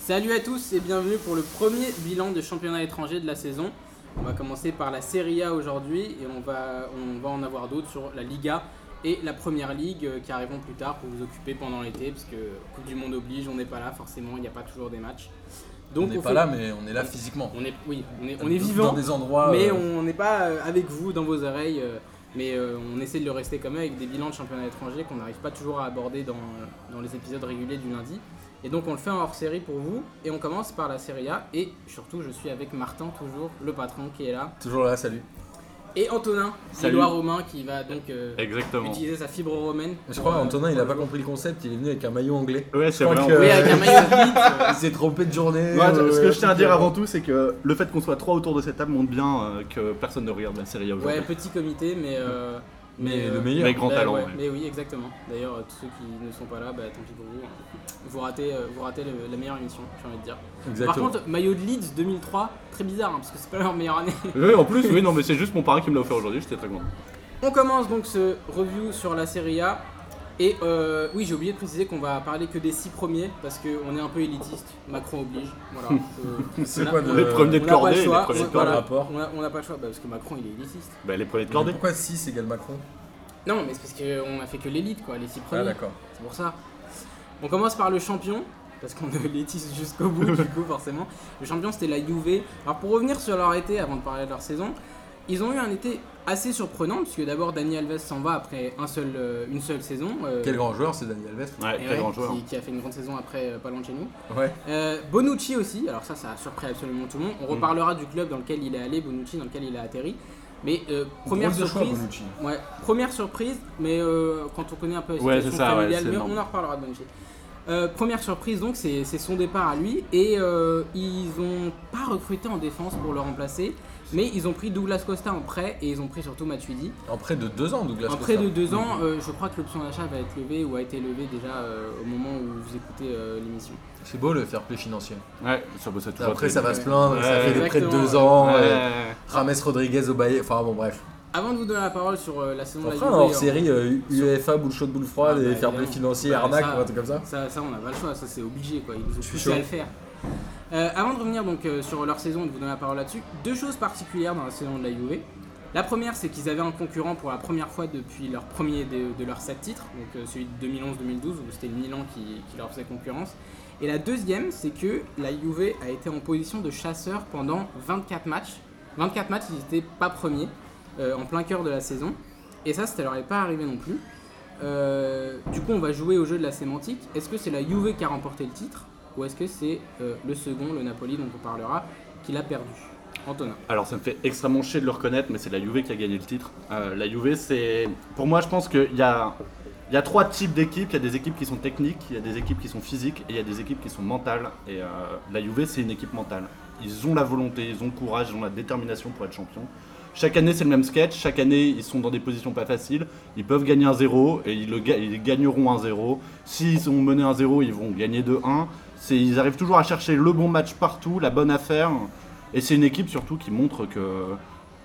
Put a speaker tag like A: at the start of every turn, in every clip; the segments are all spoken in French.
A: Salut à tous et bienvenue pour le premier bilan de championnat étranger de la saison. On va commencer par la Serie A aujourd'hui et on va, on va en avoir d'autres sur la Liga et la Première Ligue euh, qui arriveront plus tard pour vous occuper pendant l'été parce que Coupe du Monde oblige, on n'est pas là forcément, il n'y a pas toujours des matchs.
B: on n'est pas
A: fait-
B: là, mais on est là physiquement.
A: On est, oui, on est, on
B: Dans-
A: est vivant,
B: Dans des endroits.
A: mais
B: euh,
A: on n'est pas euh, avec vous dans vos oreilles. euh, Mais euh, on essaie de le rester quand même avec des bilans de championnat étranger qu'on n'arrive pas toujours à aborder dans, dans les épisodes réguliers du lundi. Et donc on le fait en hors série pour vous. Et on commence par la Serie A. Et surtout, je suis avec Martin, toujours le patron qui est là.
B: Toujours là, salut.
A: Et Antonin,
C: Salut.
A: Lillois romain, qui va donc euh,
C: Exactement.
A: utiliser sa fibre romaine.
B: Je
A: pour,
B: crois
A: euh,
B: Antonin, il
A: pour
B: a
A: le
B: pas
A: jouer.
B: compris le concept, il est venu avec un maillot anglais.
C: Ouais, c'est
B: Je
C: vrai.
B: crois
C: on-
B: que-
A: Oui, avec un maillot de Leeds, euh,
B: Il s'est trompé de journée.
C: Ouais, attends,
B: euh,
C: ce que je tiens à dire
B: euh,
C: avant tout, c'est que le fait qu'on soit trois autour de cette table montre bien euh, que personne ne regarde la série aujourd'hui.
A: Ouais, petit comité, mais. euh,
B: Mais
A: euh,
B: le meilleur.
C: Mais grand
A: Bah,
C: talent.
A: ouais,
C: ouais.
A: Mais oui, exactement. D'ailleurs, euh, tous ceux qui ne sont pas là, bah, tant pis pour vous. Vous ratez, euh, vous ratez le- la meilleure émission, j'ai envie de dire.
B: Exactement.
A: Par contre, maillot de Leeds 2003, très bizarre, hein, parce que c'est pas leur meilleure année.
C: Oui, en plus, oui, non, mais c'est juste mon parrain qui me l'a offert aujourd'hui, j'étais très content.
A: On commence donc ce review sur la Serie A. Et euh, oui, j'ai oublié de préciser qu'on va parler que des six premiers, parce qu'on est un peu élitiste. Macron oblige. Voilà. Euh,
B: C'est
A: on a-
B: quoi
A: on
B: de-
A: a-
C: Les premiers
A: on
C: de
A: n'a pas
C: cordée,
A: le
C: les
A: choix.
C: premiers de
A: on- voilà,
C: cordée.
B: rapport.
A: on a- on n'a pas le choix, bah, parce que Macron il est élitiste.
C: Bah, les premiers de
B: Mais
C: cordée.
B: Pourquoi 6 égale Macron
A: Non, mais c'est parce qu'on a fait que l'élite, quoi, les six
B: Ah,
A: premiers.
B: d'accord.
A: C'est pour ça. On commence par le champion, parce qu'on est élitiste jusqu'au bout, du coup, forcément. Le champion, c'était la Juve. Alors, pour revenir sur leur été, avant de parler de leur saison, ils ont eu un été assez surprenant, puisque d'abord, Dani Alves s'en va après un seul, euh, une seule saison. euh,
B: Quel grand joueur, c'est Daniel Vest.
C: Ouais,
A: et
C: quel
A: ouais,
C: grand joueur.
A: Qui, qui a fait une grande saison après euh, Palancini.
B: Ouais.
A: Euh, Bonucci aussi, alors ça, ça a surpris absolument tout le monde. On reparlera du club dans lequel il est allé, Bonucci, dans lequel il a atterri. Mais euh, première
B: Drôle de choix,
A: surprise,
B: Bonucci.
A: Ouais, première surprise, mais euh, quand on connaît un peu la
C: Ouais,
A: situation
C: c'est ça, ouais,
A: familiale,
C: c'est
A: mais
C: énorme.
A: on en reparlera de Bonucci. Euh, première surprise, donc, c'est c'est son départ à lui. Et euh, ils ont pas recruté en défense pour le remplacer, mais ils ont pris Douglas Costa en prêt et ils ont pris surtout Matuidi.
B: En près de 2 ans, Douglas.
A: En prêt de
B: Costa. Mm-hmm.
A: deux ans, euh, je crois que l'option d'achat va être levée ou a été levée déjà euh, au moment où vous écoutez euh, l'émission.
B: C'est beau le fair play financier.
C: Ouais, ça bosse toujours.
B: Après, ça va
A: ouais.
B: se plaindre, ça
C: Ouais,
B: fait des prêts de
A: exactement,
B: 2 ans. euh,
C: Ouais.
B: Rames Rodriguez au Bayern. Enfin, bon, bref.
A: Avant de vous donner la parole sur euh, la saison
B: On
A: de la
B: fera un
A: Juve,
B: hors série euh, UEFA, boule chaude, boule froide
A: Ah, bah,
B: et fair play
A: évidemment.
B: financier,
A: Bah,
B: arnaque
A: ça-
B: ou un truc comme ça.
A: Ça, ça, on n'a pas le choix, ça c'est obligé, quoi. Ils nous ont
B: suis
A: poussé
B: chaud.
A: à le faire. Euh, avant de revenir donc euh, sur leur saison et de vous donner la parole là-dessus, deux choses particulières dans la saison de la Juve. La première, c'est qu'ils avaient un concurrent pour la première fois depuis leur premier de, de leurs sept titres, donc euh, celui de 2011-2012 où c'était le Milan qui, qui leur faisait concurrence. Et la deuxième, c'est que la Juve a été en position de chasseur pendant 24 matchs. 24 matchs, ils n'étaient pas premiers euh, en plein cœur de la saison. Et ça, ça leur est pas arrivé non plus. Euh, du coup, on va jouer au jeu de la sémantique. Est-ce que c'est la Juve qui a remporté le titre ou est-ce que c'est euh, le second, le Napoli dont on parlera, qui l'a perdu Antonin.
C: Alors ça me fait extrêmement chier de le reconnaître, mais c'est la Juve qui a gagné le titre. Euh, la Juve, c'est... Pour moi, je pense qu'il y a... Il y a trois types d'équipes. Il y a des équipes qui sont techniques, il y a des équipes qui sont physiques et il y a des équipes qui sont mentales. Et euh, la Juve, c'est une équipe mentale. Ils ont la volonté, ils ont le courage, ils ont la détermination pour être champions. Chaque année, c'est le même sketch. Chaque année, ils sont dans des positions pas faciles. Ils peuvent gagner un 0 et ils, le ga- ils gagneront un 0. S'ils ont mené un 0, ils vont gagner 2-1. C'est- Ils arrivent toujours à chercher le bon match partout, la bonne affaire. Et c'est une équipe surtout qui montre que,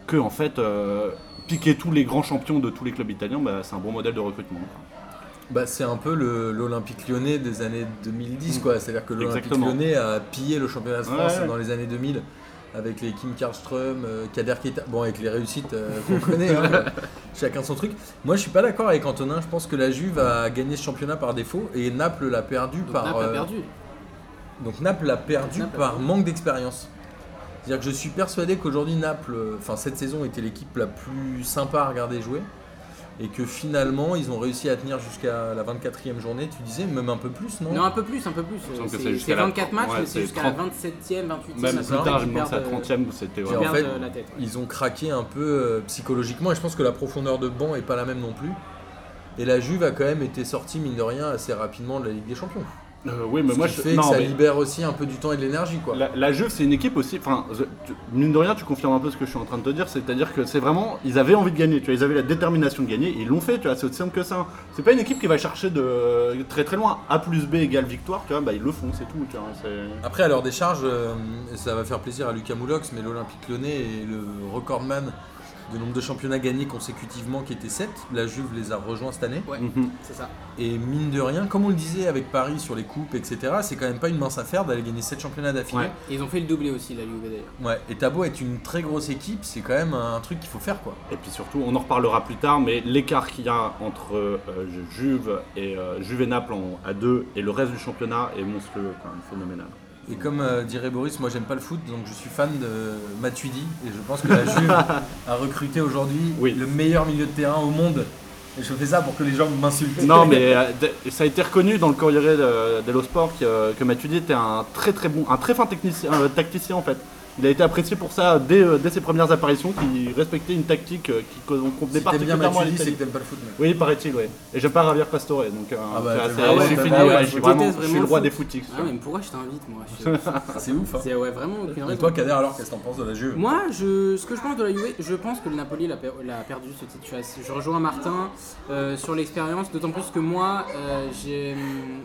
C: que en fait, euh, piquer tous les grands champions de tous les clubs italiens, bah, c'est un bon modèle de recrutement.
B: Bah, c'est un peu le- l'Olympique lyonnais des années 2010, quoi. C'est-à-dire que l'Olympique
C: Mm. Exactement.
B: lyonnais a pillé le championnat de France
C: Ouais.
B: dans les années 2000 avec les Kim Karlström, euh, Kader Keita, bon, avec les réussites euh, qu'on connaît, hein, mais chacun son truc. Moi, je suis pas d'accord avec Antonin, je pense que la Juve a gagné ce championnat par défaut et Naples l'a perdu
A: Donc
B: par.
A: Naples a
B: euh,
A: perdu.
B: Donc Naples l'a perdu
A: Naples a
B: par manque d'expérience. C'est-à-dire que je suis persuadé qu'aujourd'hui Naples, euh, enfin cette saison était l'équipe la plus sympa à regarder jouer. Et que finalement ils ont réussi à tenir jusqu'à la 24e journée, tu disais, même un peu plus, non
A: Non, un peu plus, un peu plus. Euh,
C: semble que
A: C'est-
C: c'est
A: C'est
C: jusqu'à la-
A: 24 matchs,
C: ouais,
A: mais c'est
C: c'est
A: jusqu'à la
C: 30.
A: 27e, 28e.
C: Même
A: après,
C: plus tard, je
A: ils
C: me pense à
A: perdent, euh,
C: 30ème où c'était.
A: Ils
B: en
C: vraiment-
A: perdent
B: fait,
A: euh, la tête.
B: Ils ont craqué un peu euh, psychologiquement et je pense que la profondeur de banc est pas la même non plus. Et la Juve a quand même été sortie, mine de rien, assez rapidement de la Ligue des Champions.
C: Euh, oui,
B: Ce
C: mais moi
B: qui
C: je.
B: fait
C: non,
B: que ça
C: mais
B: libère aussi un peu du temps et de l'énergie, quoi.
C: La, la Juve, c'est une équipe aussi. Enfin, je- tu- mine de rien, tu confirmes un peu ce que je suis en train de te dire. C'est-à-dire que c'est vraiment. Ils avaient envie de gagner, tu vois. Ils avaient la détermination de gagner. et Ils l'ont fait, tu vois. C'est aussi simple que ça. hein. C'est pas une équipe qui va chercher de très très loin. A plus B égale victoire, tu vois. Bah, ils le font, c'est tout, tu vois. c'est-
B: Après, à leur décharge, euh, ça va faire plaisir à Lucas Moulox, mais l'Olympique lyonnais est le recordman de nombre de championnats gagnés consécutivement qui étaient 7. La Juve les a rejoints cette année.
A: Ouais,
C: Mhm.
A: c'est ça.
B: Et mine de rien, comme on le disait avec Paris sur les coupes, etc., c'est quand même pas une mince affaire d'aller gagner 7 championnats d'affilée.
C: Ouais.
A: Et ils ont fait le doublé aussi, la Juve d'ailleurs.
B: Ouais. Et t'as beau être une très grosse équipe, c'est quand même un truc qu'il faut faire quoi.
C: Et puis surtout, on en reparlera plus tard, mais l'écart qu'il y a entre euh, Juve et euh, Juve et Naples en A2 et le reste du championnat est monstrueux, quand même, phénoménal.
B: Et comme euh, dirait Boris, moi j'aime pas le foot, donc je suis fan de Matuidi et je pense que la Juve a recruté aujourd'hui
C: Oui.
B: le meilleur milieu de terrain au monde. Et je fais ça pour que les gens m'insultent.
C: Non, mais euh, de- ça a été reconnu dans le Corriere de- dello Sport que, euh, que Matuidi était un très très bon, un très fin technicien, euh, tacticien en fait. Il a été apprécié pour ça dès, euh, dès ses premières apparitions, qui respectait une tactique euh, qui co- convenait
B: si t'aimes bien
C: particulièrement à
B: Matuidi, c'est
C: l'Italie.
B: que t'aimes pas le foot. mec.
C: Oui, paraît-il, ouais. Et j'aime pas Javier Pastore, donc euh,
B: Ah bah, t'aimes
C: c'est-
B: pas
C: c'est-
B: le
C: c'est
B: foot.
C: fini,
B: Ah
A: ouais,
C: ouais, je,
A: je
C: suis vraiment-
A: déteste
C: je suis
A: vraiment
C: le roi
A: le
C: des
A: foot.
C: footix.
A: Ah, mais pourquoi je t'invite, moi je-
B: C'est ouf. Hein.
A: C'est ouais, vraiment aucune
B: Et
A: raison.
B: toi, Kader, alors qu'est-ce que t'en penses de la Juve
A: Moi, je, ce que je pense de la Juve, je pense que le Napoli l'a per- l'a perdu ce titre. Je, suis assez- je rejoins Martin euh, sur l'expérience, d'autant plus que moi, euh, j'ai-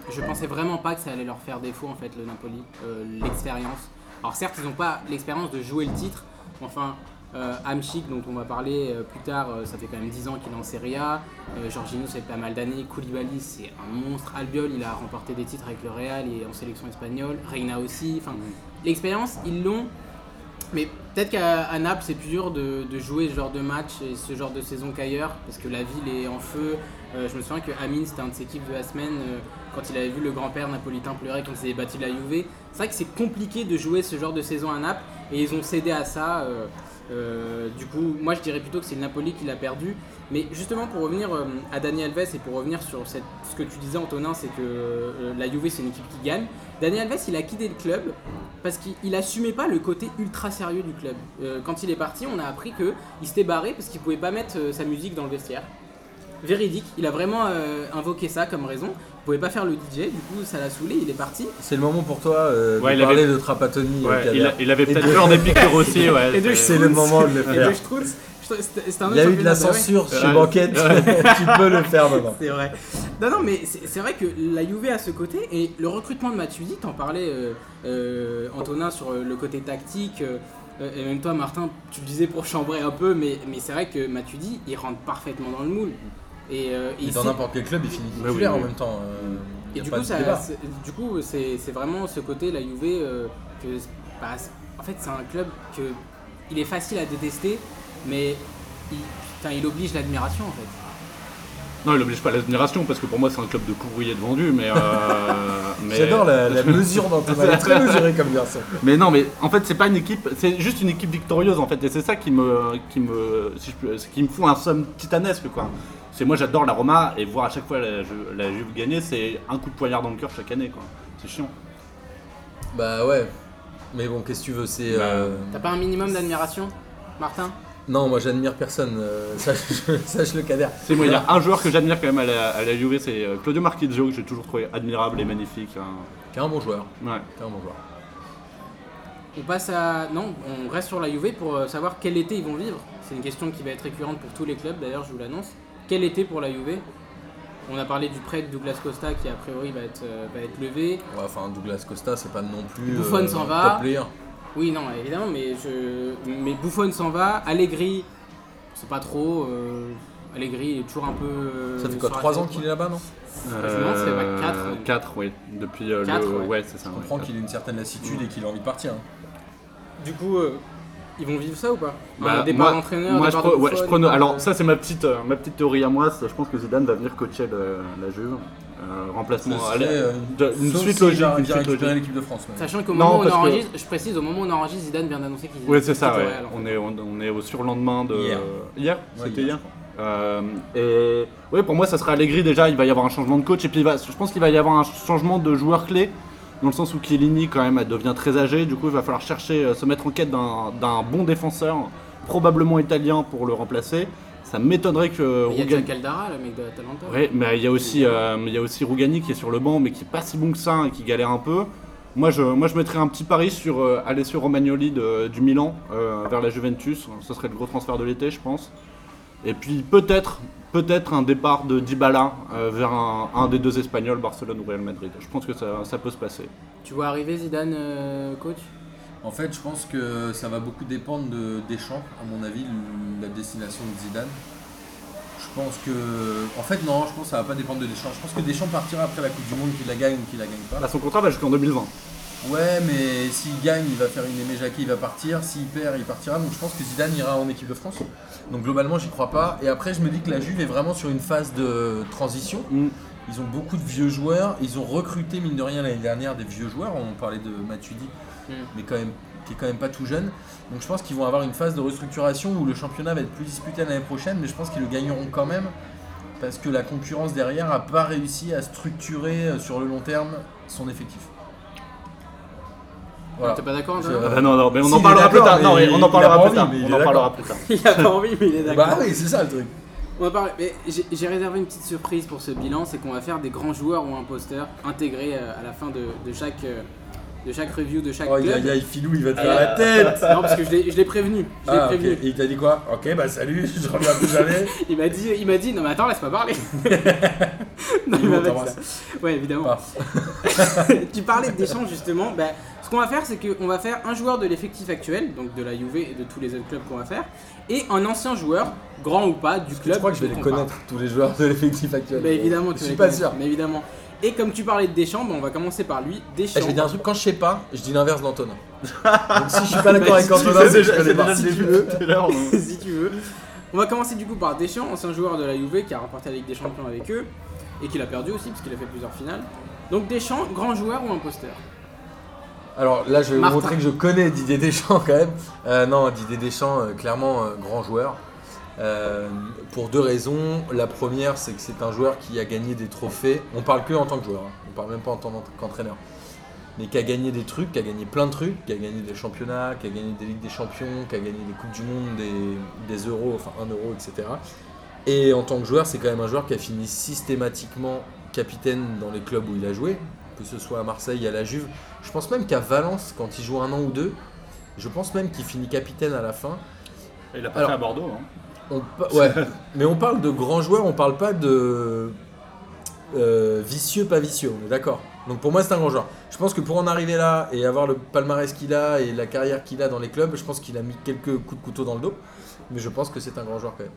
A: je pensais vraiment pas que ça allait leur faire défaut en fait le Napoli, euh, l'expérience. Alors certes, ils n'ont pas l'expérience de jouer le titre, mais enfin. Euh, Hamsik, dont on va parler euh, plus tard, euh, ça fait quand même 10 ans qu'il est en Serie A. Euh, Jorginho, ça fait pas mal d'années. Koulibaly, c'est un monstre. Albiol, il a remporté des titres avec le Real et en sélection espagnole. Reina aussi. Enfin, L'expérience, ils l'ont. Mais peut-être qu'à à Naples, c'est plus dur de, de jouer ce genre de match et ce genre de saison qu'ailleurs, parce que la ville est en feu. Euh, je me souviens que Amin, c'était un de ses kiffs de la semaine, euh, quand il avait vu le grand-père napolitain pleurer quand il s'est battu de la Juve. C'est vrai que c'est compliqué de jouer ce genre de saison à Naples, et ils ont cédé à ça. euh, euh, du coup, moi je dirais plutôt que c'est le Napoli qui l'a perdu. Mais justement, pour revenir euh, à Dani Alves et pour revenir sur cette- ce que tu disais, Antonin, c'est que euh, la Juve c'est une équipe qui gagne. Dani Alves, il a quitté le club parce qu'il il assumait pas le côté ultra sérieux du club. Euh, quand il est parti, on a appris que il s'était barré parce qu'il pouvait pas mettre euh, sa musique dans le vestiaire. Véridique, il a vraiment euh, invoqué ça comme raison. Il pouvait pas faire le DJ, du coup ça l'a saoulé, il est parti.
B: C'est le moment pour toi euh,
C: Ouais,
B: de
C: il avait-
B: parler de Trapatoni. euh,
C: Ouais,
B: Kader.
C: il, a- il avait
B: Et
C: peut-être
B: de-
C: peur des piqûres aussi, ouais.
A: et de
C: c'est-
B: C'est le moment de le
A: Et
B: faire.
A: de Strutz, c'était c'était un
B: Ah, Il y a
A: autre
B: eu de la
A: championnat, bah ouais.
B: censure chez
C: Ouais.
B: Banquette. tu peux le faire maintenant.
A: C'est vrai. Non, non, mais c'est c'est vrai que la Juve a ce côté et le recrutement de Matuidi, t'en parlais, euh, euh, Antonin, sur euh, le côté tactique. euh, euh, et même toi, Martin, tu le disais pour chambrer un peu, mais, mais c'est vrai que Matuidi, il rentre parfaitement dans le moule. Et, euh, et
B: Et
A: il
B: dans
A: sait-
B: n'importe quel club, il finit
C: Mais oui,
B: titulaire
C: oui.
B: en même temps. euh,
A: et
B: y a
A: du
B: pas
A: coup,
B: de
A: ça-
B: débat.
A: c'est- du coup, c'est c'est vraiment ce côté, la Juve, euh, que c'est pas- en fait, c'est un club que il est facile à détester, mais il, putain, il oblige l'admiration en fait.
C: Non, il n'oblige pas à l'admiration parce que pour moi c'est un club de courrier de vendus, mais. euh, mais-
B: J'adore la, la mesure dans ton Elle est très mesurée comme garçon.
C: Mais non, mais en fait c'est pas une équipe, c'est juste une équipe victorieuse en fait, et c'est ça qui me, qui me, si je peux- ce qui me fout un somme titanesque quoi. C'est moi j'adore la Roma et voir à chaque fois la, Ju- la Juve gagner, c'est un coup de poignard dans le cœur chaque année quoi. C'est chiant.
B: Bah ouais. Mais bon, qu'est-ce que tu veux C'est.
C: Bah,
B: euh,
A: T'as pas un minimum d'admiration, Martin
B: Non, moi j'admire personne. euh, sache, sache le cadère.
C: C'est moi, il y a un joueur que j'admire quand même à la, à la Juve, c'est euh, Claudio Marchizio que j'ai toujours trouvé admirable et magnifique. hein.
B: T'es un bon joueur.
C: Ouais.
B: T'es un bon joueur.
A: On passe à. Non, on reste sur la Juve pour euh, savoir quel été ils vont vivre. C'est une question qui va être récurrente pour tous les clubs, d'ailleurs, je vous l'annonce. Quel été pour la Juve On a parlé du prêt de Douglas Costa qui, a priori, va être, euh, va être levé.
B: Ouais, enfin, Douglas Costa, c'est pas non plus. euh,
A: Buffon s'en
B: top
A: va. Euh,
B: player.
A: Oui, non, évidemment, mais, je... mais Buffon s'en va. Allegri, c'est pas trop. euh, Allegri est toujours un peu. euh,
B: Ça fait quoi
A: sur la
B: 3
A: tête,
B: ans qu'il est là-bas, non
A: Je me demande si c'est pas quatre,
C: Euh,
A: ouais.
C: quatre, oui. Depuis euh,
A: Quatre,
C: le.
A: ouais.
C: Ouais, c'est ça.
B: On
C: ouais,
B: comprend
C: quatre.
B: qu'il a une certaine lassitude et qu'il a envie de partir. hein.
A: Du coup, euh, ils vont vivre ça ou pas
C: Bah,
A: Un départ
C: moi-
A: d'entraîneur
C: moi, je,
A: départ
C: pro-
A: de
C: ouais,
A: Buffon,
C: je prono-
A: départ de-
C: Alors ça c'est ma petite, euh, ma petite théorie à moi, c'est- je pense que Zidane va venir coacher le- la Juve. Euh,
B: Ce
C: remplacement.
B: serait,
C: allez,
B: euh,
C: de- une
B: sauf
C: suite
B: s'il
C: logique.
B: vient-
C: Une
B: vient
C: suite
B: récupérer
C: logique.
B: l'équipe de France. ouais.
A: Sachant qu'au
C: Non,
A: moment où on
C: parce que-
A: enregistre, je précise, au moment où on enregistre, Zidane vient d'annoncer qu'il
C: Oui c'est ça,
A: qu'il
C: ouais.
A: était au Real, en fait.
C: on, est, on, on est au surlendemain de...
B: Hier.
C: Hier C'était
B: hier,
C: hier, Euh, et ouais, pour moi, ça sera Allegri déjà. Il va y avoir un changement de coach et puis il va- je pense qu'il va y avoir un changement de joueur clé dans le sens où Chiellini quand même elle devient très âgée. Du coup, il va falloir chercher, euh, se mettre en quête d'un d'un bon défenseur, probablement italien, pour le remplacer. Ça m'étonnerait que
B: Euh,
A: Mais Il y a
C: Ruggeri-
A: John Caldara, le mec de l'Atalanta.
C: Ouais, mais il y a aussi, euh, il y a aussi Rougani qui est sur le banc, mais qui est pas si bon que ça et qui galère un peu. Moi, je, moi, je mettrais un petit pari sur euh, Alessio Romagnoli de- du Milan euh, vers la Juventus. Ce serait le gros transfert de l'été, je pense. Et puis peut-être, peut-être un départ de Dybala euh, vers un, un des deux Espagnols, Barcelone ou Real Madrid. Je pense que ça, ça peut se passer.
A: Tu vois arriver Zidane, euh, coach
B: En fait, je pense que ça va beaucoup dépendre de Deschamps, à mon avis, le- la destination de Zidane. Je pense que. En fait, non, je pense que ça va pas dépendre de Deschamps. Je pense que Deschamps partira après la Coupe du Monde, qu'il la gagne ou qu'il la gagne pas.
C: Bah, son contrat va jusqu'en 2020.
B: Ouais, mais s'il gagne, il va faire une Aimé Jacquet, il va partir. S'il perd, il partira. Donc je pense que Zidane ira en équipe de France. Donc globalement, j'y crois pas. Et après, je me dis que la Juve est vraiment sur une phase de transition.
C: Mm.
B: Ils ont beaucoup de vieux joueurs. Ils ont recruté, mine de rien, l'année dernière, des vieux joueurs. On parlait de Matuidi,
A: Mm.
B: mais quand même, qui est quand même pas tout jeune. Donc je pense qu'ils vont avoir une phase de restructuration où le championnat va être plus disputé l'année prochaine, mais je pense qu'ils le gagneront quand même. Parce que la concurrence derrière a pas réussi à structurer euh, sur le long terme son effectif. Voilà.
A: T'es pas d'accord
B: Je-
A: Antoine
C: Ah bah non, non, mais on
B: Si,
C: en
B: il
C: parlera
B: est
C: plus tard.
B: d'accord,
C: Non,
B: mais
C: mais on
B: il
C: en
B: a
C: parlera
B: pas
C: plus tard.
B: envie, mais il
C: On en
B: est
C: parlera plus tard.
A: Il a pas envie, mais il est d'accord.
B: Bah oui, c'est ça le truc.
A: On va parler- mais j'ai j'ai réservé une petite surprise pour ce bilan, c'est qu'on va faire des grands joueurs ou imposteurs intégrés euh, à la fin de, de chaque, euh, de chaque review, de chaque
B: Oh,
A: club.
B: aïe aïe aïe, Filou, il va te faire
A: Ah.
B: la tête
A: Non, parce que je l'ai je l'ai prévenu. Je l'ai
B: Ah, ok.
A: prévenu.
B: Et il t'a dit quoi Ok, bah salut, je reviens plus jamais.
A: Il m'a dit, il m'a dit, non mais attends, laisse-moi parler. non, il
B: Bon,
A: m'a pas dit
B: t'embrasse.
A: ça. Ouais, évidemment.
B: Paf.
A: tu parlais de Deschamps justement. Bah, ce qu'on va faire, c'est qu'on va faire un joueur de l'effectif actuel, donc de la Juve et de tous les autres clubs qu'on va faire, et un ancien joueur, grand ou pas, du club.
B: Je crois que je vais
A: dont
B: les
A: on parle.
B: connaître, tous les joueurs de l'effectif actuel.
A: Bah, évidemment, tu vas
B: je suis
A: les
B: pas
A: connaître,
B: sûr.
A: Mais évidemment. Et comme tu parlais de Deschamps, bah, on va commencer par lui.
B: Eh,
A: Deschamps.
B: je vais dire un truc, quand je sais pas, je dis l'inverse d'Antonin. Donc si je suis pas d'accord avec
C: C'est
B: Antonin, c'est que je
C: déjà c'est
B: connais
C: déjà
B: pas.
C: le début de tout à l'heure. donc.
A: si tu veux. On va commencer du coup par Deschamps, ancien joueur de la Juve qui a remporté la Ligue des Champions avec eux et qu'il a perdu aussi parce qu'il a fait plusieurs finales. Donc Deschamps, grand joueur ou imposteur
B: Alors là, je vais vous
A: Martin.
B: montrer que je connais Didier Deschamps quand même. Euh, non, Didier Deschamps, euh, clairement, euh, grand joueur. Euh, pour deux raisons. La première, c'est que c'est un joueur qui a gagné des trophées. On parle que en tant que joueur, hein. on parle même pas en tant qu'entraîneur. Mais qui a gagné des trucs, qui a gagné plein de trucs, qui a gagné des championnats, qui a gagné des Ligues des Champions, qui a gagné des Coupes du Monde, des, des euros, enfin un euro, etc. Et en tant que joueur, c'est quand même un joueur qui a fini systématiquement capitaine dans les clubs où il a joué, que ce soit à Marseille, à la Juve. Je pense même qu'à Valence, quand il joue un an ou deux, je pense même qu'il finit capitaine à la fin.
C: Il a pas
B: Alors.
C: fait à Bordeaux. hein.
B: On pa- ouais. Mais on parle de grands joueurs, on parle pas de euh, vicieux, pas vicieux, on est d'accord. Donc pour moi, c'est un grand joueur. Je pense que pour en arriver là et avoir le palmarès qu'il a et la carrière qu'il a dans les clubs, je pense qu'il a mis quelques coups de couteau dans le dos. Mais je pense que c'est un grand joueur quand même.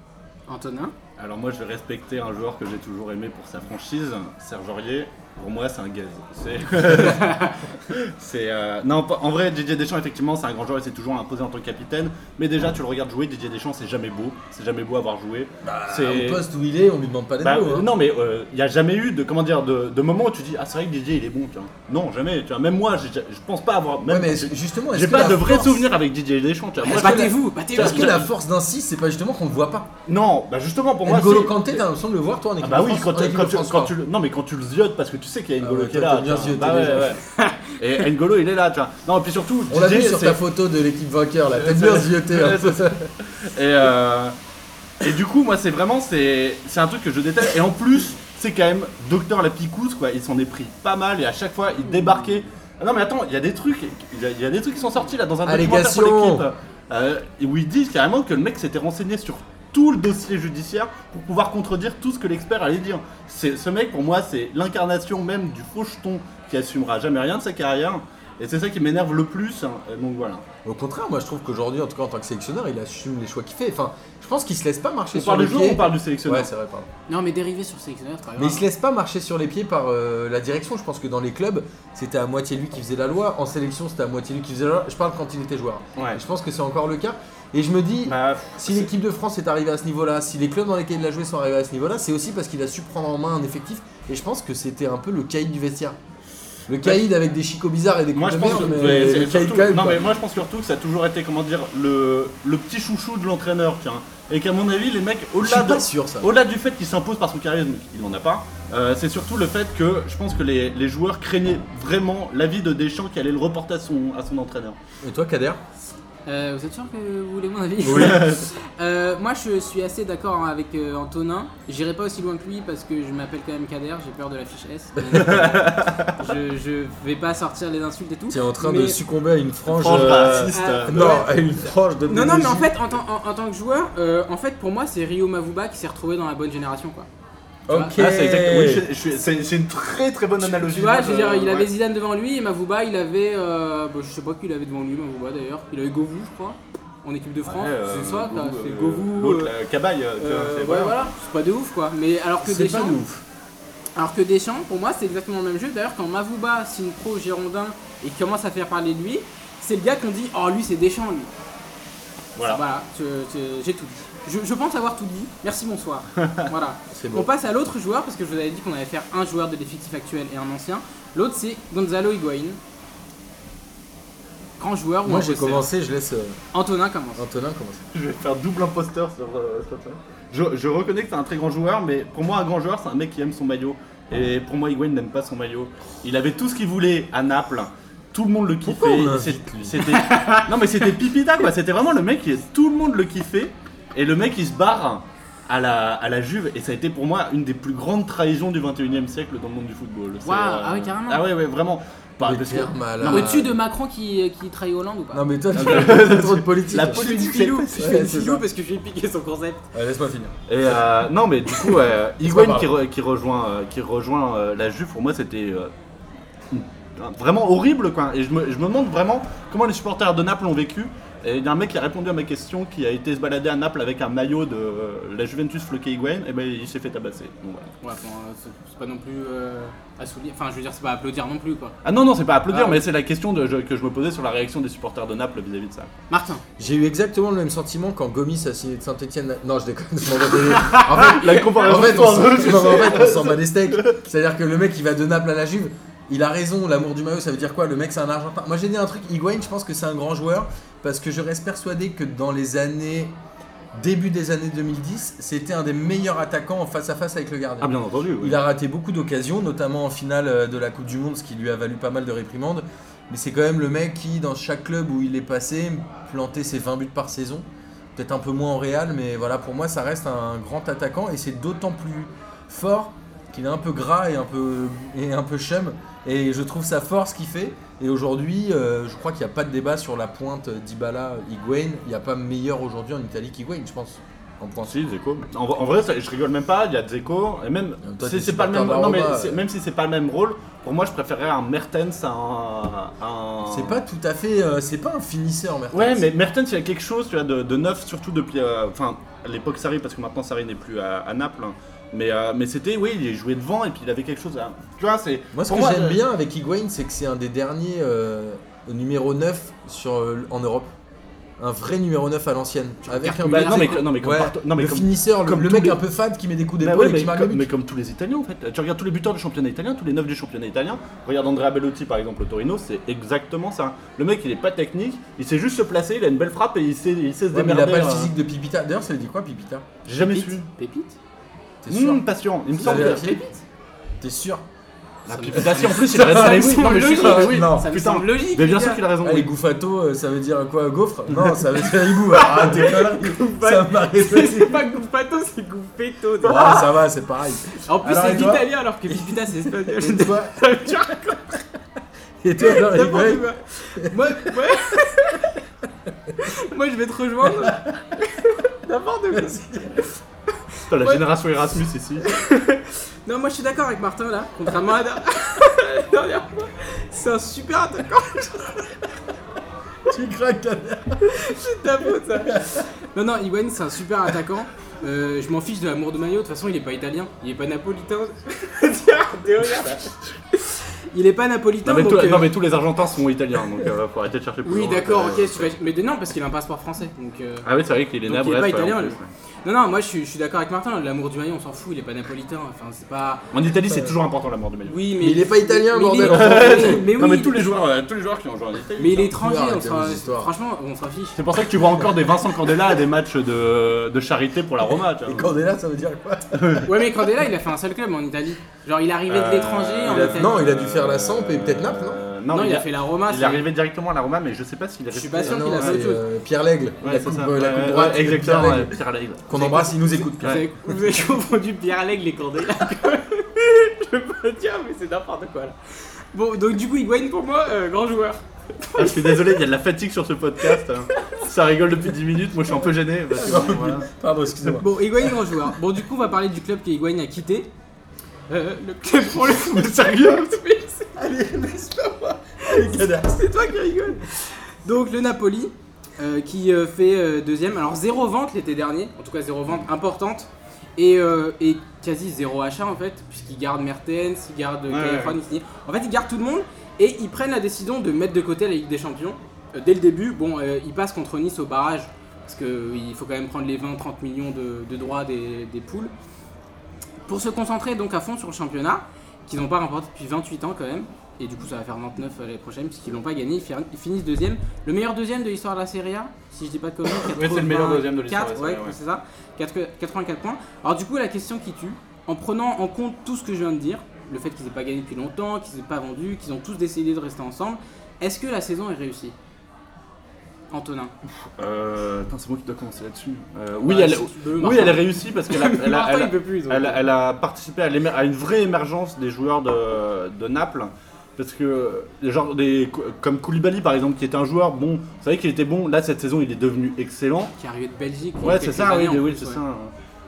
A: Antonin
C: Alors moi, je vais respecter un joueur que j'ai toujours aimé pour sa franchise, Serge Aurier. Pour moi, c'est un gaz. C'est. c'est, euh, Non, pas- en vrai, Didier Deschamps, effectivement, c'est un grand joueur et c'est toujours imposé en tant que capitaine. Mais déjà, tu le regardes jouer, Didier Deschamps, c'est jamais beau. C'est jamais beau avoir joué.
B: Bah, Au poste où il est, on lui demande pas d'être
C: Bah,
B: beau,
C: euh,
B: hein.
C: Non, mais il n'y a jamais eu de comment dire de, de moment où tu dis ah c'est vrai que Didier il est bon. Tu vois. Non, jamais. Tu vois. Même moi, j'ai- je pense pas avoir.
B: Ouais,
C: Même,
B: mais justement, est-ce
C: j'ai
B: que
C: pas
B: la
C: de vrais
B: force-
C: souvenirs avec Didier Deschamps. Tu vois. Moi, je-
A: Battez-vous, battez-vous
B: Est-ce que la force d'un 6, c'est pas justement qu'on le voit pas
C: non, bah justement pour moi.
B: N'Golo
C: c'est-
B: Kanté, t'as l'impression de le voir toi en équipe
C: Ah bah
B: de
C: oui,
B: France,
C: quand,
B: en
C: tu-
B: équipe
C: quand
B: de
C: tu,
B: France,
C: quand
B: quoi.
C: tu le- non mais quand tu le ziotes parce que tu sais qu'il y a N'Golo
B: Ah ouais,
C: qui est
B: toi,
C: là.
B: t'aimes bien
C: tu vois. Bah
B: zioter les gens.
C: ouais. Et N'Golo il est là, tu vois. Non, et puis surtout
B: On l'a vu
C: Didier,
B: sur
C: c'est-
B: ta photo de l'équipe vainqueur là, t'as bien zioté hein. un
C: Ouais,
B: peu.
C: c'est ça. Et, euh, et du coup, moi, c'est vraiment c'est c'est un truc que je déteste. Et en plus, c'est quand même Docteur la Picouse, quoi. Il s'en est pris pas mal et à chaque fois, il débarquait. Ah non, mais attends, il y a des trucs, il y a, il y a des trucs qui sont sortis là dans un documentaire sur
B: Allégation.
C: l'équipe euh, où ils disent carrément que le mec s'était renseigné sur tout le dossier judiciaire pour pouvoir contredire tout ce que l'expert allait dire. C'est ce mec pour moi, c'est l'incarnation même du faux jeton qui assumera jamais rien de sa carrière. Et c'est ça qui m'énerve le plus. hein. Et Donc voilà.
B: Au contraire, moi je trouve qu'aujourd'hui, en tout cas en tant que sélectionneur, il assume les choix qu'il fait. Enfin, je pense qu'il se laisse pas marcher
C: On
B: sur
C: parle
B: les
C: du joueur,
B: pieds.
C: on parle du Ah.
B: Ouais,
C: sélectionneur.
B: c'est vrai, pardon.
A: Non, mais dérivé sur sélectionneur, c'est pas grave.
B: Mais il se laisse pas marcher sur les pieds par euh, la direction. Je pense que dans les clubs, c'était à moitié lui qui faisait la loi. En sélection, c'était à moitié lui qui faisait la loi. Je parle quand il était joueur.
C: Ouais.
B: Et je pense que c'est encore le cas. Et je me dis,
C: Bah, pff,
B: Si
C: c'est-
B: l'équipe de France est arrivée à ce niveau-là, si les clubs dans lesquels il a joué sont arrivés à ce niveau-là, c'est aussi parce qu'il a su prendre en main un effectif. Et je pense que c'était un peu le caïd du vestiaire. Le caïd avec des chicots bizarres et des coups
C: moi je
B: de
C: pense
B: merde,
C: que-
B: mais
C: mais c'est
B: le caïd
C: surtout-
B: quand même,
C: non,
B: quoi.
C: mais moi je pense surtout que ça a toujours été comment dire le, le petit chouchou de l'entraîneur tiens et qu'à mon avis les mecs
B: je suis
C: au-delà de-
B: pas sûr ça.
C: au-delà du fait qu'il s'impose par son charisme il n'en a pas euh, c'est surtout le fait que je pense que les, les joueurs craignaient vraiment l'avis de Deschamps qui allait le reporter à son, à son entraîneur
B: Et toi, Kader
A: Euh, vous êtes sûr que vous voulez mon avis
B: Oui.
A: Euh, moi, je suis assez d'accord avec euh, Antonin. J'irai pas aussi loin que lui parce que je m'appelle quand même Kader, j'ai peur de la fiche S. euh, je, je vais pas sortir les insultes et tout.
B: Tu es en train de
A: Mais-
B: succomber à une frange.
C: Frange
B: euh,
C: raciste,
A: ah,
C: euh,
B: Non, à une frange de.
A: Non, non, mais en
B: Bénégie.
A: fait, en, tant- en- en tant que joueur, euh, en fait, pour moi, c'est Rio Mavuba qui s'est retrouvé dans la bonne génération, quoi.
B: Ok.
C: Ah, c'est exactement. oui, je- je- c'est c'est une très très bonne analogie.
A: Tu vois, je veux dire,
C: Euh,
A: il
C: ouais.
A: avait Zidane devant lui et Mavouba, il avait. euh, bah, je sais pas qui il avait devant lui, Mavouba d'ailleurs. Il avait Govou, je crois, en équipe de France.
C: Ouais, euh,
A: c'est ça, t'as
C: Govou,
A: fait
C: euh,
A: Govou.
C: L'autre,
A: euh,
C: là, Cabaye. euh, tu vois,
A: euh,
C: c'est-
A: ouais,
C: voilà.
A: voilà, c'est pas de ouf quoi. Mais alors que
B: hein. C'est pas
A: Deschamps,
B: de ouf.
A: alors que Deschamps, pour moi, c'est exactement le même jeu. D'ailleurs, quand Mavouba signe pro Girondin et commence à faire parler de lui, c'est le gars qu'on dit Oh, lui, c'est Deschamps, lui.
C: Voilà.
A: Voilà, je- je- j'ai tout dit. Je, je pense avoir tout dit. Merci, bonsoir. voilà.
B: C'est
A: On
B: bon.
A: passe à l'autre joueur, parce que je vous avais dit qu'on allait faire un joueur de l'effectif actuel et un ancien. L'autre, c'est Gonzalo Higuain. Grand joueur. ou
B: Moi,
A: un
B: j'ai
A: poster.
B: commencé, je laisse euh,
A: Antonin commence.
B: Antonin commencer.
C: Je vais faire double imposteur sur euh, sur ça. Je, je reconnais que c'est un très grand joueur, mais pour moi, un grand joueur, c'est un mec qui aime son maillot. Et pour moi, Higuain n'aime pas son maillot. Il avait tout ce qu'il voulait à Naples. Tout le monde le kiffait.
B: Pourquoi on l'invite,
C: C'est-
B: lui
C: C'était non mais c'était Pipita quoi. C'était vraiment le mec qui tout le monde le kiffait. Et le mec il se barre à la, à la Juve et ça a été pour moi une des plus grandes trahisons du 21 e siècle dans le monde du football. C'est,
A: Waouh, ah ouais, carrément.
C: Ah ouais ouais vraiment. Pas
B: Mais
C: parce que-
B: Pierre Malade.
C: Non, mais
A: Au-dessus de Macron qui, qui trahit Hollande ou pas
B: Non, mais toi, tu fais trop de politique.
C: La
B: Ouais,
A: Je fais
C: politique,
A: du filou,
C: c'est-
A: je
B: ouais,
A: fais du
B: c'est
A: filou
B: ça.
A: parce que je vais piquer son concept.
B: Ouais, Laisse-moi finir.
C: Et euh, non, mais du coup, euh,
B: pas
C: Higuain
B: grave.
C: qui, re- qui rejoint, euh, qui rejoint euh, la Juve, pour moi, c'était euh, une- un- vraiment horrible. Quoi. Et je me, je me demande vraiment comment les supporters de Naples ont vécu. Et il y a un mec qui a répondu à ma question, qui a été se balader à Naples avec un maillot de euh, la Juventus floqué Higuain, et ben il s'est fait tabasser. Donc, voilà.
A: Ouais, bon, euh, c'est c'est pas non plus euh, à souligner. Enfin, je veux dire, c'est pas à applaudir non plus quoi.
C: Ah non, non, c'est pas à applaudir,
A: Ah ouais.
C: mais c'est la question de- je- que je me posais sur la réaction des supporters de Naples vis-à-vis de ça.
A: Martin,
B: J'ai eu exactement le même sentiment quand Gomis a signé de Saint-Etienne. Non, je déconne, je m'en vais des- En fait,
C: La comparaison
B: En fait, on s'en-
C: entre eux, je
B: non, mais en fait, on s'en
C: sais.
B: bat des steaks. C'est-à-dire que le mec, il va de Naples à la Juve. Il a raison, l'amour du maillot, ça veut dire quoi Le mec, c'est un Argentin. Moi, j'ai dit un truc. Higuain, je pense que c'est un grand joueur parce que je reste persuadé que dans les années. Début des années 2010, c'était un des meilleurs attaquants en face à face avec le gardien.
C: Ah, bien entendu, oui.
B: Il a raté beaucoup d'occasions, notamment en finale euh, de la Coupe du Monde, ce qui lui a valu pas mal de réprimandes. Mais c'est quand même le mec qui, dans chaque club où il est passé, plantait ses 20 buts par saison. Peut-être un peu moins en Real, mais voilà, pour moi, ça reste un grand attaquant. Et c'est d'autant plus fort qu'il est un peu gras et un peu, et un peu chum. Et je trouve ça fort ce qu'il fait. Et aujourd'hui, euh, je crois qu'il n'y a pas de débat sur la pointe d'Ibala-Higuain. Il n'y a pas meilleur aujourd'hui en Italie qu'Higuain, je pense. En pense.
C: Si, Dzeko. En, en vrai, ça- je rigole même pas, il y a Dzeko, et même,
B: Euh, Toi,
C: c'est-
B: t'es
C: c'est pas le même,
B: supporter
C: non, mais
B: d'Aroma,
C: c'est-
B: euh.
C: même si c'est pas le même rôle, pour moi je préférerais un Mertens à un. un-
B: C'est pas tout à fait. euh, c'est pas un finisseur, Mertens.
C: Ah. Ouais, mais Mertens, il y a quelque chose tu vois, de, de neuf, surtout depuis. euh, Enfin, à l'époque Sarri, parce que maintenant Sarri n'est plus à, à Naples. hein. Mais, euh, mais c'était, oui, il jouait devant et puis il avait quelque chose à. Tu vois, c'est.
B: Moi, ce
C: pour
B: que j'aime
C: euh,
B: bien avec Higuain, c'est que c'est un des derniers euh, numéro 9 sur, euh, en Europe. Un vrai numéro 9 à l'ancienne. Avec
A: carte
B: un
C: Bah,
B: but.
C: non, mais, que- non, mais comme
B: Ouais,
C: partout- non, mais
B: le
C: comme-
B: finisseur, le-
C: comme
B: le,
C: tous
B: mec
C: les-
B: un peu fade qui met des coups
C: Bah
B: d'épaule
C: ouais,
B: et
C: mais,
B: qui marque
C: comme,
B: le
C: mais
B: but.
C: comme tous les Italiens en fait. Tu regardes tous les buteurs du championnat italien, tous les 9 du championnat italien. Regarde Andrea Bellotti par exemple au Torino, c'est exactement ça. Le mec il est pas technique, il sait juste se placer, il a une belle frappe et il sait, il sait se
B: Ouais, mais il
C: démerder.
B: a pas le
C: euh.
B: physique de Pipita. D'ailleurs, ça veut dire quoi, Pipita
C: J'ai jamais su.
A: pépite, pépite.
B: T'es sûr
C: Hum, patient, il me
B: T'as
C: semble. que-
B: vérifié T'es sûr
C: Ah,
A: Ça
C: puis-
A: me-
C: bah si, en plus il reste à
B: Ça me semble
C: Non, mais je suis sûr,
B: logique.
C: oui.
B: Non.
A: Ah Ça me
C: Putain,
A: semble logique.
C: Mais bien
A: les
C: sûr
A: gars.
C: qu'il a raison.
B: Allez,
C: oui.
B: Goufato, euh, ça veut dire quoi Gaufre Non, ça veut dire hibou. Ah, t'es connerie. Ça m'a réfléchi.
A: C'est pas Goupato, c'est Goupetto.
B: Ouais,
C: Ah.
B: ça va, c'est pareil.
A: En plus,
B: Alors,
A: c'est
B: et toi
A: l'italien alors que Pipita, c'est espagnol.
B: Et toi
A: Ça veut dire
B: Et toi, alors, Higuain
A: N'importe quoi. Moi, moi- moi, je vais te rejoindre. N'importe quoi.
C: Putain, la
A: Ouais.
C: génération Erasmus ici.
A: Non, moi, je suis d'accord avec Martin là, contrairement à la la dernière fois. C'est un super attaquant.
B: Tu craques ta mère.
A: C'est de ta faute, ça. Non, non, Iwan, c'est un super attaquant. Euh, je m'en fiche de l'amour de maillot. De toute façon, il est pas italien. Il est pas napolitain. Tiens, derrière. Il est pas napolitain.
C: Non mais,
A: donc,
C: tous-
A: euh,
C: non, mais tous les Argentins sont italiens donc euh, faut arrêter de chercher plus
A: Oui,
C: loin,
A: d'accord,
C: euh,
A: ok. tu vas- Mais non, parce qu'il a un passeport français. Donc. euh,
C: Ah oui, c'est vrai qu'il est né
A: Donc,
C: à
A: il est
C: Brest,
A: pas
C: ouais, en
A: italien,
C: plus,
A: lui.
C: ouais.
A: Non, non, moi je suis, je suis d'accord avec Martin, l'amour du maillot, on s'en fout, il est pas napolitain, enfin c'est pas.
C: En Italie, c'est toujours important la mort de Maillot.
A: Oui, mais.
B: Mais il est pas italien,
A: mais il est-
B: bordel.
A: Mais, mais oui,
C: Non mais tous les joueurs, euh, tous les joueurs qui ont joué en Italie.
A: mais il est
C: ça.
A: étranger,
B: Arrêtez
A: on s'en-
B: vos histoires.
A: franchement, on s'en fiche.
C: C'est pour ça que tu vois encore des Vincent Candela à des matchs de, de charité pour la Roma. Tu vois.
B: Et Candela, ça veut dire quoi
A: Ouais, mais Candela, il a fait un seul club en Italie. Genre, il est arrivé de l'étranger en
B: il a-
A: Italie.
B: non, il a dû faire la Samp et peut-être Naples, non
C: Euh,
A: Non, il a
C: a-
A: fait la Roma.
C: Il est
A: c'est-
C: arrivé directement à la Roma, mais je sais pas s'il est
A: Je
C: resté.
A: suis pas sûr
B: Ah
A: qu'il a
B: non,
A: fait autre
B: c'est,
A: chose.
B: euh, Pierre L'Aigle,
C: Ouais,
B: la
C: c'est
B: coupe,
C: ça.
B: euh, la
C: Ouais,
B: coupe
C: ouais,
B: droite. de
C: exactement,
B: Pierre
C: ouais,
B: L'Aigle.
C: Pierre Laigle.
B: Qu'on embrasse, il nous écoute.
A: Vous avez, vous avez confondu Pierre Laigle et Candela. je peux pas dire, mais c'est n'importe quoi là. Bon, donc du coup, Higuain pour moi, euh, grand joueur.
C: Ah, je suis désolé, il y a de la fatigue sur ce podcast. hein. Ça rigole depuis 10 minutes, moi je suis un peu gêné. parce que, bon, voilà.
B: Pardon, excusez-moi.
A: Bon, Higuain, grand joueur. Bon, du coup, on va parler du club que Higuain a quitté. Euh, le club pour le foot.
C: sérieux
A: Mais c'est-
B: Allez, mais c'est pas moi. Allez, cadavre.
A: C'est toi qui rigole. Donc le Napoli euh, qui euh, fait euh, deuxième. Alors zéro vente l'été dernier, en tout cas zéro vente importante. Et, euh, et quasi zéro achat en fait, puisqu'ils gardent Mertens, ils gardent
C: Ouais,
A: Kyle
C: ouais.
A: Juan, ils- En fait, ils gardent tout le monde et ils prennent la décision de mettre de côté la Ligue des Champions. Euh, dès le début, bon, euh, ils passent contre Nice au barrage, parce qu'il faut quand même prendre les 20-30 millions de, de droits des, des poules. Pour se concentrer donc à fond sur le championnat, qu'ils n'ont pas remporté depuis 28 ans quand même. Et du coup, ça va faire 29 l'année prochaine, puisqu'ils l'ont pas gagné. Ils fin- ils finissent deuxième. Le meilleur deuxième de l'histoire de la Serie A, si je dis pas de conneries.
C: Ouais, c'est le meilleur deuxième de l'histoire de la
A: 84,
C: Serie A,
A: ouais,
C: ouais.
A: c'est ça. 4- 84 points. Alors, du coup, la question qui tue, en prenant en compte tout ce que je viens de dire, le fait qu'ils aient pas gagné depuis longtemps, qu'ils aient pas vendu, qu'ils ont tous décidé de rester ensemble, est-ce que la saison est réussie Antonin.
C: Euh, putain, c'est moi qui dois commencer là-dessus. Euh, oui,
A: Bah,
C: elle,
A: si tu veux,
C: oui,
A: Martin.
C: elle est réussie parce qu'elle a, elle a-
A: Martin,
C: elle a-
A: il peut plus. donc.
C: elle, elle a participé à, l'émer- à une vraie émergence des joueurs de, de Naples. Parce que, des genres- des, comme Koulibaly par exemple, qui était un joueur bon, vous savez qu'il était bon, là cette saison il est devenu excellent.
A: Qui est arrivé de Belgique. il y a
C: Ouais, c'est
A: quelques
C: ça, oui,
A: années, en
C: oui,
A: plus,
C: c'est
A: ouais.
C: ça.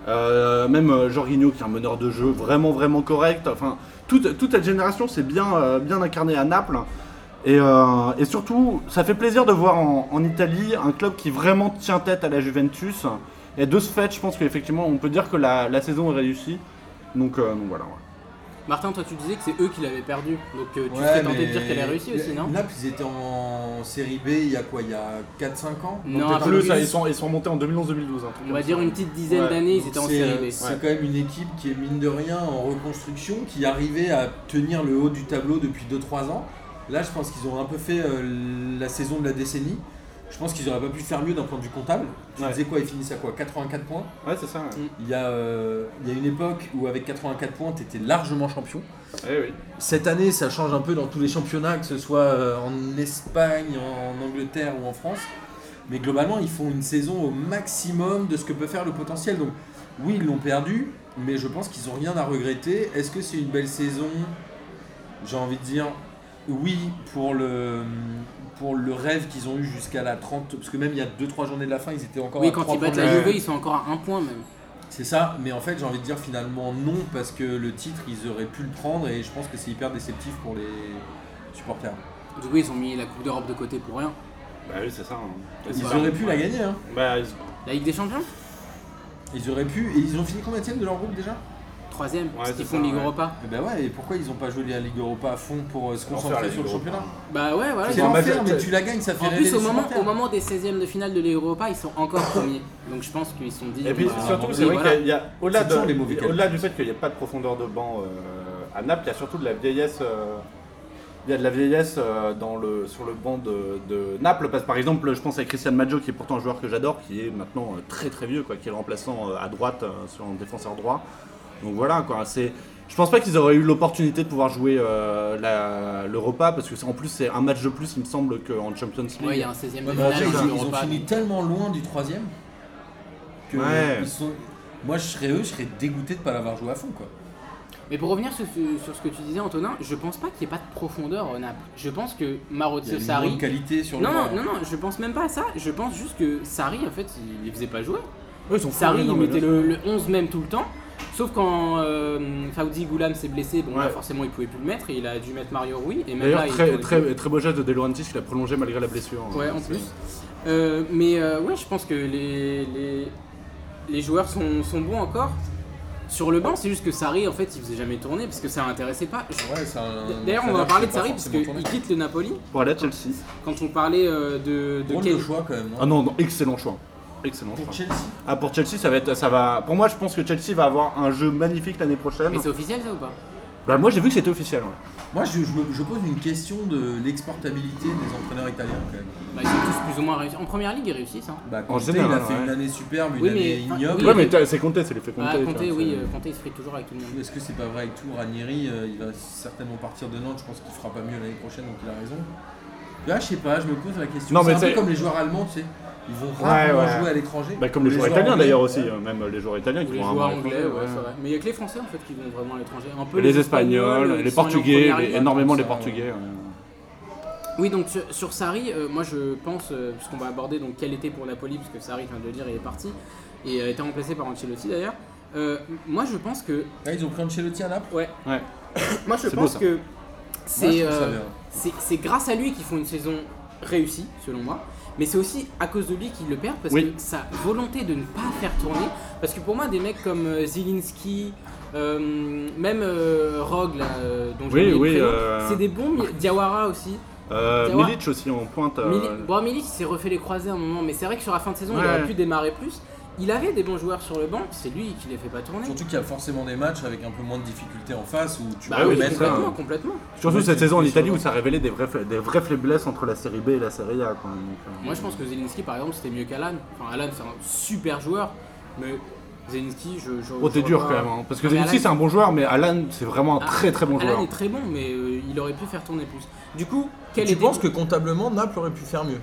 C: Euh, même euh, Jorginho qui est un meneur de jeu vraiment vraiment correct. Enfin, toute, toute cette génération s'est bien, euh, bien incarnée à Naples. Et, euh, et surtout, ça fait plaisir de voir en, en Italie un club qui vraiment tient tête à la Juventus. Et de ce fait, je pense qu'effectivement, on peut dire que la, la saison est réussie. Donc, euh, donc voilà. ouais.
A: Martin, toi, tu disais que c'est eux qui l'avaient perdu. Donc, euh, tu
B: Ouais,
A: serais tenté
B: mais
A: de dire qu'elle a réussi aussi, non
B: Naples, ils étaient en série B il y a quoi Il y a 4-5 ans
A: Non,
B: peut-être
A: un peu
B: peu
A: plus.
B: plus.
C: ils, sont, ils sont remontés en 2011-2012. hein,
A: Ah, bah, On va dire une petite dizaine
C: Ouais,
A: d'années, ils
B: Donc
A: étaient en
B: c'est- euh,
A: série B.
B: C'est quand même une équipe qui est mine de rien en reconstruction, qui arrivait à tenir le haut du tableau depuis 2-3 ans. Là, je pense qu'ils ont un peu fait euh, la saison de la décennie. Je pense qu'ils auraient pas pu faire mieux d'un point de vue comptable. Tu
C: Ouais.
B: disais quoi Ils finissent à quoi 84 points
C: Ouais, c'est ça. ouais.
B: il y, a, euh, il y a une époque où avec 84 points, tu étais largement champion.
C: Eh oui.
B: Cette année, ça change un peu dans tous les championnats, que ce soit euh, en Espagne, en Angleterre ou en France. Mais globalement, ils font une saison au maximum de ce que peut faire le potentiel. Donc, oui, ils l'ont perdu, mais je pense qu'ils n'ont rien à regretter. Est-ce que c'est une belle saison J'ai envie de dire oui pour le, pour le rêve qu'ils ont eu jusqu'à la 30. Parce que même il y a 2-3 journées de la fin, ils étaient encore
A: Oui,
B: à
A: quand
B: trois
A: ils battent
B: points de
A: la
C: Ouais.
A: Juve, ils sont encore à un point même.
B: c'est ça, mais en fait j'ai envie de dire finalement non parce que le titre ils auraient pu le prendre et je pense que c'est hyper déceptif pour les supporters.
A: Du coup, ils ont mis la Coupe d'Europe de côté pour rien.
C: Bah oui, c'est ça. hein.
B: Ils
A: Bah,
B: auraient pu la gagner, hein.
C: Bah, ils-
A: La Ligue des Champions
B: Ils auraient pu et ils ont fini combien de leur groupe déjà
A: Troisième,
C: Ouais,
A: parce qu'ils
C: c'est
A: font
C: ça,
A: Ligue
C: ouais.
A: Europa.
B: Et ben ouais, et pourquoi ils ont pas joué la Ligue Europa à fond pour euh, se
C: L'enfer, la
B: concentrer sur
C: Ligue
B: le
C: Europa.
B: championnat
A: Bah ouais, voilà.
B: C'est
C: Ils ont
B: l'enfer,
C: pas-
B: mais tu la gagnes, ça fait
A: En
B: rêver
A: plus,
B: les
A: au moment,
B: supporters.
A: au moment des 16e de finale de Ligue Europa, ils sont encore premiers. Donc, je pense qu'ils se sont dit.
C: Et puis
A: bah,
C: surtout,
A: oui,
C: c'est vrai
A: voilà.
C: qu'il y a, au-delà,
B: Ah, C'est toujours
C: de-
B: les mauvais
C: au-delà du fait qu'il n'y a pas de profondeur de banc euh, à Naples, il y a surtout de la vieillesse. euh, il y a de la vieillesse euh, dans le, sur le banc de, de Naples. Parce que, par exemple, je pense à Christian Maggio, qui est pourtant un joueur que j'adore, qui est maintenant euh, très très vieux, quoi, qui est le remplaçant euh, à droite euh, sur un défenseur droit. Donc voilà, quoi. C'est, je pense pas qu'ils auraient eu l'opportunité de pouvoir jouer euh, la- l'Europa, parce que c'est- en plus, c'est un match de plus, il me semble, qu'en Champions League.
A: Ouais, il y a un 16e de
B: Ouais, mais
A: finale
B: après,
A: de
B: ils,
A: Ligue
B: ils ont
A: Europa.
B: fini tellement loin du troisième que
C: Ouais.
B: ils sont- Moi je serais eux, je serais dégoûté de pas l'avoir joué à fond quoi.
A: Mais pour revenir sur, ce- sur ce que tu disais, Antonin, je pense pas qu'il n'y ait pas de profondeur au Naples. Je pense que
B: Il y a
A: Marotti
B: une grande
A: Sarri.
B: qualité sur le
A: Non,
B: banc. hein.
A: non, non, non, je pense même pas à ça. Je pense juste que Sarri, en fait, il les faisait pas jouer.
B: Ouais, ils sont
A: Sarri,
B: fous, non,
A: il
B: mais
A: mettait
B: bien
A: le, le 11 même tout le temps. Sauf quand euh, Faouzi Goulam s'est blessé, bon là
C: Ouais.
A: forcément il pouvait plus le mettre et il a dû mettre Mario Rui. Et même
C: D'ailleurs,
A: là, il
C: très,
A: tournait
C: très, très beau geste de De Laurentiis qui l'a prolongé malgré la blessure. hein.
A: plus. Ouais, en
C: C'est-
A: plus. Euh, mais euh, ouais, je pense que les, les, les joueurs sont, sont bons encore. Sur le banc, c'est juste que Sarri, en fait, il faisait jamais tourner parce que ça l'intéressait pas. Je-
B: Ouais, c'est un-
A: D'ailleurs, on va
B: entraîneur
A: parler de
B: qui fait pas
A: Sarri parce
B: forcément
A: qu'il
B: tourner.
A: quitte le Napoli.
C: Pour aller à Chelsea.
A: Quand on parlait euh, de, de
B: Drôle
A: Kane.
B: de choix quand même. non
C: Ah non, non, excellent choix. Excellent
B: Pour
C: choix.
B: Chelsea.
C: Ah pour Chelsea ça va être ça va. Pour moi je pense que Chelsea va avoir un jeu magnifique l'année prochaine.
A: Mais c'est officiel ça ou pas
C: Bah moi j'ai vu que c'était officiel. ouais.
B: Moi, je, je me- je pose une question de l'exportabilité des entraîneurs italiens quand même.
A: Bah, Ils sont tous plus ou moins réussis. En première ligue, ils réussissent. Hein.
B: Bah,
C: En
B: Conte, il a
C: général,
B: fait
C: ouais.
B: une année superbe, une
A: Oui, mais-
B: année ignoble.
A: Oui, mais-
C: Ouais mais t'as- c'est compté, c'est l'effet compté.
A: Ah,
C: tu
A: Comté,
C: vois,
A: oui,
C: c'est-
A: euh, Comté, il se frite toujours avec tout le monde.
B: Est-ce que c'est pas vrai avec tout Ranieri, euh, il va certainement partir de Nantes. Je pense qu'il fera pas mieux l'année prochaine, donc il a raison. Là, je sais pas, je me pose la question.
C: Non,
B: C'est
C: mais
B: un peu
C: c'est-
B: comme les joueurs allemands, tu sais. Ils vont rarement
C: ouais.
B: jouer à l'étranger.
C: Bah, comme les, joueurs italiens d'ailleurs aussi, euh, même euh, les joueurs italiens
A: Ou
C: qui
A: euh. les
C: vont
A: joueurs
C: vraiment
A: anglais,
C: l'étranger,
A: ouais,
C: ouais.
A: c'est vrai. Mais il n'y a que les Français en fait qui vont vraiment à l'étranger. Un peu
C: Et Les espagnols,
A: qui sont
C: les
A: allés en
C: portugais,
A: première
C: les-
A: ligue. hein,
C: énormément les
B: ça,
C: portugais. hein. ouais.
A: Oui, donc sur, sur Sarri, euh, moi je pense, euh, puisqu'on euh, va aborder donc quel était pour Napoli, puisque Sarri vient de le dire, il est parti, et a été remplacé par Ancelotti d'ailleurs. Euh, moi, je pense que.
C: hein.
B: Ah, ils ont pris Ancelotti à Naples
A: Ouais.
C: Ouais.
A: moi, je
C: C'est beau,
A: pense
C: ça.
A: que
B: Moi, je
A: c'est
B: trouve ça
A: euh,
B: bien.
A: c'est- c'est grâce à lui qu'ils font une saison réussie, selon moi. Mais c'est aussi à cause de lui qu'ils le perdent parce
C: Oui.
A: que sa volonté de ne pas faire tourner. Parce que pour moi, des mecs comme euh, Zielinski, euh, même euh, Rogue, là, euh, dont j'ai oublié
C: Oui,
A: le
C: oui,
A: prénom,
C: euh,
A: c'est des bons. mi- Diawara aussi.
C: Euh,
A: Diawara.
C: Milic aussi en pointe. euh,
A: Mili- Bon, Milic il s'est refait les croisés à un moment, mais c'est vrai que sur la fin de saison,
C: Ouais.
A: il aurait pu démarrer plus. Il avait des bons joueurs sur le banc, c'est lui qui les fait pas tourner.
B: Surtout qu'il y a forcément des matchs avec un peu moins de difficultés en face où tu
A: Bah
B: peux
C: oui,
B: mettre.
C: c'est ça. hein.
A: complètement,
B: un-
A: complètement.
C: Surtout
B: Ouais,
C: cette
B: c'est-
C: saison en
B: c'est
C: Italie
B: sûr.
C: où ça révélait des vraies, fa- des vraies faiblesses entre la série B et la série A. quoi. Donc, euh,
A: Moi, je pense que Zelinski, par exemple, c'était mieux qu'Alan. Enfin, Alan, c'est un super joueur, mais Zelinski, je. je
C: Oh, t'es
A: je
C: dur
A: vois
C: quand
A: pas-
C: même, hein, parce que
A: Non, mais
C: Zelinski
A: Alan-
C: c'est un bon joueur, mais Alan c'est vraiment
A: Ah,
C: un très très bon joueur.
A: Alan est très bon, mais euh, il aurait pu faire tourner plus. Du coup, quel
B: Tu
A: était-
B: penses que comptablement Naples aurait pu faire mieux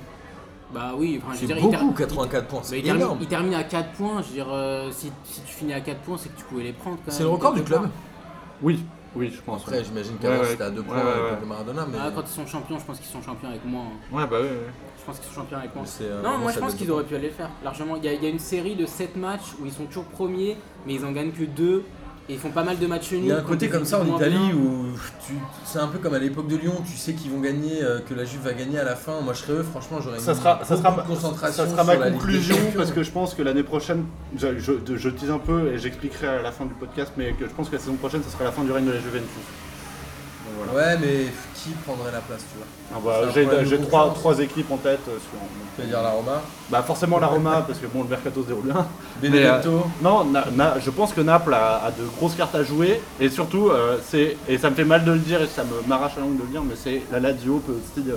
A: Bah oui, enfin, je veux
B: C'est
A: dire, il, ter-
B: beaucoup 84 points,
A: bah,
B: c'est
A: il termine,
B: énorme.
A: il termine à 4 points. Je veux dire, euh, si, si tu finis à 4 points, c'est que tu pouvais les prendre quand
B: C'est
A: même,
B: le record du
A: quelque
B: club.
A: part.
C: Oui, oui, je pense.
B: Après,
C: Ouais,
B: j'imagine
C: Ouais,
B: qu'avant
C: ouais.
B: c'était à 2 points
C: Ouais, ouais,
B: avec
C: ouais.
B: le Maradona, mais.
A: Ah, quand ils sont champions, je pense qu'ils sont champions avec moi. hein.
C: Ouais, bah oui. oui.
A: Je pense qu'ils sont champions avec moi.
B: mais c'est, euh,
A: Non, moi
B: ça
A: je pense
B: date
A: qu'ils
B: de-
A: auraient pu aller le faire largement. Il y, a- il y a une série de 7 matchs où ils sont toujours premiers, mais ils en gagnent que 2 et ils font pas mal de matchs nuls.
B: Il y a un
A: contre
B: côté
A: des
B: comme ça en
A: équipes moins
B: Italie
A: bien.
B: où tu- c'est un peu comme à l'époque de Lyon, tu sais qu'ils vont gagner, euh, que la Juve va gagner à la fin. Moi je serais eux, franchement, j'aurais
C: Ça
B: mis
C: sera, ça
B: beaucoup
C: sera,
B: de
C: ma-
B: concentration.
C: ça sera ma
B: sur la Ligue des
C: conclusion
B: Champions.
C: parce que je pense que l'année prochaine, je, je, je tease un peu et j'expliquerai à la fin du podcast, mais que je pense que la saison prochaine, ça sera la fin du règne de la Juventus. Donc voilà.
B: Ouais, mais qui prendrait la place, tu vois
C: Ah, bah,
B: c'est un
C: J'ai
B: problème de
C: j'ai trois,
B: confiance.
C: trois équipes en tête. euh, sur-
B: Tu veux dire la Roma
C: Bah forcément la Roma parce que bon le mercato se déroule bien.
B: Benedetto
C: Non, Na- Na- je pense que Naples a, a de grosses cartes à jouer et surtout euh, c'est et ça me fait mal de le dire et ça me m'arrache la langue de le dire mais c'est la Lazio peut aussi euh,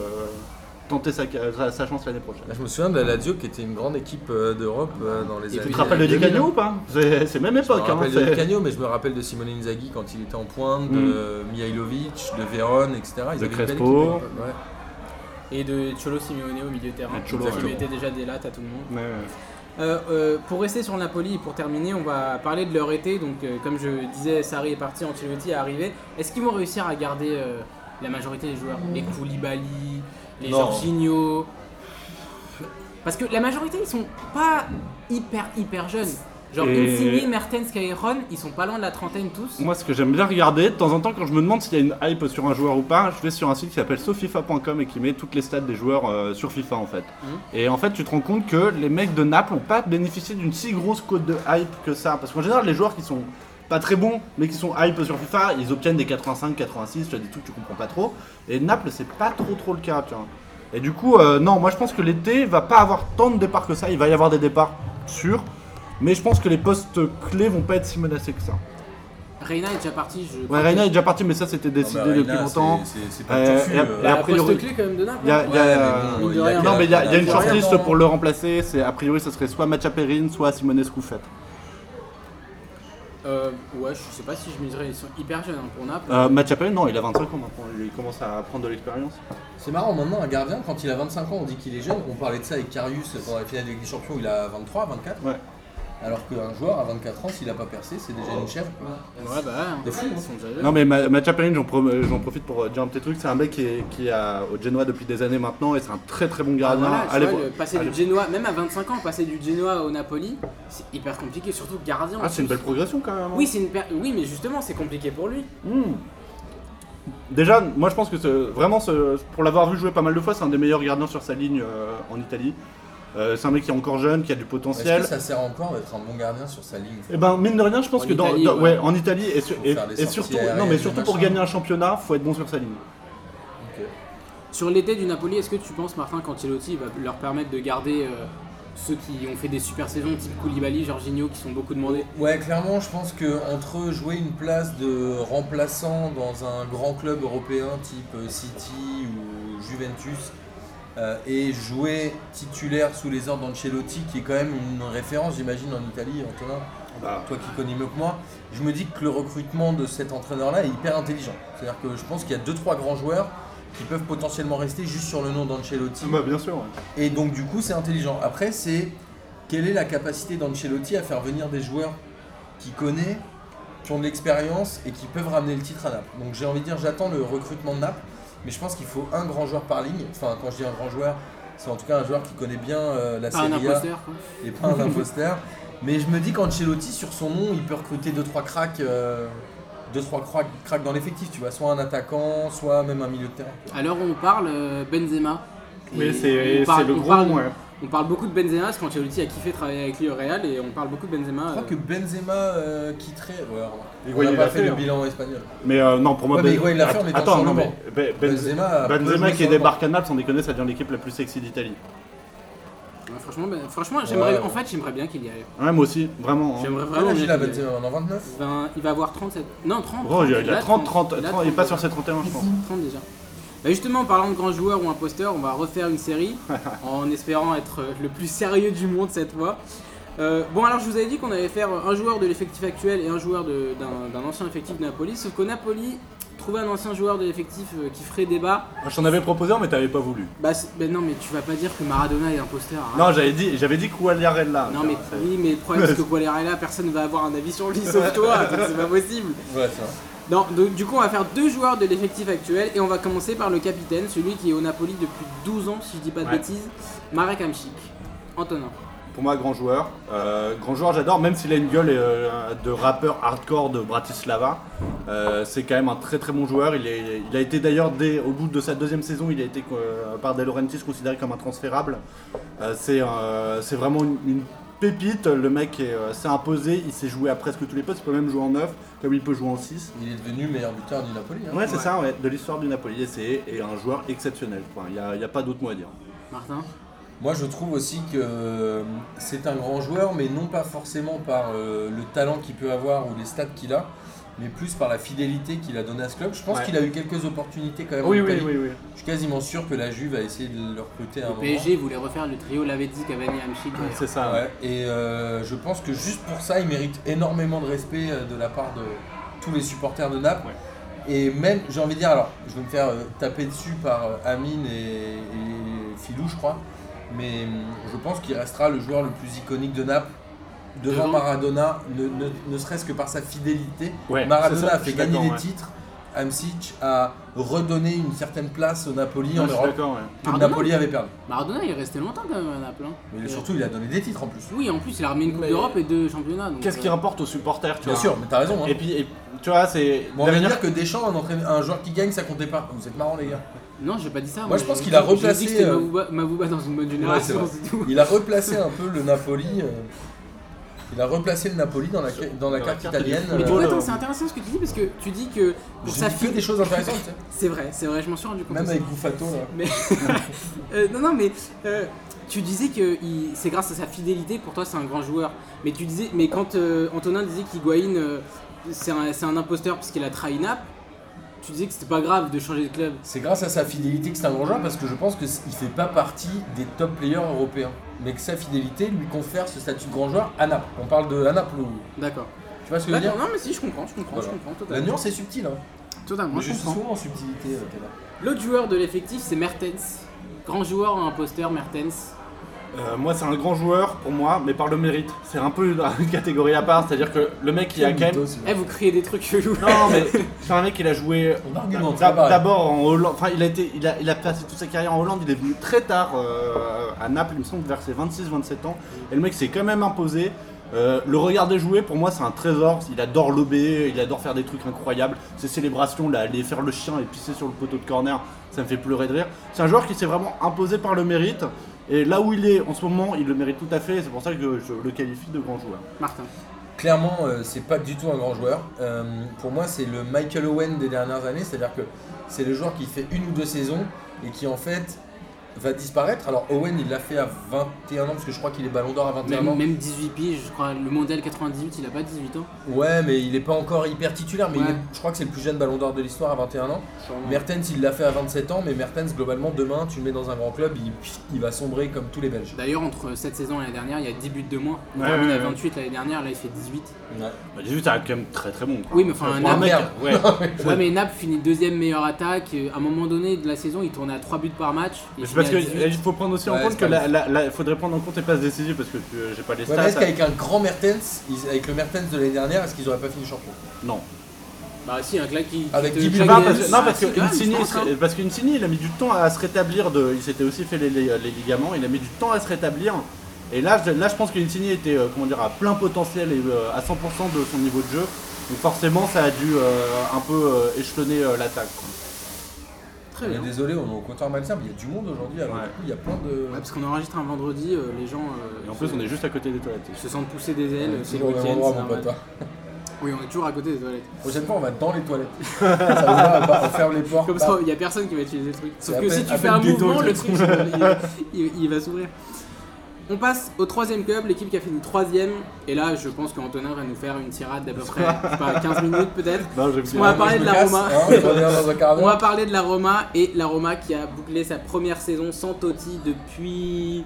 C: tenter sa, sa- sa chance l'année prochaine.
B: Là, je me souviens de la Lazio qui était une grande équipe euh, d'Europe euh, dans les
A: Et
B: années.
A: puis,
C: Tu te rappelles de
B: 2000.
C: Di Canio ou pas C'est c'est même
B: Je me
C: époque. hein,
B: rappelle
C: c'est-
B: de Cagno, mais je me rappelle de Simone Inzaghi quand il était en pointe, de Mihailovic, de Vérone, etc. Ils
C: Mm. De
B: avaient une belle
C: Crespo.
B: équipe à l'époque, ouais.
A: Et de Cholo Simeone au milieu de terrain.
C: Et Ah, Cholo,
A: qui
C: ouais.
A: mettait déjà des lattes à tout le monde.
C: Ouais, ouais.
A: Euh, euh, pour rester sur le Napoli et pour terminer, on va parler de leur été. Donc, euh, comme je disais, Sarri est parti, Ancelotti est arrivé. Est-ce qu'ils vont réussir à garder euh, la majorité des joueurs Les Koulibaly, les
B: Non.
A: Jorginho Parce que la majorité, ils sont pas hyper hyper jeunes. Genre
C: Et-
A: Insigne, Mertens, Cameron, ils sont pas loin de la trentaine tous.
C: Moi ce que j'aime bien regarder de temps en temps quand je me demande s'il y a une hype sur un joueur ou pas, je vais sur un site qui s'appelle sofifa.com et qui met toutes les stats des joueurs euh, sur FIFA en fait.
A: Mhm.
C: Et en fait tu te rends compte que les mecs de Naples n'ont pas bénéficié d'une si grosse cote de hype que ça. Parce qu'en général les joueurs qui sont pas très bons mais qui sont hype sur FIFA, ils obtiennent des 85, 86, tu as des trucs que tu comprends pas trop. Et Naples c'est pas trop trop le cas tu vois. Et du coup euh, non moi je pense que l'été va pas avoir tant de départs que ça, il va y avoir des départs sûrs. Mais je pense que les postes clés vont pas être si menacés que ça.
A: Reina est déjà parti. Je
C: Ouais, Reina est déjà parti, mais ça c'était décidé
B: Non, mais Ah bah, Reina,
C: depuis longtemps.
B: c'est- c'est- C'est pas
C: Euh,
B: touffu.
C: et-
B: euh,
C: et
A: Bah,
C: a priori-
A: poste clé quand même de Naples.
C: Il y a, il y a-
B: Ouais, mais bon,
A: Mine de
B: il y a
A: rien.
B: que-
C: Non, mais il y a, il y a une
B: il y a que-
C: shortlist
B: attends.
C: pour le remplacer. C'est a priori, ça serait soit Macha Perrin, soit Simone Scoufette.
A: Euh, ouais, je sais pas si je miserais. Ils sont hyper jeunes hein, pour Naples.
C: Euh, Macha Perrin, non, il a 25 ans maintenant. Il commence à prendre de l'expérience.
B: C'est marrant, maintenant un gardien, quand il a 25 ans, on dit qu'il est jeune. On parlait de ça avec Karius pendant la finale de Ligue des Champions, il a 23, 24.
C: Ouais.
B: Alors qu'un joueur à 24 ans, s'il n'a pas percé, c'est déjà une chèvre.
A: Ouais, bah ouais, hein.
B: De fou, hein.
A: Ils sont déjà jeunes.
C: Non, mais Ma- Macha Perrin, j'en pro- euh, j'en profite pour euh, dire un petit truc. C'est un mec qui est, qui est à- au Genoa depuis des années maintenant et c'est un très très bon
A: Ah,
C: gardien.
A: voilà, tu
C: Allez
A: vois,
C: voir-
A: le- passer
C: allez-
A: du Genoa, même à 25 ans, passer du Genoa au Napoli, c'est hyper compliqué, surtout gardien.
C: Ah, c'est une belle progression quand même. hein.
A: Oui, c'est une per- oui, mais justement, c'est compliqué pour lui.
C: Hmm. Déjà, moi je pense que ce- vraiment, ce- pour l'avoir vu jouer pas mal de fois, c'est un des meilleurs gardiens sur sa ligne euh, en Italie. Euh, c'est un mec qui est encore jeune, qui a du
B: Est-ce
C: potentiel.
B: que ça sert encore d'être un bon gardien sur sa ligne
C: Et ben mine de rien, je pense
A: En
C: que dans,
A: Italie,
C: dans-
A: ouais.
C: ouais, en Italie et, sur-
B: Faut
C: et,
B: faire les
C: et surtout,
B: sorties
C: non mais
B: aériennes,
C: surtout
B: les
C: pour
B: machins.
C: gagner un championnat, faut être bon sur sa ligne.
B: Ok.
A: Sur l'été du Napoli, est-ce que tu penses, Martin, qu'Ancelotti va leur permettre de garder euh, ceux qui ont fait des super saisons, type Koulibaly, Jorginho, qui sont beaucoup demandés
B: Ouais, clairement, je pense que entre jouer une place de remplaçant dans un grand club européen type euh, City ou Juventus euh, et jouer titulaire sous les ordres d'Ancelotti, qui est quand même une référence, j'imagine, en Italie, Antonin,
A: Ah,
C: Bah.
B: toi qui connais mieux que moi, je me dis que le recrutement de cet entraîneur-là est hyper intelligent. C'est-à-dire que je pense qu'il y a deux trois grands joueurs qui peuvent potentiellement rester juste sur le nom d'Ancelotti.
C: Ah, bah, bien sûr.
B: Et donc du coup c'est intelligent. Après c'est quelle est la capacité d'Ancelotti à faire venir des joueurs qui connaît, qui ont de l'expérience et qui peuvent ramener le titre à Naples. Donc j'ai envie de dire j'attends le recrutement de Naples, mais je pense qu'il faut un grand joueur par ligne. Enfin quand je dis un grand joueur, c'est en tout cas un joueur qui connaît bien euh, la
A: Pas Ah, un
B: Serie A
A: imposteur, quoi.
B: et pas un imposteur. Mais je me dis qu'Ancelotti, sur son nom, il peut recruter 2-3 cracks. euh, deux trois cracks, cracks dans l'effectif, tu vois, soit un attaquant, soit même un milieu de terrain.
A: À l'heure où on parle, euh, Benzema.
C: Mais
A: Et
C: c'est
A: on parle-
C: c'est le
A: on
C: gros.
A: parle-
C: ouais.
A: On parle beaucoup de Benzema parce qu'Ancelotti a kiffé travailler avec lui au Real et on parle beaucoup de Benzema.
B: Je crois
A: euh,
B: que Benzema euh, quitterait. Ouais, alors,
C: Il
B: on
C: voyait
B: n'a pas
C: la
B: fait
C: faire.
B: le bilan espagnol.
C: Mais euh, non, pour moi,
B: Ouais, mais ouais, il l'a fait en étant
C: Attends,
B: sur
C: non,
B: le
C: mais Ben- Ben-
B: Benzema, peut jouer
C: Benzema
B: sur
C: qui
B: le
C: débarque à Naples, sans déconner, ça devient l'équipe la plus sexy d'Italie.
A: ouais, franchement, ben, franchement j'aimerais,
B: Ouais.
A: en fait, j'aimerais bien qu'il y aille.
C: Ouais, moi aussi, vraiment. hein.
A: J'aimerais
B: Quel
A: vraiment
B: âge
A: bien
B: il a
A: qu'il y aille.
B: Benzema Maintenant 29
A: Ben, il va avoir 37. Non, 30.
C: Gros, Oh, il a- il a 30, 30,
A: il a
C: 30, il est pas sur
A: déjà.
C: ses 31, je pense.
A: 30 déjà. Bah justement, en parlant de grands joueurs ou imposteurs, on va refaire une série en espérant être euh, le plus sérieux du monde cette fois. Euh, bon, alors je vous avais dit qu'on allait faire un joueur de l'effectif actuel et un joueur de- d'un d'un ancien effectif de Napoli, sauf qu'au Napoli, trouver un ancien joueur de l'effectif euh, qui ferait débat,
C: Moi, Je t'en avais proposé un, mais t'avais pas voulu.
A: bah, c'est- bah non, mais tu vas pas dire que Maradona est imposteur. arrête.
C: Non, j'avais dit, j'avais dit Koualiarella.
A: Non, mais
C: C'est-
A: oui, mais le problème c'est que Qualerella, personne ne va avoir un avis sur lui sauf toi, donc c'est pas possible.
B: Ouais, c'est vrai.
A: Non, donc, du coup, on va faire deux joueurs de l'effectif actuel et on va commencer par le capitaine, celui qui est au Napoli depuis 12 ans, si je dis pas de
C: Ouais.
A: bêtises, Marek Hamsik. Antonin.
C: Pour moi, grand joueur. Euh, grand joueur, j'adore, même s'il a une gueule euh, de rappeur hardcore de Bratislava. Euh, c'est quand même un très très bon joueur. Il, est- il a été d'ailleurs, dès- au bout de sa deuxième saison, il a été euh, par De Laurentiis considéré comme intransférable. Euh, c'est euh, c'est vraiment une, une pépite. Le mec est, euh, s'est imposé, il s'est joué à presque tous les postes. Il peut même jouer en 9, comme il peut jouer en 6.
B: Il est devenu meilleur buteur du Napoli. hein.
C: Ouais, c'est ça, ouais, de l'histoire du Napoli. Et c'est et un joueur exceptionnel. Enfin, Il n'y a, il y a pas d'autre mot à dire.
A: Martin.
B: Moi, je trouve aussi que euh, c'est un grand joueur, mais non pas forcément par euh, le talent qu'il peut avoir ou les stats qu'il a, mais plus par la fidélité qu'il a donnée à ce club. Je pense
C: Ouais.
B: qu'il a eu quelques opportunités quand même. en Italie. Je suis quasiment sûr que la Juve a essayé de le recruter à un
A: Le
B: moment.
A: PSG voulait refaire le trio Lavezzi, Cavani, Hamsik.
C: C'est ça.
B: Ah Ouais. Et euh, je pense que juste pour ça, il mérite énormément de respect euh, de la part de tous les supporters de Naples.
C: Ouais.
B: Et même, j'ai envie de dire, alors, je vais me faire euh, taper dessus par euh, Amine et, et Filou, je crois. Mais hum, je pense qu'il restera le joueur le plus iconique de Naples. Devant
A: Devant.
B: Maradona, ne, ne- ne serait-ce que par sa fidélité.
C: Ouais, c'est
B: Maradona
C: ça,
B: a
C: je
B: fait
C: suis
B: gagner
C: d'accord,
B: des
C: ouais.
B: titres. Hamsic a redonné une certaine place au Napoli
C: Non,
B: en
C: je suis
B: Europe
C: d'accord, ouais.
B: que le
A: Maradona
B: Napoli avait perdu.
A: Maradona, il est resté longtemps quand même à Naples. hein.
B: Mais
A: Euh,
B: surtout, il a donné des titres en plus.
A: Oui, en plus, il a remis une Coupe
B: Mais-
A: d'Europe et deux championnats. donc,
C: Qu'est-ce
A: euh,
C: qui rapporte aux supporters, tu
B: Bien
C: vois
B: sûr, mais t'as raison. hein.
C: Et puis, et- tu vois, c'est.
B: Bon, on va
C: derrière-
B: dire que Deschamps, un, entraîne- un joueur qui gagne, ça comptait pas. Vous êtes marrants, les gars.
A: Non, j'ai pas dit ça.
B: Moi, je pense
A: j'ai
B: qu'il
A: dit-
B: a
A: j'ai dit que
B: replacé,
A: c'était
B: euh,
A: Mavouba, Mavouba dans une bonne génération,
B: vrai.
A: c'est tout.
B: Il a replacé un peu le Napoli. euh, Il a replacé le Napoli dans la, dans la
C: Dans la
B: carte
C: carte
B: italienne.
C: du
A: Mais
C: football.
A: tu
B: euh,
A: vois,
C: Voilà.
A: attends, c'est intéressant ce que tu dis parce que tu dis que pour
B: j'ai
A: sa
B: dit que
A: fille.
B: des choses intéressantes, tu sais.
A: C'est vrai, c'est vrai, je m'en suis rendu compte.
B: même
A: aussi.
B: avec Bouffato. là.
A: Mais Euh, non, non, mais euh, tu disais que il- c'est grâce à sa fidélité. Pour toi, c'est un grand joueur. Mais tu disais, mais quand euh, Antonin disait qu'Higuaïn euh, c'est un, c'est un imposteur parce qu'il a trahi Naples, tu disais que c'était pas grave de changer de club.
B: C'est grâce à sa fidélité que c'est un grand joueur parce que je pense qu'il fait pas partie des top players européens. Mais que sa fidélité lui confère ce statut de grand joueur à Naples. On parle de à Naples. ou-
A: D'accord.
B: Tu vois ce que je veux
A: D'accord,
B: dire
A: Non, mais si, je comprends, je comprends,
B: Voilà.
A: je comprends
B: La
A: totalement.
B: nuance est subtile. Hein.
A: Totalement,
B: Mais
A: je
B: je suis
A: comprends.
B: souvent en subtilité. euh, Keda.
A: L'autre joueur de l'effectif, c'est Mertens. Grand joueur ou imposteur, Mertens.
C: Euh, moi, c'est un grand joueur pour moi, mais par le mérite. C'est un peu une catégorie à part, c'est-à-dire que le mec, il a quand même.
B: Mythos,
A: Eh, vous criez des trucs chelous.
C: Non, mais c'est un mec, il a joué.
B: euh, On argumente, ça
C: d'ab-
B: paraît.
C: D'abord en Hollande, enfin, il a, été, il, a, il a passé toute sa carrière en Hollande, il est venu très tard euh, à Naples, il me semble, vers ses 26-27 ans. Et le mec s'est quand même imposé. Euh, le regarder jouer, pour moi, c'est un trésor. Il adore lober, il adore faire des trucs incroyables. Ses célébrations, là, aller faire le chien et pisser sur le poteau de corner, ça me fait pleurer de rire. C'est un joueur qui s'est vraiment imposé par le mérite. Et là où il est en ce moment, il le mérite tout à fait. et C'est pour ça que je le qualifie de grand joueur.
A: Martin.
B: Clairement, euh, c'est pas du tout un grand joueur. Euh, pour moi, c'est le Michael Owen des dernières années, c'est-à-dire que c'est le joueur qui fait une ou deux saisons et qui en fait va disparaître. Alors Owen, il l'a fait à 21 ans parce que je crois qu'il est Ballon d'Or à 21
A: Même,
B: ans.
A: même 18 piges, je crois. Le mondial 98, il a pas 18 ans.
B: Ouais, mais il est pas encore hyper titulaire, mais il
A: Ouais.
B: est- je crois que c'est le plus jeune Ballon d'Or de l'histoire à 21 ans. Mertens, il l'a fait à 27 ans, mais Mertens, globalement, demain, tu le mets dans un grand club, il, il va sombrer comme tous les Belges.
A: D'ailleurs, entre cette saison et l'année dernière, il y a 10 buts de moins. Il
C: Ouais,
A: termine
C: ouais,
A: à
C: ouais.
A: 28 l'année dernière, là il fait 18.
C: Bah, 18, ça reste quand même très très bon. quoi.
A: Oui, mais enfin,
C: Pour un
A: Naples-
C: mec,
B: merde.
C: ouais.
A: Ouais, mais Naples finit deuxième meilleure attaque. Euh, À un moment donné de la saison, il tournait à 3 buts par match. Il
C: Mais c'est
A: finit
C: parce
A: à 18.
C: qu'il faut prendre aussi en
B: Ouais,
C: compte
B: c'est
C: que
B: pas
C: la, la- la- faudrait prendre en compte les passes décisives parce que euh, j'ai pas les
B: Ouais, mais
C: stats.
B: est-ce qu'avec un grand Mertens, ils- avec le Mertens de l'année dernière, est-ce qu'ils auraient pas fini champion
C: Non.
A: Bah, si, un claque qui. qui
B: Avec
A: te
B: 10 buts
A: claque
B: par
A: des-
B: match.
C: parce, que- eh, non,
A: Ah,
C: parce
A: si,
C: que
A: quand même,
C: Insigne,
A: je pense, hein.
C: c'est- parce euh, qu'Insigne, il a mis du temps à se rétablir. De, il s'était aussi fait les, les- les ligaments. Il a mis du temps à se rétablir. Et là, je, là, je pense que Insigne était euh, comment dire, à plein potentiel et euh, à 100% de son niveau de jeu. Donc forcément, ça a dû euh, un peu euh, échelonner euh, l'attaque. quoi.
A: Très
B: On est
A: bien.
B: désolé, on est au comptoir Malzerbe, il y a du monde aujourd'hui, alors
C: Ouais.
B: du coup, il y a plein de.
A: Ouais, parce qu'on enregistre un vendredi, euh, les gens euh,
C: Et en plus, on est juste à côté des toilettes.
A: se sentent pousser des ailes, c'est le
B: toujours au même
A: week-end.
B: endroit,
A: c'est
B: mon
A: normal.
B: pote. hein.
A: Oui, on est toujours à côté des toilettes.
B: Prochaine fois, on va dans les toilettes. ça va, on va- on ferme les portes.
A: Comme
B: bah,
A: ça, il n'y a personne qui va utiliser le truc. Sauf
B: à
A: que
B: peine-
A: si tu
B: à
A: fais
B: peine
A: un
B: ghetto,
A: mouvement,
B: je
A: le
B: trouve.
A: truc, il, il- il va s'ouvrir. On passe au troisième club, l'équipe qui a fini troisième. Et là, je pense qu'Antonin va nous faire une tirade d'à peu près je sais pas, 15 minutes peut-être.
C: Non, je
A: Parce qu'on va
B: moi,
A: parler
B: je
A: de
B: me
A: la
B: casse,
A: Roma.
B: hein, on revient dans un quart
A: On va
B: d'heure.
A: parler de la Roma et la Roma qui a bouclé sa première saison sans Totti depuis.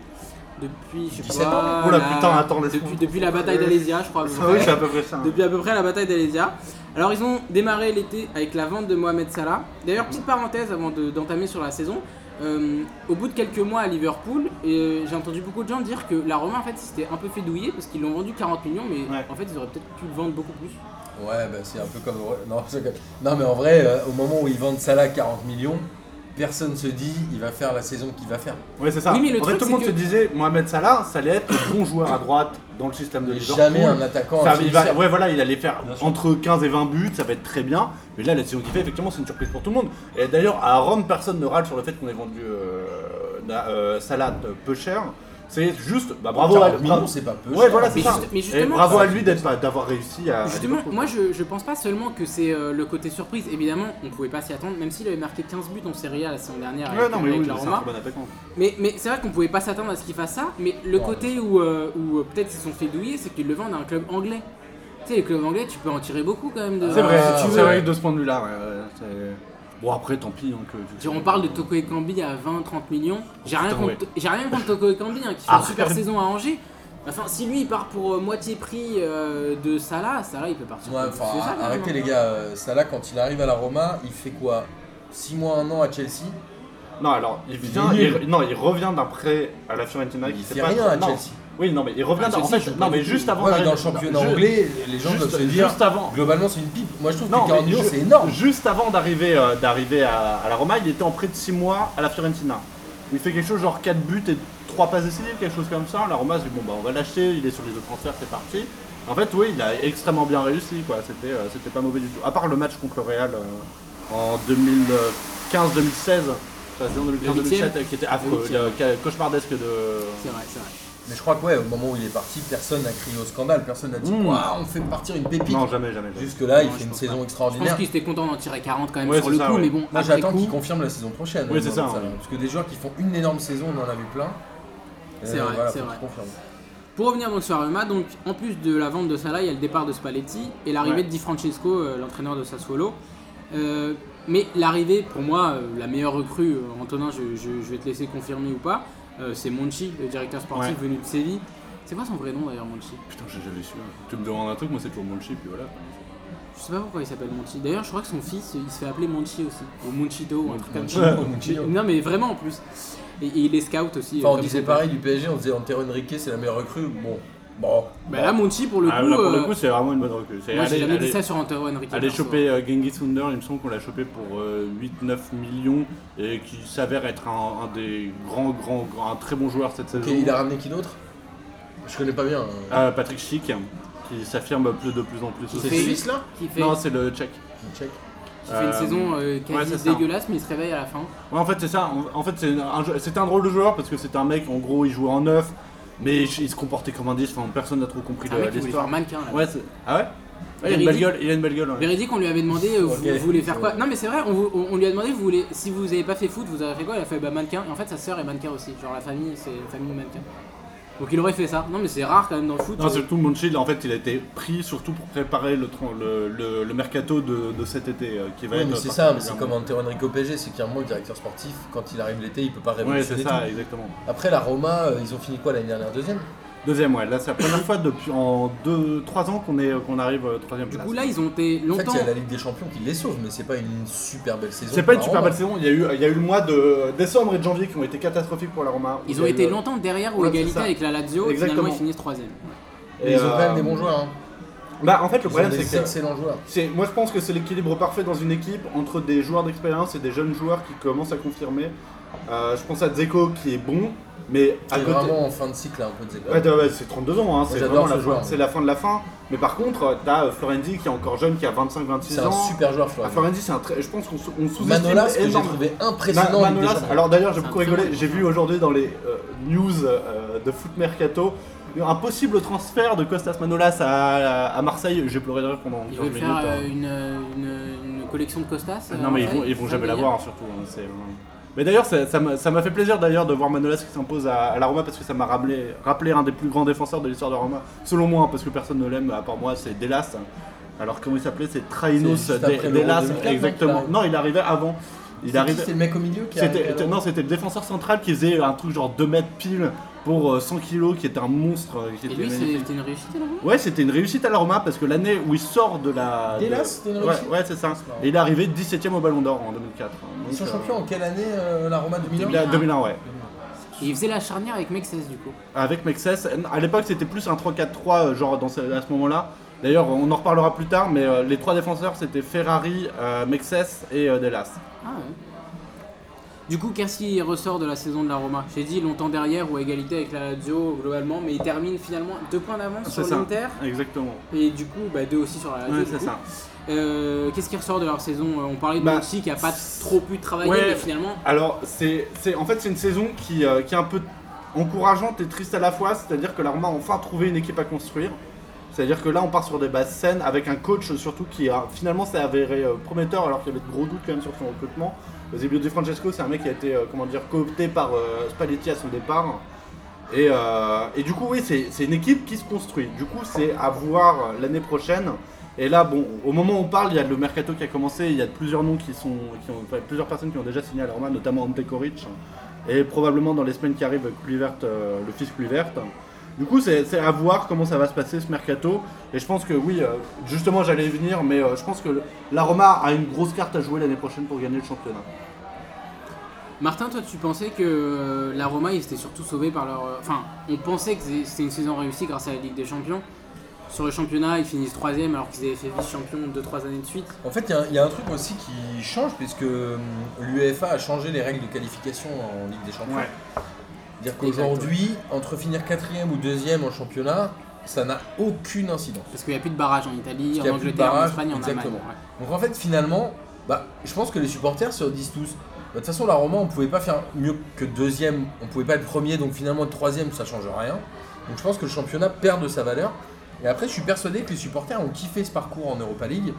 A: Depuis, je sais
B: 17
A: pas.
C: ans. Oh là,
A: la-
C: putain, attends, laisse-moi
A: Depuis, depuis la
C: concentrer.
A: bataille d'Alésia, je crois. à peu
C: Ah Oui,
A: près.
C: c'est à peu près ça. hein.
A: Depuis à peu près la bataille d'Alésia. Alors ils ont démarré l'été avec la vente de Mohamed Salah. D'ailleurs, petite parenthèse avant de- d'entamer sur la saison. euh, au bout de quelques mois à Liverpool, euh, j'ai entendu beaucoup de gens dire que la Roma en fait c'était un peu fait douiller parce qu'ils l'ont vendu 40 millions, mais
C: Ouais. Ah,
A: en fait ils auraient peut-être pu le vendre beaucoup plus.
B: Ouais, bah, c'est un peu comme. Non, c'est que- non, mais en vrai, euh, au moment où ils vendent Salah 40 millions, personne se dit il va faire la saison qu'il va faire.
C: Ouais, c'est ça.
A: Oui, mais le
C: en fait,
A: truc,
C: tout le monde
A: c'est
C: se
A: que-
C: disait Mohamed Salah, ça allait être le bon joueur à droite dans le système de Liverpool.
B: Jamais un attaquant.
C: Ça,
B: à
C: il
B: finir
C: va-
B: sur-
C: ouais, voilà, il allait faire
B: Bien sûr.
C: entre 15 et 20 buts, ça va être très bien. Mais là, la saison qu'il fait, effectivement, c'est une surprise pour tout le monde. Et d'ailleurs, à Rome, personne ne râle sur le fait qu'on ait vendu euh, na- euh, Salah euh, peu cher. C'est juste, bah, bravo à
B: 40 millions, c'est pas peu.
C: Ouais, voilà,
A: Mais
C: c'est ça.
A: juste- mais
C: Et
A: justement-
C: bravo Ah, à lui d'être- d'avoir réussi à.
A: Justement,
C: à Liverpool.
A: moi je, je pense pas seulement que c'est euh, le côté surprise, évidemment on pouvait pas s'y attendre, même s'il avait marqué 15 buts en Serie A la saison dernière
C: Ouais,
A: avec,
C: non, mais
A: avec
C: oui,
A: la
C: c'est un
A: Roma.
C: très bon attaquant.
A: Mais, mais c'est vrai qu'on pouvait pas s'attendre à ce qu'ils fassent ça, mais le
B: Ouais.
A: côté où, euh, où euh, peut-être ils se sont fait douiller, c'est qu'ils le vendent à un club anglais. Tu sais, les clubs anglais, tu peux en tirer beaucoup quand même. De... Euh,
C: C'est vrai,
B: Ah,
C: si tu
B: ouais.
C: veux, de ce point de vue-là. ouais, ouais, c'est- Bon, après, tant pis. donc, euh,
A: Tu- on parle de Toko Ekambi à 20-30 millions. J'ai rien,
C: Putain,
A: contre,
C: ouais.
A: j'ai rien contre Toko Ekambi hein, qui fait
C: Ah.
A: une super saison à Angers. Enfin, si lui il part pour euh, moitié prix euh, de Salah, Salah il peut partir.
B: Ouais,
A: pour
B: enfin,
A: plus que ça, quand même,
B: arrêtez
A: hein.
B: les gars, euh, Salah quand il arrive à la Roma, il fait quoi 6 mois, 1 an à Chelsea
C: Non, alors, il vient,
B: Il est
C: il- non, il revient d'un prêt à la Fiorentina qui
B: Il
C: s'est
B: fait
C: pas-
B: rien à
C: non.
B: Chelsea.
C: Oui, non, mais il revient
A: Ah,
C: d'un. en
A: Chelsea,
C: fait,
A: je sais
C: non,
A: pas
C: mais
A: du tout.
C: juste
B: Ouais,
C: avant.
B: mais
C: d'arriver-
B: dans le championnat
C: je-
B: anglais, les gens
C: juste,
B: doivent se dire
C: juste avant.
B: globalement c'est une pipe. Moi je trouve
C: Non,
B: que
C: mais
B: 40 millions
C: ju-
B: c'est énorme.
C: Juste avant d'arriver euh, d'arriver à, à la Roma, il était en prêt de 6 mois à la Fiorentina. Il fait quelque chose genre 4 buts et 3 passes décisives, quelque chose comme ça. La Roma se dit bon bah on va l'acheter, il est sur les deux transferts, c'est parti. En fait oui, il a extrêmement bien réussi quoi, c'était euh, c'était pas mauvais du tout. À part le match contre le Real euh, en 2015-2016. Enfin, saison 2015-2017 euh, qui était affreux,
A: Le huitième.
C: euh, ca- cauchemardesque de.
A: C'est vrai, c'est vrai.
B: Mais je crois que ouais, au moment où il est parti, personne n'a crié au scandale, personne n'a dit
C: Mm.
B: Ouah, on fait partir une pépite.
C: Non, jamais, jamais. jamais.
B: Jusque là,
A: Non,
B: il
A: je
B: fait une
A: pense
B: saison
A: pas. Je pense
B: extraordinaire.
A: qu'ils étaient contents d'en tirer 40 quand même
C: Ouais,
A: sur
C: c'est
A: le
C: ça,
A: coup,
C: ouais.
A: mais bon,
B: Moi
A: après
B: j'attends
A: coup,
B: qu'il confirme la saison prochaine.
C: Oui, c'est ça, ouais.
B: Parce que des joueurs qui font une énorme saison, on en a vu plein. Euh,
A: C'est vrai, c'est
B: faut
A: vrai.
B: qu'il confirme.
A: Pour revenir donc sur Arema, donc en plus de la vente de Salah, il y a le départ de Spalletti et l'arrivée
C: Ouais.
A: de Di Francesco, euh, l'entraîneur de Sassuolo. Euh, mais l'arrivée, pour moi, euh, la meilleure recrue, euh, Antonin, je, je- je vais te laisser confirmer ou pas, euh, c'est Monchi, le directeur sportif
C: Ouais.
A: venu de Séville. C'est quoi son vrai nom d'ailleurs, Monchi
C: Putain, j'ai jamais su. Tu me demandes un truc, moi c'est toujours mon chip, puis voilà.
A: Je sais pas pourquoi il s'appelle Monchi. D'ailleurs, je crois que son fils, il se fait appeler Monchi aussi, ou Monchito, ou un truc comme
B: Monchi,
A: ça.
B: Monchi.
A: Non, mais vraiment en plus. Et, et il est scout aussi.
B: Enfin,
A: euh,
B: on
A: comme
B: disait
A: son
B: pareil du PSG, on disait Antero Henrique c'est la meilleure recrue. Bon,
A: père.
B: bon.
A: Bah là, Monchi, pour le coup.
C: Ah, là, pour le
A: euh,
C: coup, c'est vraiment une bonne recrue. C'est
A: moi,
C: aller-
A: j'ai jamais
C: aller-
A: dit ça sur Antero Henrique.
C: Allez
A: perso.
C: choper euh, Genghis Under, il me semble qu'on l'a chopé pour euh, 8-9 millions et qui s'avère être un, un des grands, grands, grands- un très bon joueur cette saison.
B: Ok, il a ramené qui d'autre Je connais pas bien. hein.
A: Ah,
C: Euh, Patrick Schick, qui s'affirme plus- de plus en plus
A: Qui
B: c'est
C: aussi.
A: fait-
B: Suisse là
A: Qui fait
C: Non, c'est le tchèque.
B: Je check.
A: qui fait une
C: Euh,
A: saison euh,
C: ouais,
A: quasi
C: c'est ça.
A: dégueulasse, mais il se réveille à la fin.
C: Ouais, en fait, c'est ça. En- En fait, c'est un jeu- c'était un drôle de joueur parce que c'était un mec, en gros, il jouait en 9, mais il il se comportait comme un 10. Enfin, personne n'a trop compris
A: C'est un mec
C: le-
A: qui voulait faire
C: l'histoire.
A: mannequin. Là.
C: Ouais, c'est- ah ouais, Ouais, Il a une belle
A: Véridique.
C: gueule. Il a une belle gueule. ouais.
A: Véridique, on lui avait demandé, euh, vous,
B: Ok.
A: vous voulez faire quoi
B: Ouais.
A: Non, mais c'est vrai, on, vous- on- on lui a demandé, vous voulez, si vous avez pas fait foot, vous avez fait quoi Il a fait bah, mannequin. Et en fait, sa sœur est mannequin aussi. Genre, la famille, c'est la famille mannequin. Donc, il aurait fait ça. Non, mais c'est rare quand même dans le foot.
C: Non,
A: euh,
C: surtout Monchi, en fait, il a été pris surtout pour préparer le, tran- le, le- le mercato de, de cet été euh, qui va
B: Oui,
C: être.
B: mais c'est ça, mais c'est comme Antero Henrique au PSG, c'est qu'à un moment, le directeur sportif, quand il arrive l'été, il peut pas
C: Ouais, c'est
B: révolutionner
C: ça,
B: tout.
C: exactement.
B: Après, la Roma, euh, ils ont fini quoi l'année dernière Deuxième
C: Deuxième, ouais, là c'est la première fois depuis en 3 ans qu'on est qu'on arrive euh, troisième
A: du
C: place.
A: coup, là, ils ont été
B: En fait,
A: longtemps.
B: il y a la Ligue des Champions qui les sauve, mais c'est pas une super belle saison.
C: C'est pas une
B: pour
C: super
B: la
C: belle saison, il y, a eu, il y a eu le mois de décembre et de janvier qui ont été catastrophiques pour la Roma. Il
A: Ils
C: y
A: ont
C: a eu,
A: été
C: euh,
A: longtemps derrière ou
C: ouais, c'est
A: égalité
C: ça.
A: avec la Lazio. Et finalement,
C: Exactement.
A: ils finissent troisième.
B: Roma. Mais ils ont
C: euh,
B: quand même des bons joueurs. hein.
C: Bah en fait
B: Ils
C: le
B: ont
C: problème
B: des
C: c'est que
B: excellents joueurs.
C: c'est- moi je pense que c'est l'équilibre parfait dans une équipe entre des joueurs d'expérience et des jeunes joueurs qui commencent à confirmer Euh, je pense à Dzeko qui est bon, mais à
B: C'est
C: côté.
B: vraiment en fin de cycle, là, un peu de Zeko.
C: Ouais, ouais, ouais, c'est 32 ans, hein, c'est
B: j'adore
C: vraiment
B: ce
C: la, fin,
B: joueur.
C: c'est la fin de la fin. Mais par contre, euh, t'as euh, Florenzi qui est encore jeune, qui a 25-26
B: C'est
C: ans.
B: un super joueur,
C: Ah,
B: Florian.
C: Florenzi, c'est un très. Je pense qu'on sous- on sous-estime
B: Manolas, que j'ai
C: énormément.
B: trouvé
C: Ma-
B: impressionnant. en Ligue des
C: Manolas,
B: Champions.
C: alors d'ailleurs, j'ai
A: C'est
C: beaucoup
A: un très
C: rigolé.
A: bon
C: J'ai vu aujourd'hui dans les euh, news euh, de Foot Mercato un possible transfert de Costas Manolas à, à Marseille. J'ai pleuré de rire pendant
A: Ils
C: 15
A: veulent
C: minutes.
A: faire
C: hein.
A: euh, une, une- une collection de Costas euh,
C: Non, mais ils
A: en
C: vont,
A: fait,
C: ils vont
A: ça,
C: jamais
A: mais
C: l'avoir, hein, surtout. hein, c'est, euh, Mais d'ailleurs, ça ça m'a ça m'a fait plaisir d'ailleurs de voir Manolas qui s'impose à, à la Roma parce que ça m'a rappelé, rappelé un des plus grands défenseurs de l'histoire de la Roma, selon moi, hein, parce que personne ne l'aime à part moi, c'est Delas. Alors comment il s'appelait C'est Trainos
B: C'est juste
C: De-
B: après l'Euro
C: Delas,
B: 2004,
C: exactement.
B: non,
C: Non, il arrivait avant. Il
B: C'est qui,
C: arrivait.
B: C'est le mec au milieu qui
C: C'était,
B: arrive à-
C: non, c'était le défenseur central qui faisait un truc genre 2 mètres pile pour euh, 100 kilos, qui était un monstre. euh, qui
A: Et
C: était
A: lui,
C: magnifique.
A: c'était une réussite alors hein.
C: Ouais, c'était une réussite à la Roma parce que l'année où il sort de la.
B: Delas,
C: de-
B: c'était une
C: Ouais,
B: réussite
C: Ouais, c'est ça.
B: C'est marrant.
C: Et il est arrivé 17ème au Ballon d'Or en 2004. hein. Donc,
B: Ils sont
C: euh,
B: champions en quelle année, euh, la Roma 2001
C: il a- 2001, ouais.
A: Et il faisait la charnière avec Mexes du coup.
C: Avec Mexès. À l'époque, c'était plus un 3-4-3, euh, genre dans ce- à ce moment-là. D'ailleurs, on en reparlera plus tard, mais euh, les trois défenseurs, c'était Ferrari, euh, Mexès et euh, Delas.
A: Ah ouais. Du coup, qu'est-ce qui ressort de la saison de la Roma J'ai dit longtemps derrière ou à égalité avec la Lazio globalement, mais il termine finalement deux points d'avance
C: C'est
A: sur
C: ça.
A: l'Inter
C: Exactement.
A: et du coup bah, deux aussi sur
B: Ah,
A: la Lazio.
C: Ouais,
A: du
C: c'est
A: coup.
C: ça.
A: Euh, qu'est-ce qui ressort de leur saison Euh, On parlait de
C: Bah,
A: Monchi qui a pas trop pu travailler,
C: ouais.
A: mais finalement
C: Alors, c'est, c'est- en fait, c'est une saison qui, euh, qui est un peu encourageante et triste à la fois. C'est-à-dire que la Roma a enfin trouvé une équipe à construire. C'est-à-dire que là, on part sur des bases saines avec un coach surtout qui a finalement s'est avéré euh, prometteur alors qu'il y avait de gros doutes quand même sur son recrutement. Zebio Di Francesco, c'est un mec qui a été euh, comment dire, coopté par euh, Spalletti à son départ. Et, euh, et du coup, oui, c'est c'est une équipe qui se construit. Du coup, c'est à voir euh, l'année prochaine. Et là, bon, au moment où on parle, il y a le mercato qui a commencé, il y a plusieurs noms qui sont, qui ont, enfin, plusieurs personnes qui ont déjà signé à la Roma, notamment Ante Koric, et probablement dans les semaines qui arrivent, Kluivert, euh, le fils Kluivert. Du coup, c'est c'est à voir comment ça va se passer ce mercato. Et je pense que oui, euh, justement, j'allais y venir, mais euh, je pense que le- la Roma a une grosse carte à jouer l'année prochaine pour gagner le championnat.
A: Martin, toi, tu pensais que euh, la Roma, ils étaient surtout sauvés par leur. euh, Enfin, on pensait que c'est- c'était une saison réussie grâce à la Ligue des Champions. Sur le championnat, ils finissent troisième alors qu'ils avaient fait vice-champion 2-3 années de suite.
B: En fait, il y a un- il y, a un truc aussi qui change, puisque hum, l'UEFA a changé les règles de qualification en Ligue des Champions. C'est-à-dire qu'aujourd'hui, entre finir quatrième ou deuxième en championnat, ça n'a aucune incidence.
A: Parce qu'il n'y a plus de barrage en Italie,
B: Parce qu'il y a
A: en
B: plus de
A: Angleterre, en
B: barrage,
A: Espagne, en Allemagne.
B: exactement. Donc en fait, finalement, bah, je pense que les supporters se disent tous. bah, De toute façon, la Roma, on pouvait pas faire mieux que deuxième, on pouvait pas être premier, donc finalement troisième, ça change rien. Donc je pense que le championnat perd de sa valeur. Et après, je suis persuadé que les supporters ont kiffé ce parcours en Europa League.
A: Ligue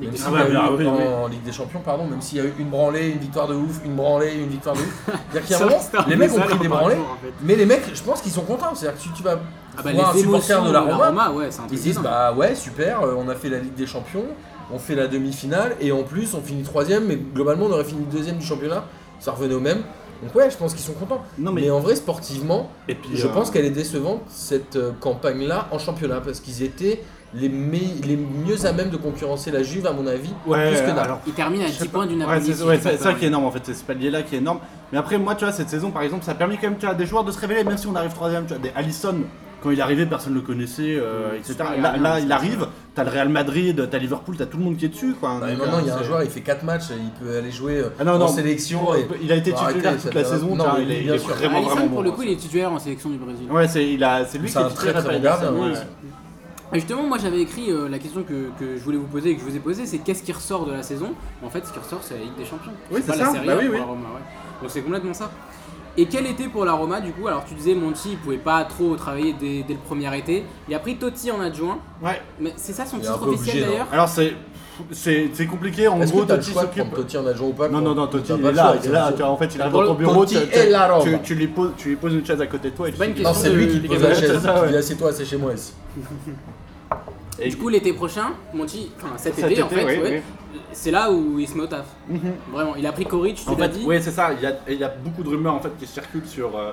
B: Même
A: des
B: s'il
C: Champions.
B: y a
C: Ah
B: eu-
C: bah, oui, oui.
B: en Ligue des Champions, pardon, même s'il y a eu une branlée, une victoire de ouf, une branlée, une victoire de ouf. C'est-à-dire qu'il y a un moment,
A: C'était un
B: les mecs ont
A: message
B: pris des
A: par
B: branlées,
A: jour, en fait.
B: mais les mecs, je pense qu'ils sont contents. C'est-à-dire que si tu vas
A: Ah bah,
B: voir un
A: les
B: supporter
A: émotions
B: de la Roma,
A: ouais, c'est un
B: ils
A: truc.
B: se disent
A: énorme.
B: bah ouais super, euh, on a fait la Ligue des Champions, on fait la demi-finale et en plus on finit troisième, mais globalement on aurait fini deuxième du championnat, ça revenait au même. Donc ouais, je pense qu'ils sont contents.
C: Non,
B: mais... en vrai sportivement,
C: et puis,
B: je
C: euh,
B: pense qu'elle est décevante cette euh, campagne-là en championnat parce qu'ils étaient les, me- les mieux à même de concurrencer la Juve à mon avis.
C: ouais, euh,
B: plus que dalle.
C: alors,
A: Ils terminent à
C: Je sais
A: 10
C: pas.
A: points du
C: Ouais,
A: Napoli.
C: c'est
A: si
C: ouais,
A: je me
C: c'est
A: trompe
C: ça
A: pas.
C: qui est énorme en fait, c'est ce palier-là qui est énorme. Mais après, moi, tu vois, cette saison, par exemple, ça a permis quand même tu vois, à des joueurs de se révéler, même si on arrive troisième, tu vois, des Allison. Quand il est arrivé, personne ne le connaissait, euh,
A: Mm,
C: etc.
A: super
C: Là,
A: gardien,
C: là,
A: c'est
C: il
A: ça.
C: arrive, t'as le Real Madrid, t'as Liverpool, t'as tout le monde qui est dessus. Quoi.
B: Non, mais
C: Donc,
B: Bah, maintenant
C: euh,
B: il y a un
C: c'est-
B: joueur, il fait 4 matchs, il peut aller jouer euh,
C: Ah non,
B: en
C: non,
B: sélection et
C: Il a été
B: Bah,
C: titulaire
B: arrêtez,
C: toute
B: ça
C: la
B: fait un-
C: saison,
B: Non,
C: tu vois,
B: mais
C: il est, il
B: bien
C: est
B: sûr.
C: vraiment,
A: Alisson,
C: vraiment
A: pour
C: bon,
A: le coup,
C: quoi.
A: il est titulaire en sélection du Brésil.
C: Ouais, c'est il a- c'est lui
B: c'est
C: qui est
B: un très
C: titulaire
B: très
C: à
B: bon
C: Paris,
B: gardien.
C: ouais.
B: ouais.
A: Et Justement, moi j'avais écrit euh, la question que, que je voulais vous poser et que je vous ai posée, c'est qu'est-ce qui ressort de la saison En fait, ce qui ressort, c'est la Ligue des Champions.
C: Oui, c'est
A: pas
C: ça.
A: La Serie
C: Bah
A: A
C: oui,
A: pour
C: oui.
A: la Roma, ouais. Donc c'est complètement ça. Et quel était pour la Roma du coup Alors tu disais Monti, il pouvait pas trop travailler dès, dès le premier été. Il a pris Totti en adjoint,
C: Ouais.
A: mais c'est ça son
B: Il est
A: titre
B: un peu
A: officiel
B: obligé, non
A: d'ailleurs.
C: Alors, c'est c'est- c'est compliqué. En
B: Est-ce que
C: gros,
B: t'as le
C: Totti
B: choix de prendre
C: s'occupe.
B: Totti en adjoint ou pas
C: Non,
B: quand-
C: non, non,
B: t'as
C: Totti,
B: pas
C: il
B: le
C: est
B: choix,
C: là,
B: il
C: il
B: est
C: est là, tu vois, en fait, il arrive dans ton
B: Totti
C: bureau, tu,
B: et
C: tu-
B: la Roma.
C: tu- tu lui poses, tu lui poses une chaise à côté de toi et tu
A: pas une
C: lui dis-
B: Non, c'est lui qui
A: de-
B: te pose la
C: de-
B: chaise.
C: c'est ça,
B: Tu
C: ouais.
B: dis assieds-toi, c'est chez moi ici.
C: Et-
A: Du coup, l'été prochain, Monti, enfin cet,
C: Cet
A: été, en
C: été,
A: fait,
C: oui,
A: ouais, c'est là où il se met au taf.
C: Mhm.
A: Vraiment, il a pris Coric, tu
C: En
A: l'as
C: fait,
A: dit.
C: oui, c'est ça. Il y, a, il y a beaucoup de rumeurs en fait qui circulent sur euh,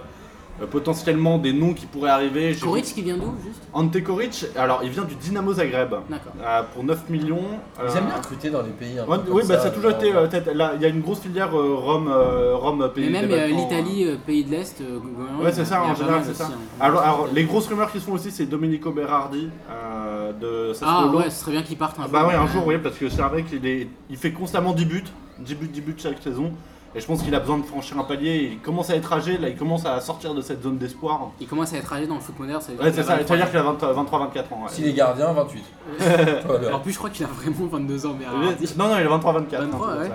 C: euh, potentiellement des noms qui pourraient arriver. J'ai
A: Coric
C: vu-
A: qui vient d'où juste
C: Ante Koric, alors il vient du Dynamo Zagreb
A: D'accord.
C: Euh, pour 9 millions. euh,
B: Ils aiment bien recruter dans les pays. un peu
C: ouais,
B: comme
C: oui, bah, ça a toujours
B: genre,
C: été. euh, tête- là, il y a une grosse filière euh, Rome, euh, Rome, pays
A: Mais même
C: des
A: euh,
C: Balkans.
A: l'Italie, euh, pays de l'Est, euh,
C: Ouais, c'est ça,
A: il y a
C: en
A: pas
C: général,
A: mal
C: c'est ça.
A: aussi, hein.
C: Alors, alors, les grosses rumeurs qui se font aussi, c'est Domenico Berardi euh, de
A: Ah
C: Sassuolo.
A: ouais, ce serait bien qu'il parte un
C: Bah
A: jour. euh,
C: ouais, un jour, oui, parce que c'est un mec, il, est, il fait constamment 10 buts, 10 buts, 10 buts chaque saison. Et je pense qu'il a besoin de franchir un palier. Il commence à être âgé, là, il commence à sortir de cette zone d'espoir.
A: Il commence à être âgé dans le foot moderne. Ça veut dire
C: Ouais,
A: qu'il
C: c'est
A: a
C: ça,
A: 23.
C: c'est-à-dire qu'il a 23-24 ans. ouais.
B: S'il est gardien, 28. Voilà.
A: En plus, je crois qu'il a vraiment 22 ans, mais alors,
C: Oui, Euh, Non, non, il a 23-24.
A: 23, ouais.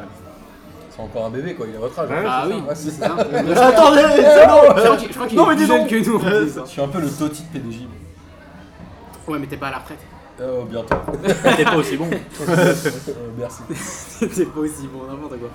B: C'est encore un bébé, quoi. Il a votre âge.
C: Ouais,
B: en
A: Ah
B: fait.
A: oui,
B: Ouais,
A: c'est
B: c'est
A: ça.
B: ça.
A: Je
C: Attendez, c'est bon
A: crois qu'il- je crois qu'il
C: Non,
A: est
C: mais
A: plus
C: dis
A: jeune
C: donc.
A: que nous. en
C: Euh,
A: plus, hein.
B: Je suis un peu le Totti de PDJ.
A: Ouais, mais t'es pas à la retraite.
B: Euh, bientôt.
C: T'es pas aussi bon.
B: Euh, merci.
A: C'était pas aussi bon, n'importe quoi.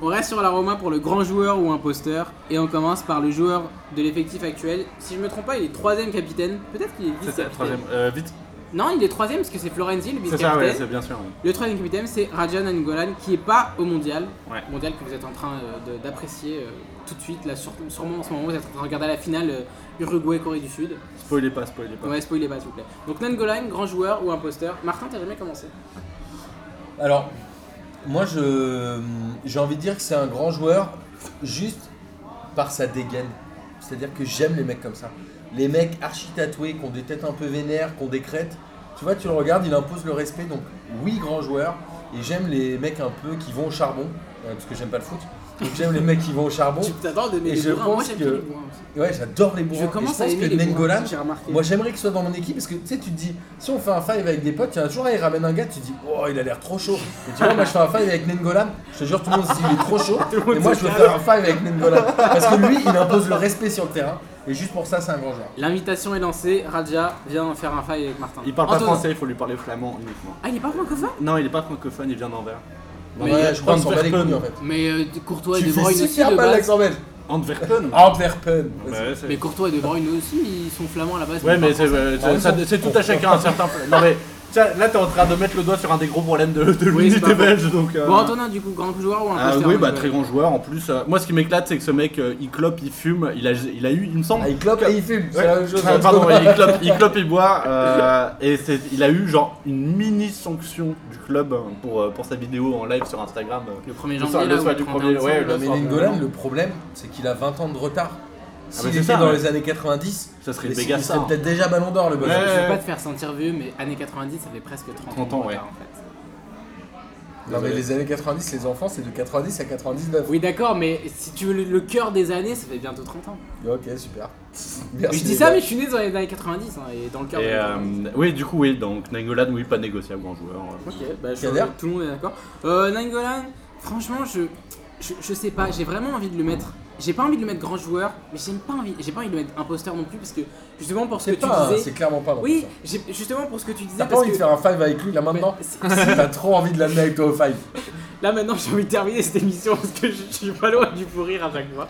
A: On reste sur la Roma pour le grand joueur ou imposteur. Et on commence par le joueur de l'effectif actuel. Si je me trompe pas, il est troisième capitaine. Peut-être qu'il est
C: C'est le
A: vice-capitaine.
C: troisième. Euh, vite.
A: Non, il est troisième parce que c'est Florenzi le
C: C'est ça, ouais,
A: vice-capitaine.
C: c'est bien sûr. ouais.
A: le troisième capitaine, c'est Rajan Angolan qui est pas au mondial.
C: Ouais.
A: Mondial que vous êtes en train euh, de- d'apprécier euh, tout de suite. Là, sur- sûrement en ce moment, vous êtes en train de regarder la finale euh, Uruguay-Corée du Sud.
C: Spoilez pas, spoilez pas.
A: Ouais, spoilez pas, s'il vous plaît. Donc, Nangolan, grand joueur ou imposteur. Martin, t'as jamais commencé
B: Alors, moi, je j'ai envie de dire que c'est un grand joueur juste par sa dégaine. C'est-à-dire que j'aime les mecs comme ça. Les mecs archi tatoués, qui ont des têtes un peu vénères, qui ont des crêtes. Tu vois, tu le regardes, il impose le respect. Donc, oui, grand joueur. Et j'aime les mecs un peu qui vont au charbon. euh, parce que j'aime pas le foot. Donc, j'aime les mecs qui vont au charbon.
A: Tu t'adores de mes
B: Oh. Et je
A: bourrins. Moi,
B: pense
A: j'aime
B: que-
A: bien les bourrins aussi.
B: Ouais, j'adore les bourrins.
A: Je
B: Et
A: commence à
B: pense
A: aimer
B: que
A: les
B: Nengolan,
A: bourrins, j'ai remarqué.
B: moi j'aimerais qu'il soit dans mon équipe parce que tu sais, tu te dis, si on fait un five avec des potes, il y en a toujours un, il ramène un gars, tu te dis, oh il a l'air trop chaud. Et tu vois, moi je fais un five avec Nengolan, je te jure, tout le monde se dit, il est trop chaud. et moi je veux faire un five avec Nengolan. Parce que lui, il impose le respect sur le terrain. Et juste pour ça, c'est un grand joueur.
A: L'invitation est lancée, Raja vient faire un fight avec Martin.
C: Il parle pas
A: Antonin.
C: français, il faut lui parler flamand uniquement.
A: Ah, il est pas francophone
C: Non, il est pas francophone, il vient d'Anvers.
A: Mais
B: ouais, je crois qu'on s'en bat les
C: Antwerpen.
B: couilles en fait.
A: Mais euh, Courtois et
B: tu
A: De
B: fais
A: Bruyne aussi
B: super
A: de
B: mal
A: base.
B: l'accent belge.
C: Antwerpen
B: Ah. Antwerpen. Vas-y.
C: Ouais, c'est-
A: Mais Courtois et De Bruyne aussi, ils sont flamands à la base.
C: Ouais, mais
A: ils
C: c'est
A: parlent français.
B: Ah
C: ouais, c'est- ça- c'est tout à chacun un certain. Non, mais tiens, là, t'es en train de mettre le doigt sur un des gros problèmes de, de
A: Oui, c'est
C: l'unité
A: pas vrai.
C: belge. Donc, euh,
A: Bon, Antonin, du coup, grand joueur ou un
C: Ah,
A: imposteur
C: oui,
A: du
C: bah
A: coup
C: très grand joueur en plus. euh, moi, ce qui m'éclate, c'est que ce mec, euh, il clope, il fume, il a, il a eu, il me semble.
B: Ah, il clope et il fume, c'est
C: Ouais.
B: la même chose.
C: Ah, pardon, il clope, il clope, il boit. euh, et c'est- il a eu genre une mini sanction du club euh, pour, euh, pour sa vidéo en live sur Instagram. euh.
A: Le 1er
C: Le soir-
A: janvier,
C: le
A: là,
C: soir
A: ou
C: du
A: 31
C: premier, ouais,
A: décembre.
C: le-
B: Mais
C: soir,
B: Nengolan,
C: vraiment.
B: le problème, c'est qu'il a 20 ans de retard. S'il
C: mais c'est
B: était
C: ça,
B: dans
C: ouais.
B: les années 90,
C: Ça serait hein.
B: mais c'est-
C: méga
B: il
C: ça.
B: serait peut-être déjà ballon d'or le bonhomme.
C: Ouais.
A: Je vais pas te faire sentir vieux, mais années 90, ça fait presque 30,
C: 30 ans,
A: de
C: ouais.
A: retard, en fait.
B: Non mais
C: Désolé.
B: les années 90, les enfants, c'est de 90 à 99.
A: Oui, d'accord, mais si tu veux le, le cœur des années, ça fait bientôt 30 ans.
B: Ok, super.
A: je dis
B: les
A: ça,
B: gars.
A: mais je suis né dans les années 90, hein, et dans le cœur
C: Et
A: des années
C: euh,
A: 90.
C: oui, du coup, oui, donc Nangolan, oui, pas négociable, grand joueur. euh.
A: Ok, bah je
B: Kader
A: tout le monde est d'accord. Euh, Nangolan, franchement, je, je, je sais pas, j'ai vraiment envie de le mettre. J'ai pas envie de le mettre grand joueur, mais j'ai pas envie, j'ai pas envie de le mettre imposteur non plus parce que justement pour ce
B: C'est
A: que
B: pas, un-
A: tu
B: c'est
A: disais.
B: clairement pas. un
A: Oui,
B: professeur.
A: j'ai- justement pour ce que tu disais
B: T'as pas
A: parce
B: envie
A: que
B: de faire un five avec lui là maintenant
A: Mais c'est-
B: T'as trop envie de l'amener avec toi au five.
A: Là maintenant j'ai envie de terminer cette émission parce que je, je suis pas loin du pourrir à chaque fois.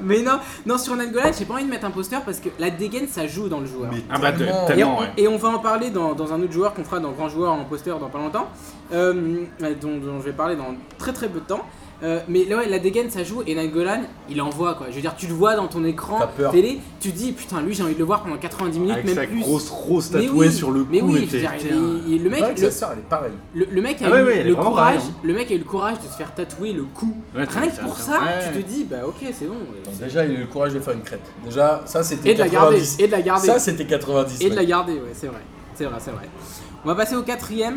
A: Mais non, non sur Nangolan, j'ai pas envie de mettre imposteur parce que la dégaine ça joue dans le joueur.
C: Ah bah,
B: tellement. hein.
A: Et
C: tellement,
A: on,
C: ouais.
A: et on va en parler dans, dans un autre joueur qu'on fera dans Grand Joueur en poster dans pas longtemps, euh, euh, dont, dont je vais parler dans très très peu de temps. Euh, mais là, ouais, la dégaine ça joue et Nangolan il envoie quoi. Je veux dire, tu le vois dans ton écran
B: T'as peur.
A: télé, tu te dis putain, lui j'ai envie de le voir pendant 90 minutes,
C: Avec
A: même
C: sa
A: plus.
C: grosse rose
A: mais
C: tatouée
A: oui,
C: sur le cou.
A: mais oui,
C: et
A: je veux dire,
C: t'es-
A: il- il- le
B: C'est
A: mec,
B: vrai que
A: le,
B: sa sœur elle est pareille.
A: le- le mec a
C: Ah ouais,
A: eu
C: ouais, elle est
A: le
C: vraiment
A: courage,
C: pareille, hein.
A: le mec a eu le courage de se faire tatouer le cou.
C: Ouais,
A: Rien que
C: c'est
A: pour ça,
C: intéressant. Ouais.
A: tu te dis bah ok, c'est bon.
B: Donc, déjà il a eu le courage de faire une crête. Déjà ça c'était
A: Et de la garder,
B: 90.
A: et de la garder.
B: Ça c'était 90.
A: Et de la
B: mec.
A: garder, ouais, c'est vrai. C'est vrai, c'est vrai. On va passer au quatrième,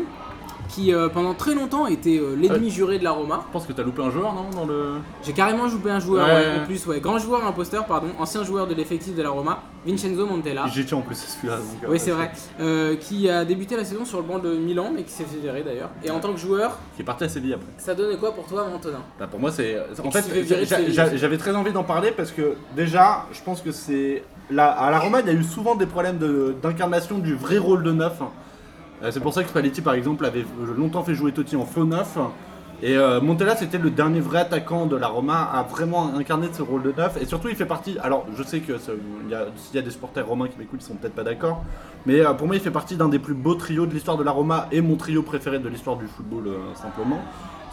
A: qui euh, pendant très longtemps était euh, l'ennemi juré de la Roma.
C: Je pense que t'as loupé un joueur, non Dans le.
A: J'ai carrément joué un joueur,
C: Ouais,
A: ouais,
C: ouais.
A: en plus, ouais. Grand joueur, imposteur, pardon, ancien joueur de l'effectif de la Roma, Vincenzo Montella.
C: J'étais en plus, c'est celui-là. donc, euh,
A: Ah. Oui, c'est vrai. Euh, qui a débuté la saison sur le banc de Milan, mais qui s'est fait virer d'ailleurs. Et en tant que joueur,
C: Qui est parti à Séville après.
A: ça donne quoi pour toi, Antonin
C: Bah, pour moi, c'est. En
A: qui
C: fait,
A: se fait virer de
C: j'a-
A: Séville
C: j'a-
A: aussi.
C: j'avais très envie d'en parler parce que déjà, je pense que c'est. là, à la Roma, il y a eu souvent des problèmes de- d'incarnation du vrai rôle de neuf. Euh, c'est pour ça que Spalletti, par exemple, avait longtemps fait jouer Totti en faux neuf. Et euh, Montella, c'était le dernier vrai attaquant de la Roma à vraiment incarner ce rôle de neuf. Et surtout, il fait partie. Alors, je sais que ça- il y a- s'il y a des supporters romains qui m'écoutent, ils sont peut-être pas d'accord. Mais euh, pour moi, il fait partie d'un des plus beaux trios de l'histoire de la Roma et mon trio préféré de l'histoire du football, euh, simplement.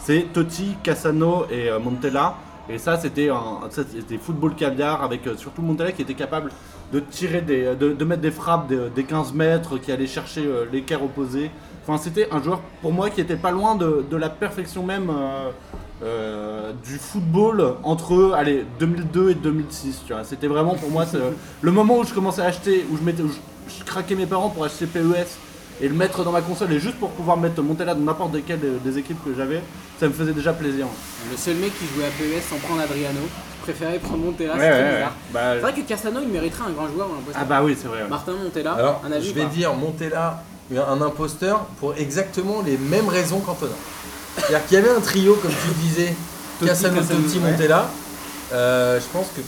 C: C'est Totti, Cassano et euh, Montella. Et ça, c'était un- ça, c'était football caviar avec euh, surtout Montella qui était capable de tirer des, de, de mettre des frappes des, des 15 mètres, qui allait chercher euh, l'écart opposé. Enfin, c'était un joueur pour moi qui était pas loin de, de la perfection même euh, euh, du football entre allez, 2002 et 2006. Tu vois, c'était vraiment pour moi c'est, euh, le moment où je commençais à acheter, où je, mettais, où je, je craquais mes parents pour acheter PES et le mettre dans ma console. Et juste pour pouvoir mettre Montella dans n'importe quelle euh, des équipes que j'avais, ça me faisait déjà plaisir.
A: Le seul mec qui jouait à PES sans prendre Adriano, qui préférait prendre Montella,
C: Ouais,
A: c'est très
C: ouais,
A: bizarre.
C: ouais. Bah,
A: C'est vrai que Castano, il mériterait un grand joueur, on l'impression.
C: ah bah oui, c'est vrai. ouais.
A: Martin Montella,
B: Alors,
A: Hein, un avis
B: je
A: ou
B: vais
A: pas
B: dire Montella, un imposteur, pour exactement les mêmes raisons qu'Antonin. C'est-à-dire qu'il y avait un trio, comme tu disais,
C: Totti,
B: Cassano,
C: Cassano,
B: Totti,
C: ouais.
B: Montella. Euh, je pense que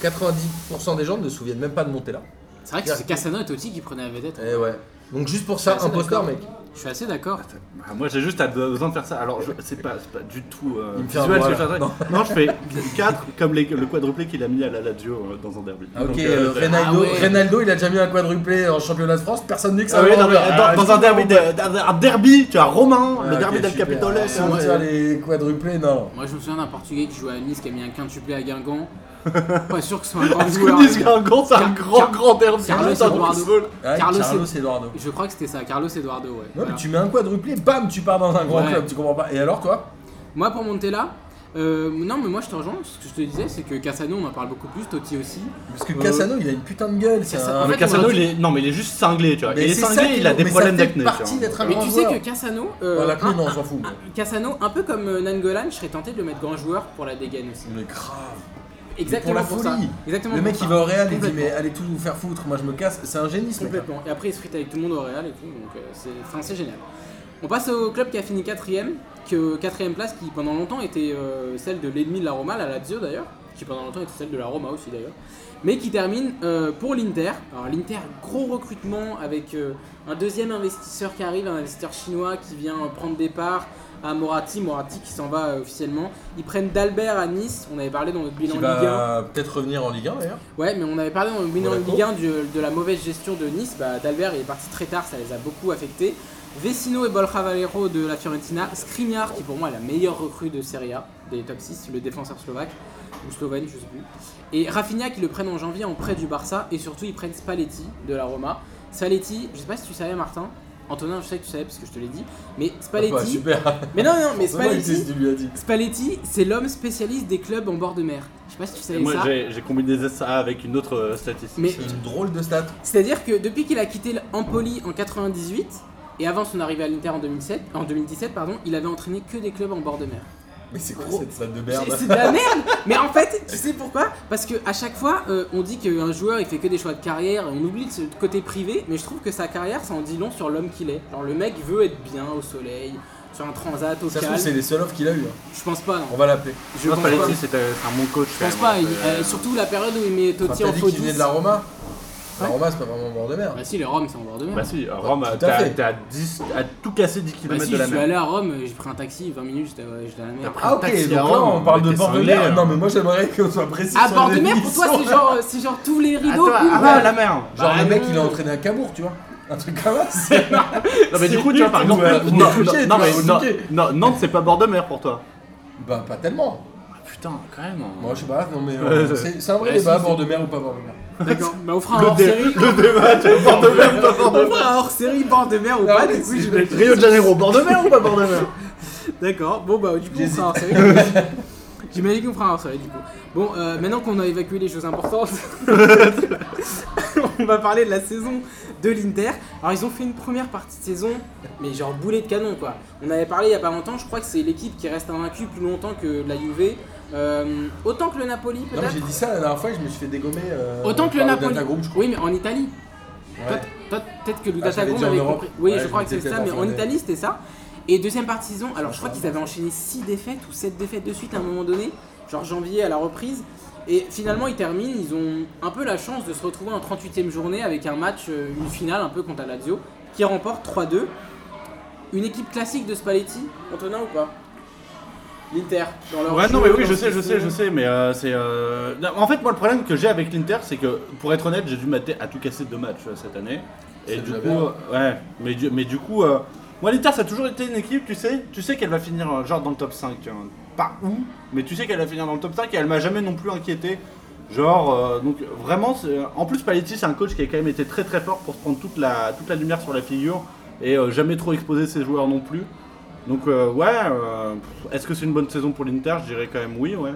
B: 90% des gens ne se souviennent même pas de Montella.
A: C'est vrai que c'est Cassano et Totti qui prenaient la vedette.
B: Eh ouais. Donc juste pour
A: Je
B: ça,
A: suis assez
B: imposteur,
A: Ah, d'accord.
B: mec.
A: Je suis assez d'accord.
C: Bah, moi j'ai juste à- besoin de faire ça. Alors je- c'est pas, c'est pas du tout euh,
B: Il me fait un
C: visuel ce
B: bras,
C: que je
B: là.
C: fais.
B: Non.
C: Non. je fais 4 comme les- le quadruplé qu'il a mis à la Lazio euh, dans un derby.
B: Ah, ok,
C: Donc,
B: euh,
C: euh,
B: Reynaldo,
A: Ah ouais.
B: Reynaldo, il a déjà mis un quadruplé en championnat de France, personne n'est que ça.
C: Ah oui,
B: va
C: non, mais
B: en-
C: dans,
B: Ah,
C: dans un derby, de- dans un derby, tu as Romain,
B: Ah,
C: le
B: ok,
C: derby del
B: super.
C: Capitole.
B: Ah,
C: hein,
B: sans
C: ouais.
B: dire les quadruplés, non.
A: Moi, je me souviens d'un Portugais qui jouait à Nice qui a mis un quintuplé à Guingamp. Pas sûr que ce soit un grand
C: Parce
A: joueur.
C: que Nice Guingamp, c'est un
A: Car-
C: grand,
A: Car-
C: grand derby.
A: Carlos
C: Attends,
A: Eduardo.
C: football.
B: Ah,
A: Carlos,
B: Carlos Eduardo.
A: Je crois que c'était ça, Carlos Eduardo, ouais.
B: Non,
A: Voilà.
B: mais tu mets un quadruplé, bam, tu pars dans un grand
A: Ouais.
B: club, tu comprends pas. Et alors, toi
A: Moi, pour Montella, euh, non, mais moi, je te rejoins. Ce que je te disais, c'est que Cassano, on en parle beaucoup plus, Totti aussi.
B: Parce que
A: Euh,
B: Cassano, il a une putain de gueule, c'est
A: Cassano-
B: un-
A: En
C: Mais
A: fait,
C: Cassano,
A: on a
C: il
A: dit-
C: est... Non, mais il est juste cinglé, tu vois.
B: Mais
C: il est
B: c'est
C: cinglé,
B: ça qui est
C: il a
B: long,
C: des
B: mais
C: problèmes
B: ça fait
C: d'acné. tu
B: partie
C: vois.
B: d'être un
A: Mais
B: Ah, grand
A: tu sais
B: joueur.
A: que Cassano, euh,
B: Voilà,
A: un-
B: que non, on s'en fout. mais-
A: Cassano, un peu comme euh, Nangolan, je serais tenté de le mettre grand joueur pour la dégaine aussi.
B: Mais grave.
A: Exactement
B: la
A: ça.
B: folie.
A: Exactement
B: Le
A: pour
B: mec,
A: ça.
B: il va au Real, il dit,
A: Complètement.
B: mais allez tout vous faire foutre, moi je me casse. C'est un génie, ce mec.
A: Complètement. Et après, il se frite avec tout le monde au Real et tout, donc euh, c'est enfin, c'est génial. On passe au club qui a fini quatrième, que quatrième place qui pendant longtemps était euh, celle de l'ennemi de la Roma, la Lazio d'ailleurs, qui pendant longtemps était celle de la Roma aussi d'ailleurs, mais qui termine euh, pour l'Inter. Alors l'Inter, gros recrutement avec euh, un deuxième investisseur qui arrive, un investisseur chinois qui vient euh, prendre des parts à Moratti, Moratti qui s'en va euh, officiellement. Ils prennent d'Albert à Nice, on avait parlé dans notre bilan
B: Qui
A: Ligue 1.
B: va peut-être revenir en Ligue 1 d'ailleurs.
A: Ouais, mais on avait parlé dans le bilan
B: Monaco.
A: Ligue 1 du- de la mauvaise gestion de Nice. Bah, D'Albert il est parti très tard, ça les a beaucoup affectés. Vecino et Borja Valero de la Fiorentina. Skriniar, qui pour moi est la meilleure recrue de Serie A, des top 6, le défenseur slovaque, ou slovène, je sais plus. Et Rafinha, qui le prennent en janvier en prêt du Barça. Et surtout, ils prennent Spalletti de la Roma. Spalletti, je sais pas si tu savais, Martin. Antonin, je sais que tu savais parce que je te l'ai dit. Mais
B: Ah, bah,
A: Spalletti.
B: super.
A: mais non, non, mais
B: Comment il
A: Spalletti.
B: existe, tu lui as dit.
A: Spalletti, c'est l'homme spécialiste des clubs en bord de mer. Je sais pas si tu
C: Et
A: savais
C: Moi,
A: ça.
C: j'ai j'ai combiné ça avec une autre euh, statistique.
A: Mais
B: C'est une drôle de stat.
A: C'est-à-dire que depuis qu'il a quitté Empoli en 98 et avant son arrivée à l'Inter en 2007, en 2017, pardon, il avait entraîné que des clubs en bord de mer.
B: Mais c'est quoi
A: Gros.
B: cette stat de
A: C'est
B: merde
A: c'est de la merde. Mais en fait, tu sais pourquoi Parce que à chaque fois, euh, on dit qu'un joueur il fait que des choix de carrière, et on oublie ce côté privé. Mais je trouve que sa carrière, ça en dit long sur l'homme qu'il est. Genre le mec veut être bien au soleil, sur un transat, au
B: Ça se trouve, c'est
A: calme.
B: les seuls offres qu'il a eu. hein.
A: Je pense pas. Non.
B: On va l'appeler.
A: Je
C: Je pense
A: pense pas.
C: Paletti, c'est euh, c'est un bon coach. hein.
A: Je pense pas. Il- euh, surtout la période où il met
B: Enfin,
A: Totti
B: T'as
A: en
B: dit
A: faux
B: qu'il venait
A: 10.
B: de la Roma La
A: Ouais.
B: Roma, c'est pas vraiment bord de mer.
A: Bah si, les Roms, c'est en bord de mer.
C: Bah si, à Rome,
B: Tout à
C: t'es à,
B: fait.
C: t'es à 10 à tout casser 10
A: Bah
C: km
A: si,
C: de
A: je
C: la
A: suis
C: mer.
A: allé à Rome, j'ai pris un taxi, 20 minutes, j'étais euh, j'étais à la mer.
B: Ah, ok,
C: Taxi
B: donc
C: à
B: là,
C: Rome,
B: on parle de
C: t'es
B: bord de
C: cinglé,
B: mer.
C: hein.
B: Non, mais moi, j'aimerais qu'on soit précis.
A: Ah,
B: sur
A: bord de
B: les
A: mer, pour toi, c'est
B: définitions.
A: genre, c'est genre tous les
C: Ah,
A: rideaux.
C: toi,
A: plus
C: ah
A: bas.
C: ouais, la mer
B: Genre,
A: Bah,
B: le mec, il a
A: euh,
B: entraîné un cabourg, tu vois. Un truc comme ça. c'est-
C: Non mais du
B: C'est
C: coup tu vois par
B: nul,
C: exemple
B: tu m'as-
C: euh, non,
B: tu m'as
C: non, non, mais
B: expliqué.
C: non, non, Nantes c'est pas bord de mer pour toi.
B: Bah, pas tellement.
C: Putain quand même.
B: Moi, je sais pas, non, mais euh,
C: Ouais,
B: c'est c'est un vrai
C: Ouais,
B: débat,
C: si,
B: bord de mer ou pas bord de mer.
A: D'accord, bah on fera un
C: Le,
A: hors
C: dé-
A: série.
C: le débat tu vois, bord de mer pas bord de
A: On fera un hors série bord de mer ou
B: Ah
A: pas,
B: ouais,
A: du coup,
B: c'est-
A: je vais-
C: mer. Rio de Janeiro bord de mer ou pas bord de mer
A: D'accord, bon bah du coup, on
B: J'hésite.
A: fera un hors série. J'imagine qu'on fera un hors série du coup. Bon, euh, maintenant qu'on a évacué les choses importantes, on va parler de la saison de l'Inter. Alors, ils ont fait une première partie de saison, mais genre boulet de canon quoi. On avait parlé il y a pas longtemps, je crois que c'est l'équipe qui reste invaincue plus longtemps que la Juve. Euh, autant que le Napoli
B: Non, mais
A: peut-être
B: j'ai dit ça la dernière fois, je me suis fait dégommer. euh,
A: Autant que le
B: par
A: Napoli.
B: Data Group, je crois.
A: Oui, mais en Italie. Toi,
B: Ouais.
A: toi, peut-être que le
B: Ah, j'avais
A: Datagroup
B: dit en
A: avait
B: Europe.
A: compris. Oui,
B: Ouais,
A: je
B: je
A: crois que c'est
B: m'étais
A: ça,
B: peut-être
A: mais en
B: enfermé.
A: Italie, c'était ça. Et deuxième partie de saison, alors je crois
B: ça.
A: qu'ils avaient enchaîné 6 défaites ou 7 défaites de suite à un moment donné, genre janvier à la reprise. Et finalement, ils terminent, ils ont un peu la chance de se retrouver en 38ème journée avec un match, euh, une finale un peu contre la Lazio, qui remporte 3-2. Une équipe classique de Spalletti, Antonin ou pas L'Inter, dans leur
C: Ouais,
A: jeu,
C: non, mais oui,
A: dans
C: je
A: ce
C: sais, je
A: qu'ils
C: sais,
A: font.
C: je sais, mais euh, c'est. euh, non, En fait, moi, le problème que j'ai avec l'Inter, c'est que, pour être honnête, j'ai dû mater à tout casser deux matchs euh, cette année. Et
B: C'est
C: du
B: déjà
C: coup, euh, ouais, mais du, mais du coup, euh, moi, l'Inter, ça a toujours été une équipe, tu sais, tu sais qu'elle va finir euh, genre dans le top 5. tu vois. Pas où, mais tu sais qu'elle va finir dans le top 5 et elle m'a jamais non plus inquiété. Genre, euh, donc vraiment, c'est- en plus, Paletti, c'est un coach qui a quand même été très très fort pour se prendre toute la, toute la lumière sur la figure et euh, jamais trop exposer ses joueurs non plus. Donc euh, ouais, euh, pff, est-ce que c'est une bonne saison pour l'Inter Je dirais quand même oui, ouais.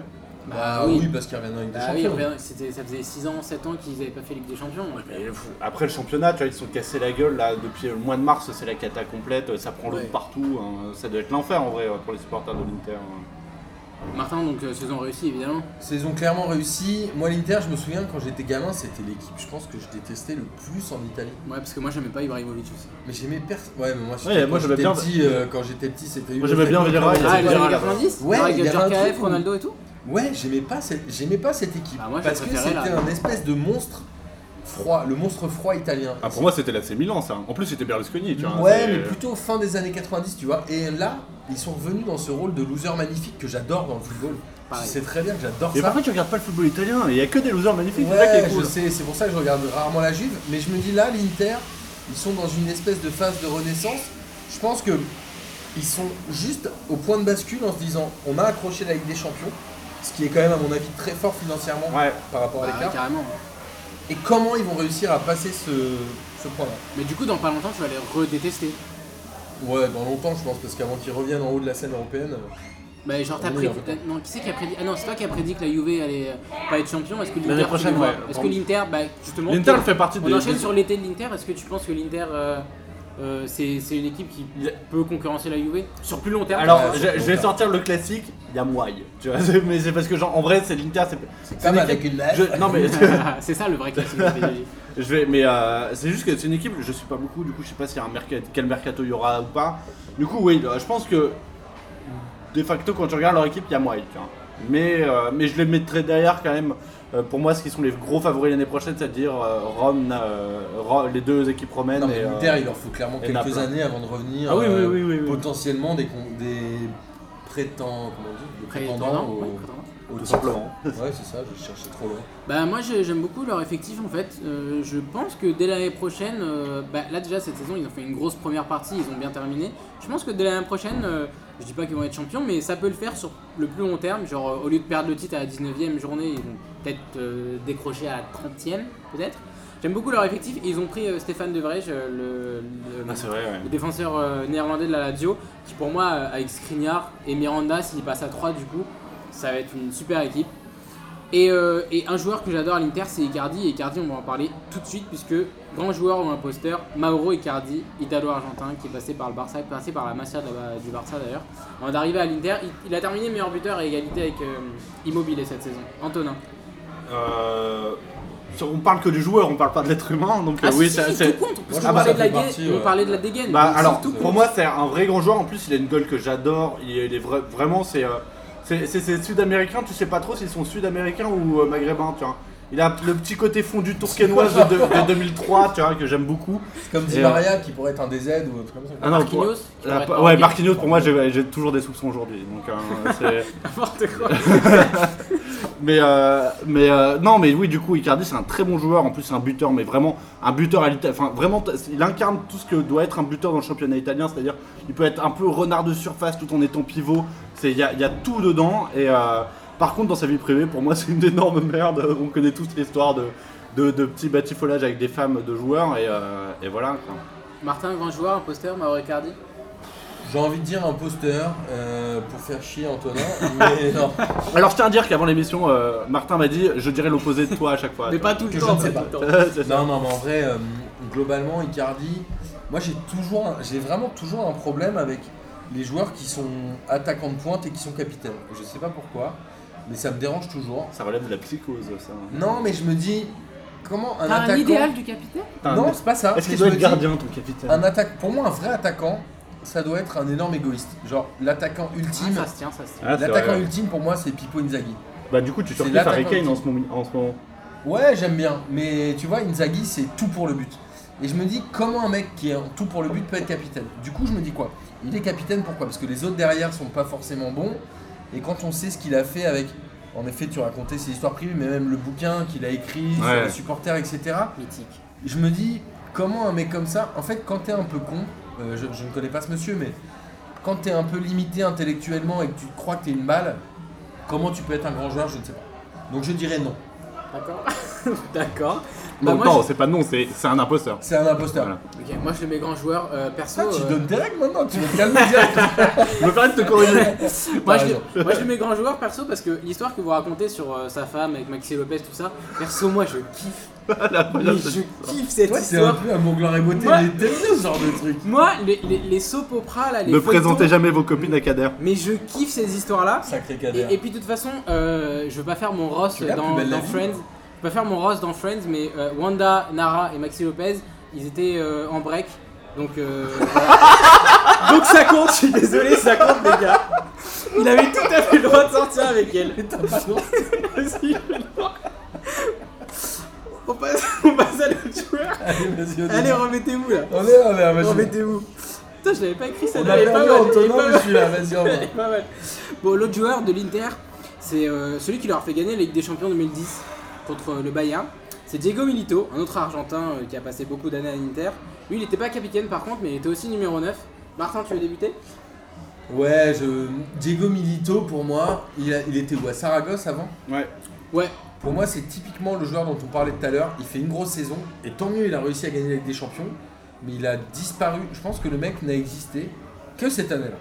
B: Bah oui, parce qu'il reviendra avec des
A: Bah oui,
B: champions.
A: regarde, c'était- ça faisait 6 ans, 7 ans qu'ils n'avaient pas fait Ligue des Champions.
C: Mais fou. après le championnat, tu vois, ils se sont cassés la gueule là depuis le mois de mars, c'est la cata complète, ça prend l'eau
A: Ouais.
C: partout, hein. ça doit être l'enfer en vrai pour les supporters de l'Inter. hein.
A: Martin, donc euh, saison réussie évidemment.
B: Saison clairement réussie. Moi, l'Inter, je me souviens quand j'étais gamin, c'était l'équipe, je pense, que je détestais le plus en Italie.
A: Ouais, parce que moi j'aimais pas Ibrahimovic aussi.
B: Mais j'aimais personne. Ouais, mais moi,
C: Ouais,
B: j'étais-
C: moi,
B: quand
C: j'aimais
B: j'étais
C: bien-
B: petit, euh, quand j'étais petit, c'était.
C: Moi, j'aimais bien Vieira, il y
A: Ah,
C: avait
A: il
C: pas
A: avait
C: les
A: 90
B: Ouais,
A: avec
B: il y avait un
A: Djorkaeff,
B: truc où-
A: Ronaldo et tout
B: Ouais, j'aimais pas cette, j'aimais pas cette équipe
A: Bah, moi, je
B: parce que c'était
A: préférais la-
B: un espèce de monstre froid, le monstre froid italien.
C: Ah, pour moi, c'était l'AC Milan ça. En plus, c'était Berlusconi, tu vois.
B: ouais,
C: c'est-
B: mais plutôt fin des années 90, tu vois. Et là, ils sont revenus dans ce rôle de loser magnifique que j'adore dans le football.
A: Pareil.
B: Tu sais très bien que j'adore
C: Mais
B: ça.
C: par contre, tu regardes pas le football italien, il y a que des losers magnifiques, c'est ça qui
B: Ouais,
C: est
B: je
C: cool.
B: sais, c'est pour ça que je regarde rarement la Juve. Mais je me dis là, l'Inter, ils sont dans une espèce de phase de renaissance. Je pense que ils sont juste au point de bascule en se disant on a accroché la Ligue des Champions, ce qui est quand même à mon avis très fort financièrement
C: Ouais.
B: par rapport à
A: Bah,
B: l'écart.
A: carrément.
B: Et comment ils vont réussir à passer ce, ce point-là
A: Mais du coup, dans pas longtemps, tu vas les redétester.
B: Ouais, dans longtemps, je pense, parce qu'avant qu'ils reviennent en haut de la scène européenne. euh,
A: Bah, genre, t'as
B: Oui,
A: prédit.
B: en fait.
A: Non, qui c'est qui a prédit Ah non, c'est toi qui a prédit que la Juve allait euh, pas être champion. Est-ce que l'Inter.
C: L'année prochaine,
A: tu le vois
C: ouais.
A: Est-ce que l'Inter, bah, justement.
C: L'Inter
A: on-
C: fait partie
A: On
C: des.
A: enchaîne sur l'été de l'Inter. Est-ce que tu penses que l'Inter. euh, euh, c'est c'est une équipe qui
C: Il y a-
A: peut concurrencer la Juve sur plus long terme.
C: Alors,
B: Ouais,
C: je,
B: c'est
C: je vais
B: bon,
C: sortir le classique, il y a Mouaille. Tu vois, c'est- mais c'est parce que, genre, en vrai, c'est l'Inter, c'est.
B: C'est
C: c'est
B: comme
C: une
B: avec
C: équipe-
B: une lèvre.
C: je- Non, mais.
A: c'est ça le vrai classique de la PSG.
C: Je vais, mais euh, c'est juste que c'est une équipe, je suis pas beaucoup, du coup je sais pas s'il y a un mercato, quel mercato il y aura ou pas. Du coup, oui, euh, je pense que de facto quand tu regardes leur équipe, il y a Mike. hein. Mais, euh, mais je les mettrai derrière quand même. Euh, pour moi, ce qui sont les gros favoris l'année prochaine, c'est-à-dire euh, Rome, euh, Ro- les deux équipes romaines.
B: Non, mais
C: et, euh,
B: l'Inter, il leur faut clairement
C: et
B: quelques
C: Naples.
B: années avant de revenir.
C: Ah oui, oui,
B: euh,
C: oui, oui, oui.
B: Potentiellement des, con- des prétendants. Comment on dit Des prétendants
A: Prétendant,
B: au.
A: ouais, prétendant.
B: au
C: Tout
B: titre.
C: simplement.
B: Ouais, c'est ça, je cherchais trop loin.
A: Bah moi j'ai- j'aime beaucoup leur effectif en fait. Euh, je pense que dès l'année prochaine, euh, bah, là déjà cette saison ils ont fait une grosse première partie, ils ont bien terminé. Je pense que dès l'année prochaine, euh, je dis pas qu'ils vont être champions, mais ça peut le faire sur le plus long terme. Genre euh, au lieu de perdre le titre à la 19e journée, ils vont peut-être euh, décrocher à la 30e peut-être. J'aime beaucoup leur effectif. Ils ont pris euh, Stéphane De Vrij, euh, le, le-
C: Ah, c'est vrai, ouais.
A: le défenseur euh, néerlandais de la Lazio, qui pour moi, euh, avec Skriniar et Miranda, s'il passe à 3 du coup, ça va être une super équipe. Et, euh, et un joueur que j'adore à l'Inter, c'est Icardi. Et Icardi, on va en parler tout de suite, puisque grand joueur ou imposteur, Mauro Icardi, italo-argentin, qui est passé par le Barça, passé par la Masia de la- du Barça d'ailleurs. Avant d'arriver à l'Inter, il, il a terminé meilleur buteur à égalité avec euh, Immobile cette saison. Antonin.
C: Euh, on parle que du joueur, on parle pas de l'être humain, donc euh,
A: Ah, si,
C: oui,
A: si,
C: ça-
A: si,
C: c'est.
A: tout compte, parce
B: Moi, je
A: qu'on
B: pense
A: parlait de
B: que ça
A: la
B: fait
A: gaine-
B: partie,
A: on
B: ouais.
A: parlait de la dégaine.
C: Bah
A: donc c'est
C: alors,
A: tout
C: pour
A: compte.
C: moi, c'est un vrai grand joueur. En plus, il a une gueule que j'adore. Il est il est vra- vraiment, c'est, euh, c'est, c'est- c'est sud-américain. Tu sais pas trop s'ils sont sud-américains ou euh, maghrébins, tu vois. Il a le petit côté fondu tourquenoise de, de- de 2003, tu vois, que j'aime beaucoup.
B: C'est comme Di
C: Et, euh,
B: Maria qui pourrait être un des aides ou un truc comme ça.
C: Ah non,
A: Marquinhos,
C: pour-
A: tu
C: la-
A: l'aurais pas
C: ouais,
A: remarqué.
C: Marquinhos, pour moi, j'ai, j'ai toujours des soupçons aujourd'hui. Donc, euh, c'est-
A: N'importe quoi.
C: Mais, euh, mais euh, non, mais oui, du coup, Icardi, c'est un très bon joueur. En plus, c'est un buteur, mais vraiment un buteur à l'Italie. Enfin, vraiment, t- il incarne tout ce que doit être un buteur dans le championnat italien. C'est-à-dire, il peut être un peu renard de surface tout en étant pivot. C'est- Il y a, il y a tout dedans. Et euh, par contre, dans sa vie privée, pour moi, c'est une énorme merde. On connaît tous l'histoire de, de, de petits batifolages avec des femmes de joueurs. Et, euh, et voilà. quoi.
A: Martin, grand joueur, imposteur, Mauro Icardi.
B: J'ai envie de dire un poster euh, pour faire chier Antonin, mais non,
C: Alors, je tiens à dire qu'avant l'émission, euh, Martin m'a dit Je dirais l'opposé de toi à chaque fois.
A: Mais
C: tu
A: pas tout
B: que
A: le
B: je
A: temps,
B: ne sais
A: pas
B: pas.
A: tout le temps.
C: vois. C'est ça.
B: non, non, mais en vrai, euh, globalement, Icardi, moi j'ai toujours, un- j'ai vraiment toujours un problème avec les joueurs qui sont attaquants de pointe et qui sont capitaines. Je sais pas pourquoi, mais ça me dérange toujours.
C: Ça relève de la psychose, ça.
B: Non, mais je me dis, comment un
A: T'as un
B: attaquant
A: idéal du capitaine
C: T'as un-
B: Non, Ah, c'est Ah, pas ça.
C: Est-ce
B: mais
C: qu'il
B: je
C: doit
B: me
C: être
B: dis,
C: gardien, ton capitaine
B: un attaque, pour moi, un vrai attaquant, ça doit être un énorme égoïste. Genre l'attaquant ultime.
A: Ça se tient, ça se tient.
C: Ah, c'est
B: L'attaquant
C: vrai, ouais.
B: ultime pour moi c'est Pipo Inzaghi.
C: Bah du coup tu
B: C'est
C: surkiffes Harry
B: l'attaquant
C: Kane en ce moment. en ce moment.
B: Ouais, j'aime bien, mais tu vois, Inzaghi, c'est tout pour le but. Et je me dis, comment un mec qui est en tout pour le but peut être capitaine Du coup, je me dis quoi Il est capitaine pourquoi Parce que les autres derrière sont pas forcément bons. Et quand on sait ce qu'il a fait avec. En effet, tu racontais ses histoires privées, mais même le bouquin qu'il a écrit sur
C: Ouais.
B: les supporters, etc.
A: Mythique.
B: Je me dis, comment un mec comme ça En fait, quand t'es un peu con, euh, je, je ne connais pas ce monsieur, mais quand t'es un peu limité intellectuellement et que tu crois que t'es une balle, comment tu peux être un grand joueur Je ne sais pas. Donc je dirais non.
A: D'accord. D'accord. Bah,
C: Non,
A: moi,
C: non,
A: je-
C: c'est pas non, c'est c'est un imposteur.
B: C'est un imposteur.
C: Voilà.
A: Ok, moi je mets grand joueur euh, perso.
B: Ça, tu
A: euh,
B: donnes tes règles maintenant, tu veux te calmer direct.
C: Je me permets de te corriger.
A: moi,
B: T'as
A: je,
B: raison.
A: moi je mets grand joueur perso parce que l'histoire que vous racontez sur euh, sa femme avec Maxi Lopez, tout ça, perso moi je kiffe. Mais je kiffe cette
B: Toi, t'es un
A: histoire.
B: peu un Mugler et beauté,
A: Moi-
B: mais t'aimes bien ce genre de truc.
A: Moi, les, les, les soap opera, là, les.
C: Ne
A: photos,
C: présentez jamais vos copines à Kader.
A: Mais je kiffe ces histoires-là. Et,
B: Sacré
A: et
B: cadère.
A: puis de toute façon, euh, je veux pas faire mon Ross
B: Tu l'as,
A: dans,
B: Plus belle la
A: dans
B: vie.
A: Friends. Je veux pas faire mon Ross dans Friends, mais euh, Wanda, Nara et Maxi Lopez, ils étaient euh, en break. Donc, euh, voilà. donc ça compte, je suis désolé, ça compte les gars. Il avait tout à fait le droit de sortir avec elle.
B: T'as pas non
A: Si, je le vois. on, passe, on passe à l'autre joueur.
B: Allez, vas-y, on y
A: Allez,
B: va.
A: remettez-vous là.
B: On est, on est, ah, vas-y.
A: Remettez-vous. Putain, je l'avais pas écrit, ça
B: On
A: là
B: a
A: elle est pas
B: perdu
A: mal. elle est
B: Antonin,
A: pas
B: mais
A: mal.
B: je suis là, vas-y, on
A: Elle est pas mal. Bon, l'autre joueur de l'Inter, c'est euh, celui qui leur a fait gagner la Ligue des Champions 2010 contre euh, le Bayern. C'est Diego Milito, un autre Argentin euh, qui a passé beaucoup d'années à l'Inter. Lui, il n'était pas capitaine par contre, mais il était aussi numéro 9. Martin, tu veux débuter
B: Ouais, je... Diego Milito, pour moi, il, a- il était où À Saragosse avant
C: Ouais.
A: Ouais,
B: Pour moi, c'est typiquement le joueur dont on parlait tout à l'heure. Il fait une grosse saison, et tant mieux, il a réussi à gagner la Ligue des Champions, mais il a disparu. Je pense que le mec n'a existé que cette année-là.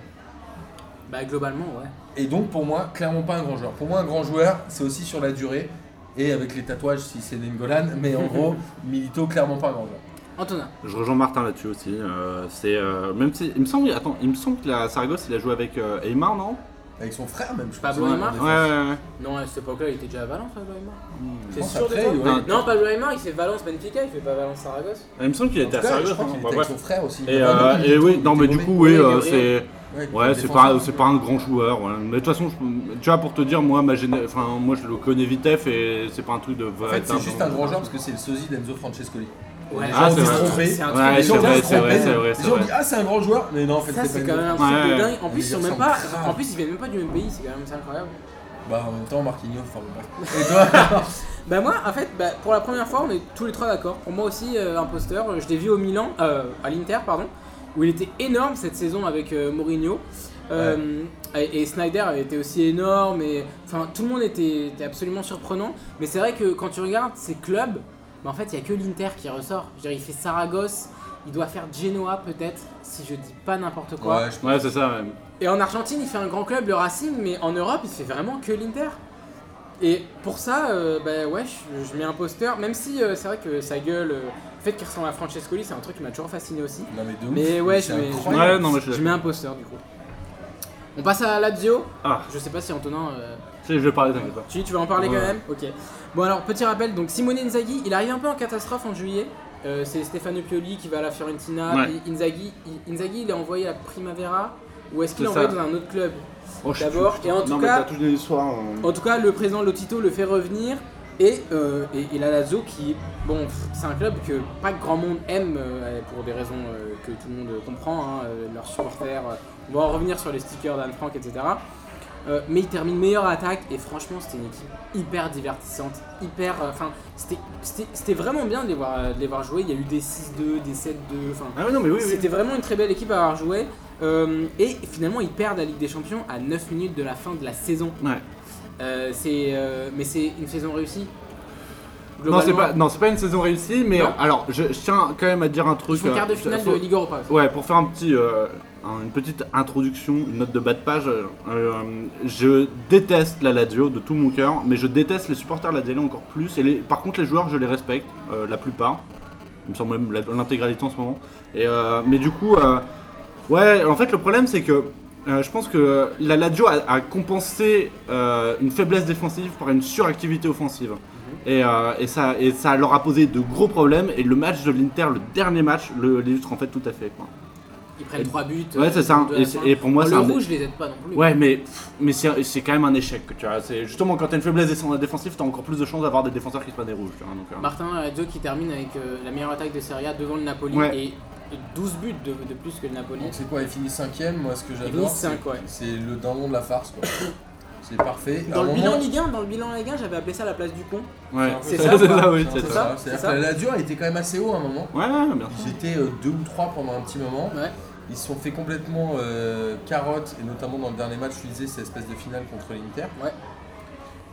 A: bah globalement, ouais.
B: Et donc, pour moi, clairement pas un grand joueur. Pour moi, un grand joueur, c'est aussi sur la durée, et avec les tatouages, si c'est Nengolan, mais en gros, Milito, clairement pas un grand joueur.
A: Antonin,
C: Je rejoins Martin là-dessus aussi. euh, c'est euh, même si il me semble, attends, il me semble que la Saragosse, il a joué avec euh, Aymar, non
B: Avec son frère, même, je pense.
A: Pablo
B: Ouais,
A: Aymar
C: Ouais, ouais, ouais.
A: non, à cette époque-là, il était déjà à Valence, Pablo Aymar.
B: je
A: C'est
B: pense
A: sûr de
B: après,
A: toi
B: ouais.
C: Non,
A: Non, Pablo Aymar, il fait Valence Benfica, il fait pas Valence Saragosse.
C: Il me semble qu'il
B: En
C: était
B: tout
C: à
B: cas, je
C: Saragosse.
B: crois qu'il
C: hein.
B: était
C: Bon,
B: avec
C: bref.
B: son frère aussi.
C: Et,
B: Ah,
C: euh,
B: non,
C: et
B: Milito,
C: oui,
B: il
C: non,
B: était
C: mais du
B: mauvais.
C: coup, oui,
A: Oui,
C: euh,
A: Gabriel.
C: c'est. Ouais, c'est pas,
B: défenseur.
C: c'est pas un grand joueur. ouais. Mais de toute façon, je- tu vois, pour te dire, moi, ma géné- enfin, moi je le connais vitef et c'est pas un truc de.
B: En fait, c'est juste un grand joueur parce que c'est le sosie d'Enzo Francescoli.
A: Ouais,
B: Les
C: Ah,
B: gens
C: c'est
B: vont se
C: vrai.
B: tromper.
A: C'est un truc
C: Ouais,
A: de
B: Les
C: c'est
A: dingue.
B: gens vont se
C: vrai, c'est vrai,
B: tromper.
C: c'est vrai.
B: Les
C: c'est
B: gens
C: vrai.
B: disent Ah, c'est un grand joueur. Mais non, en fait,
A: Ça, c'est
B: c'est
A: quand
B: pas
A: même un
B: une-
A: truc
C: Ouais,
A: de
C: ouais.
A: dingue. En
B: Mais
A: plus,
B: ils
A: ils sont même pas.
B: ressemblent grave.
A: En plus, ils viennent même pas du même pays, c'est quand même c'est incroyable.
B: Bah, en même temps, Marquinhos, enfin, bon, bref. Et toi
A: Bah, moi, en fait, bah, pour la première fois, on est tous les trois d'accord. Pour moi aussi, euh, imposteur. euh, Je l'ai vu au Milan, euh, à l'Inter, pardon, où il était énorme cette saison avec euh, Mourinho. Euh, et, et Snyder avait été aussi énorme. Et enfin, tout le monde était, était absolument surprenant. Mais c'est vrai que quand tu regardes ces clubs, bah, en fait, il y a que l'Inter qui ressort. Je veux dire, il fait Saragosse. Il doit faire Genoa peut-être, si je dis pas n'importe quoi.
B: Ouais, je-
C: Ouais, c'est ça, ouais.
A: Et en Argentine, il fait un grand club, le Racing, mais en Europe, il fait vraiment que l'Inter. Et pour ça, euh, bah ouais, je, je mets un poster, même si euh, c'est vrai que sa gueule, euh, le fait qu'il ressemble à Francescoli, c'est un truc qui m'a toujours fasciné aussi.
B: Non, mais de ouf.
A: Mais ouais, je
B: c'est
A: mets, je,
B: incroyable.
A: mets,
C: Ouais, non, mais je suis
A: je mets un poster du coup. On passe à Lazio.
C: Ah,
A: Je sais pas si Antonin. euh,
C: si, je vais parler, t'inquiète pas.
A: tu, tu vas en parler
C: Ouais.
A: quand même Ok. Bon alors, petit rappel, donc Simone Inzaghi, il arrive un peu en catastrophe en juillet. Euh, c'est Stefano Pioli qui va à la Fiorentina,
C: Ouais.
A: puis Inzaghi, il- Inzaghi, il est envoyé à Primavera, ou est-ce qu'il est
C: C'est
A: envoyé
C: ça.
A: dans un autre club
C: Oh, je-
A: D'abord, et en
C: non,
A: tout
C: mais
A: cas-
C: t'as toute une histoire. hein.
A: En tout cas, le président Lotito le fait revenir et, euh, et, et la Lazio qui, bon, pff, c'est un club que pas grand monde aime euh, pour des raisons euh, que tout le monde comprend, hein, euh, leurs supporters. euh, on va en revenir sur les stickers d'Anne Frank, etc. Euh, mais il termine meilleure attaque et franchement, c'était une équipe hyper divertissante, hyper. euh, Enfin, c'était- c'était c'était vraiment bien de les, voir, euh, de les voir jouer. Il y a eu des 6-2, des 7-2, enfin.
C: Ah, ouais, non, mais oui, oui.
A: C'était vraiment une très belle équipe à avoir joué. Euh, et finalement, ils perdent la Ligue des Champions à 9 minutes de la fin de la saison.
C: Ouais.
A: Euh, c'est euh, mais c'est une saison réussie.
C: Non, c'est
A: Globalement,
C: pas, non, c'est pas une saison réussie, mais
A: Non.
C: alors, je, je tiens quand même à dire un truc.
A: Ils font
C: euh,
A: quart de
C: je-
A: finale
C: faut-
A: de Ligue Europa.
C: Ouais, pour faire un petit, euh, un- une petite introduction, une note de bas de page, euh, euh, je déteste la Lazio de tout mon cœur, mais je déteste les supporters Lazio encore plus. Et les- par contre, les joueurs, je les respecte, euh, la plupart. Il me semble même la- l'intégralité en ce moment. Et, euh, mais du coup, euh, ouais, en fait, le problème, c'est que euh, je pense que la Lazio a, a compensé euh, une faiblesse défensive par une suractivité offensive. Et, euh, et ça, et ça leur a posé de gros problèmes. Et le match de l'Inter, le dernier match, le- l'illustre en fait tout à fait. quoi.
A: Ils prennent 3 buts. euh,
C: Ouais, c'est ça.
A: deux à
C: Et,
A: la fin.
C: c'est- et pour moi, c'est
A: le
C: un. dé-
A: rouge, je les aide pas non plus.
C: Ouais, mais, mais c'est c'est quand même un échec. Tu vois. C'est- Justement, quand t'as une faiblesse dé- défensive, t'as encore plus de chances d'avoir des défenseurs qui se prennent des rouges. tu vois, donc, euh.
A: Martin Lazio qui termine avec euh, la meilleure attaque de Serie A devant le Napoli
C: Ouais.
A: et 12 buts de, de plus que le Napoli.
B: Donc, c'est quoi Il finit 5ème. Moi, ce que
A: Ils
B: j'adore,
A: finissent
B: c'est
A: 5 ouais.
B: c'est le dindon de la farce. quoi. C'est parfait. À
A: Dans
B: un
A: le
B: moment-
A: bilan Ligue 1, dans le bilan Ligue 1, j'avais appelé ça la place du con.
C: Ouais,
A: Bah, c'est
C: c'est
A: ça,
C: ça,
A: quoi.
C: oui,
B: C'est
C: c'est
A: ça.
C: ça.
B: ça. C'est-à-dire
A: c'est
B: que
A: ça. Ah.
B: La Lazio a été quand même assez haut à un moment.
C: Ouais, bien sûr.
B: Ils étaient euh, deux ou trois pendant un petit moment.
A: Ouais.
B: Ils se sont fait complètement euh, carotte, et notamment dans le dernier match, je disais, cette espèce de finale contre l'Inter.
A: Ouais.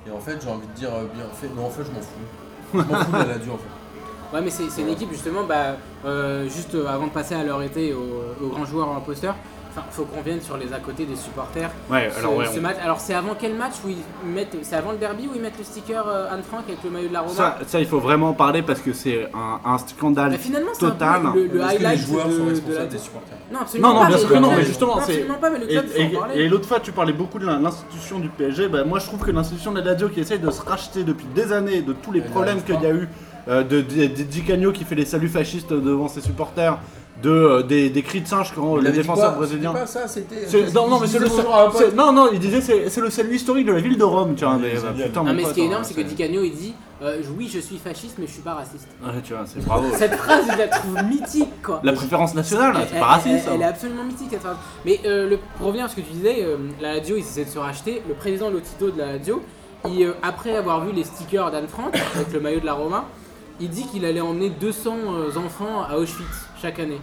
B: Et en fait, j'ai envie de dire euh, bien fait, mais en fait, je m'en fous. Je m'en fous de la Lazio en fait.
A: Ouais, mais c'est c'est une équipe justement, bah, euh, juste avant de passer à leur été aux, aux grands joueurs en imposteur, enfin, faut qu'on vienne sur les à côté des supporters.
C: Ouais,
A: Ce-
C: alors ouais,
A: ce
C: on-
A: match- alors, c'est avant quel match où ils mettent, c'est avant le derby où ils mettent le sticker euh, Anne Frank avec le maillot de la Roma.
C: ça, ça, il faut vraiment en parler parce que c'est un, un scandale
A: Bah, finalement, c'est un
C: total.
A: peu le, le
B: Est-ce que les
A: highlight
B: joueurs
A: de,
B: sont
A: de la-
B: responsables des supporters
A: Non, absolument
C: Non, non,
A: pas,
C: bien
A: mais
C: sûr
A: le
C: que non,
A: club-
C: mais justement, c'est-
A: absolument pas, mais le
C: Et,
A: club, faut en
C: et-
A: parler.
C: et l'autre fois, tu parlais beaucoup de l'in- l'institution du PSG. Bah, moi, je trouve que l'institution de la Lazio qui essaye de se racheter depuis des années de tous les
B: Elle
C: problèmes
B: n'arrive
C: qu'il y a eu, euh, de, de, de Di Canio qui fait les saluts fascistes devant ses supporters, de, euh, des, des cris de singe quand les défenseurs brésiliens.
B: Pas ça, c'était. euh,
C: C'est- Non, non, mais c'est le seul-
B: Ah,
C: c'est- non, non, il disait c'est c'est le salut historique de la ville de Rome, tu vois.
B: Ouais,
C: mais,
B: c'est
C: bah,
B: bien.
C: putain,
A: Non,
C: mon
A: Ah, mais ce
C: pote,
A: qui est
C: hein,
A: énorme, c'est que
C: c'est-
A: Di Canio il dit euh, Oui, je suis fasciste, mais je suis pas raciste.
C: Ouais, tu vois, c'est bravo.
A: Cette phrase, je la trouve mythique, quoi.
C: La préférence nationale,
A: Elle-
C: Ah, c'est pas
A: elle,
C: raciste. hein. ça.
A: elle- elle est absolument mythique cette phrase. Mais euh, le, pour revenir à ce que tu disais, euh, la Lazio, ils essaient de se racheter. Le président Lotito de la Lazio, il, euh, après avoir vu les stickers d'Anne Frank avec le maillot de la Roma, il dit qu'il allait emmener 200 euh, enfants à Auschwitz chaque année.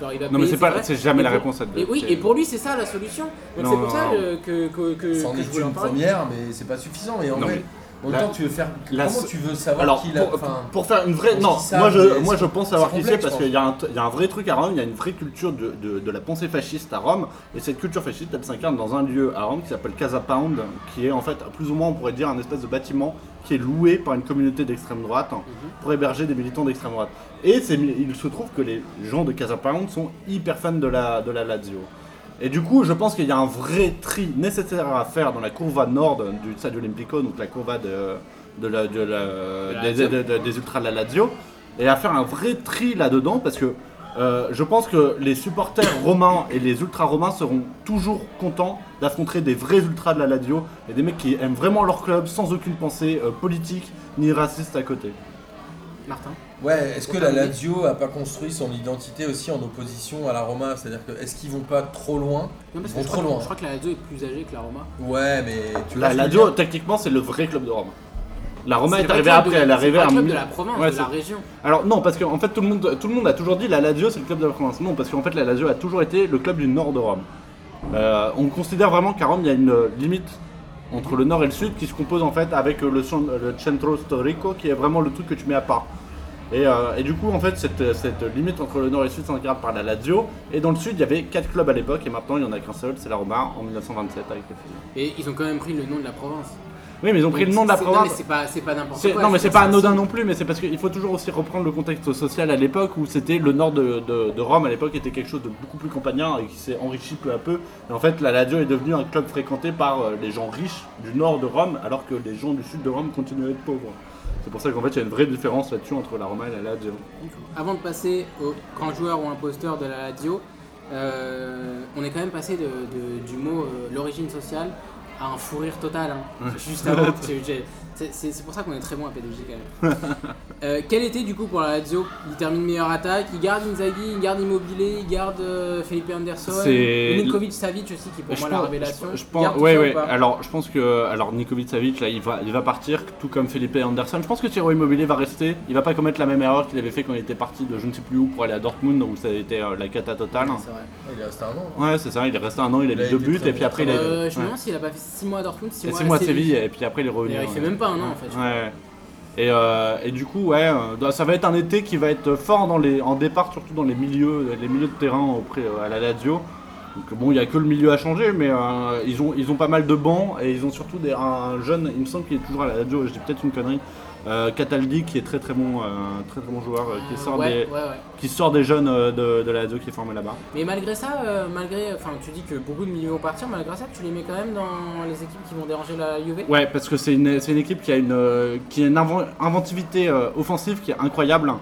A: Genre, il va
C: Non, mais
A: payer,
C: c'est pas-
A: vrai.
C: c'est jamais
A: Et
C: la
A: pour-
C: réponse à te
A: Et oui,
C: donner.
A: et pour lui, c'est ça la solution. Donc
C: Non,
A: c'est pour
C: non,
A: ça
C: non.
A: euh, que, que, que,
B: C'en
A: que je
B: est
A: voulais en
B: une
A: parler.
B: première, mais c'est pas suffisant. Et en
C: Non,
B: vrai, en
C: la-
B: même temps, tu veux faire.
C: la-
B: Comment tu veux savoir
C: Alors,
B: qui
C: pour,
B: l'a.
C: pour-
B: enfin,
C: pour faire une vraie.
B: on
C: Non,
B: dit ça,
C: moi je,
B: mais
C: moi
B: c'est-
C: je pense savoir
B: c'est
C: qui c'est
B: complexe,
C: parce
B: je
C: qu'il y, a un t- il y a un vrai truc à Rome, il y a une vraie culture de, de- de la pensée fasciste à Rome, et cette culture fasciste elle s'incarne dans un lieu à Rome qui s'appelle Casa Pound, qui est en fait, plus ou moins on pourrait dire, un espèce de bâtiment qui est loué par une communauté d'extrême droite hein, pour héberger des militants d'extrême droite. Et c'est- il se trouve que les gens de Casa Pound sont hyper fans de la, de la Lazio. Et du coup, je pense qu'il y a un vrai tri nécessaire à faire dans la courba nord du Stadio Olimpico, donc la courba de, de la- de la-
A: La
C: des,
A: Lazio.
C: de- de- des ultras de la Lazio, et à faire un vrai tri là-dedans, parce que euh, je pense que les supporters romains et les ultras romains seront toujours contents d'affronter des vrais ultras de la Lazio et des mecs qui aiment vraiment leur club sans aucune pensée euh, politique ni raciste à côté.
A: Martin.
B: Ouais, est-ce que
A: pour
B: la
A: terminer.
B: Lazio a pas construit son identité aussi en opposition à la Roma C'est-à-dire que est-ce qu'ils vont pas trop loin
A: Non, parce
B: Ils
A: que
B: vont
A: je
B: trop
A: crois, que-
B: loin.
A: je crois que la Lazio est plus âgée que la Roma.
B: Ouais, mais tu
C: La
B: vois ce que je veux
C: Lazio,
B: dire
C: techniquement, c'est le vrai club de Rome. La Roma
A: C'est
C: est,
A: le vrai
C: arrivée
A: club
C: après,
A: de-
C: elle est
A: c'est
C: arrivée
A: pas
C: à
A: le club
C: mille-
A: de la province,
C: Ouais,
A: de
C: c'est-
A: la région.
C: Alors non, parce qu'en fait tout le monde, tout le monde a toujours dit la Lazio c'est le club de la province. Non, parce qu'en fait la Lazio a toujours été le club du nord de Rome. Euh, on considère vraiment qu'à Rome il y a une euh, limite entre le nord et le sud qui se compose en fait avec euh, le, cen- le centro storico qui est vraiment le truc que tu mets à part. Et, euh, et du coup en fait cette, cette limite entre le nord et le sud s'incarne par la Lazio. Et dans le sud il y avait quatre clubs à l'époque et maintenant il n'y en a qu'un seul, c'est la Roma en 1927 avec les filles.
A: Et ils ont quand même pris le nom de la province.
C: Oui mais ils ont pris le nom de la
A: C'est-
C: province.
A: Non, mais c'est pas, c'est pas n'importe
C: C'est-
A: quoi.
C: non mais c'est
A: pour
C: pas
A: ça
C: anodin
A: aussi.
C: non plus, mais c'est parce qu'il faut toujours aussi reprendre le contexte social à l'époque où c'était le nord de, de- de Rome à l'époque était quelque chose de beaucoup plus campagnard et qui s'est enrichi peu à peu. Et en fait la Lazio est devenue un club fréquenté par euh, les gens riches du nord de Rome alors que les gens du sud de Rome continuaient à être pauvres. C'est pour ça qu'en fait il y a une vraie différence là-dessus entre la Roma et la Lazio.
A: Avant de passer au grand joueur ou imposteur de la radio, euh, on est quand même passé de, de- du mot euh, l'origine sociale à un fou rire total. hein. Juste avant. J'ai- j'ai- c'est- C'est c'est pour ça qu'on est très bon à PDG quand même. Euh, quel était du coup pour la radio Il termine meilleure attaque, il garde Inzaghi, il garde Immobilier, il garde euh, Felipe Anderson,
C: C'est-
A: Milinkovic Savic aussi qui est pour moi la révélation.
C: je- je
A: Il
C: pense-
A: garde tout
C: ouais,
A: ça ou
C: ouais.
A: pas
C: Alors, je pense que, alors, Nikovic Savic, là, il va, il va partir, tout comme Felipe Anderson. Je pense que Thierry Immobilier va rester. Il va pas commettre la même erreur qu'il avait fait quand il était parti de je ne sais plus où pour aller à Dortmund, où ça a été euh, la cata totale.
A: C'est vrai.
B: Il reste un an.
C: Ouais, c'est ça. Il est resté un an, il a
B: Il a
C: mis deux
B: été
C: buts,
B: très
C: et puis après, il
B: bon.
C: est.
A: Euh, je me
C: ouais.
A: demande s'il a pas fait 6 mois à Dortmund, 6
C: Et
A: mois,
C: six
A: à
C: mois à
A: Séville.
C: Séville, et puis après, il est revenu.
A: D'ailleurs, Il fait
C: euh, ouais.
A: même pas un an en fait. je crois.
C: Ouais. Et, euh, et du coup, ouais, euh, ça va être un été qui va être fort dans les, en départ, surtout dans les milieux, les milieux de terrain auprès, euh, à la Lazio. Donc bon, il n'y a que le milieu à changer, mais euh, ils, ont, ils ont pas mal de bancs et ils ont surtout des, un jeune, il me semble qu'il est toujours à la Lazio, je dis peut-être une connerie, euh, Cataldi qui est très très bon, euh, très très bon joueur, euh, qui, sort
A: Ouais,
C: des,
A: ouais, ouais.
C: qui sort des jeunes euh, de, de la Lazio qui est formé là-bas.
A: Mais malgré ça, euh, malgré, enfin, tu dis que beaucoup de milieux vont partir, malgré ça, tu les mets quand même dans les équipes qui vont déranger la Juve.
C: Ouais, parce que c'est une, c'est une équipe qui a une, euh, qui a une invo- inventivité euh, offensive qui est incroyable.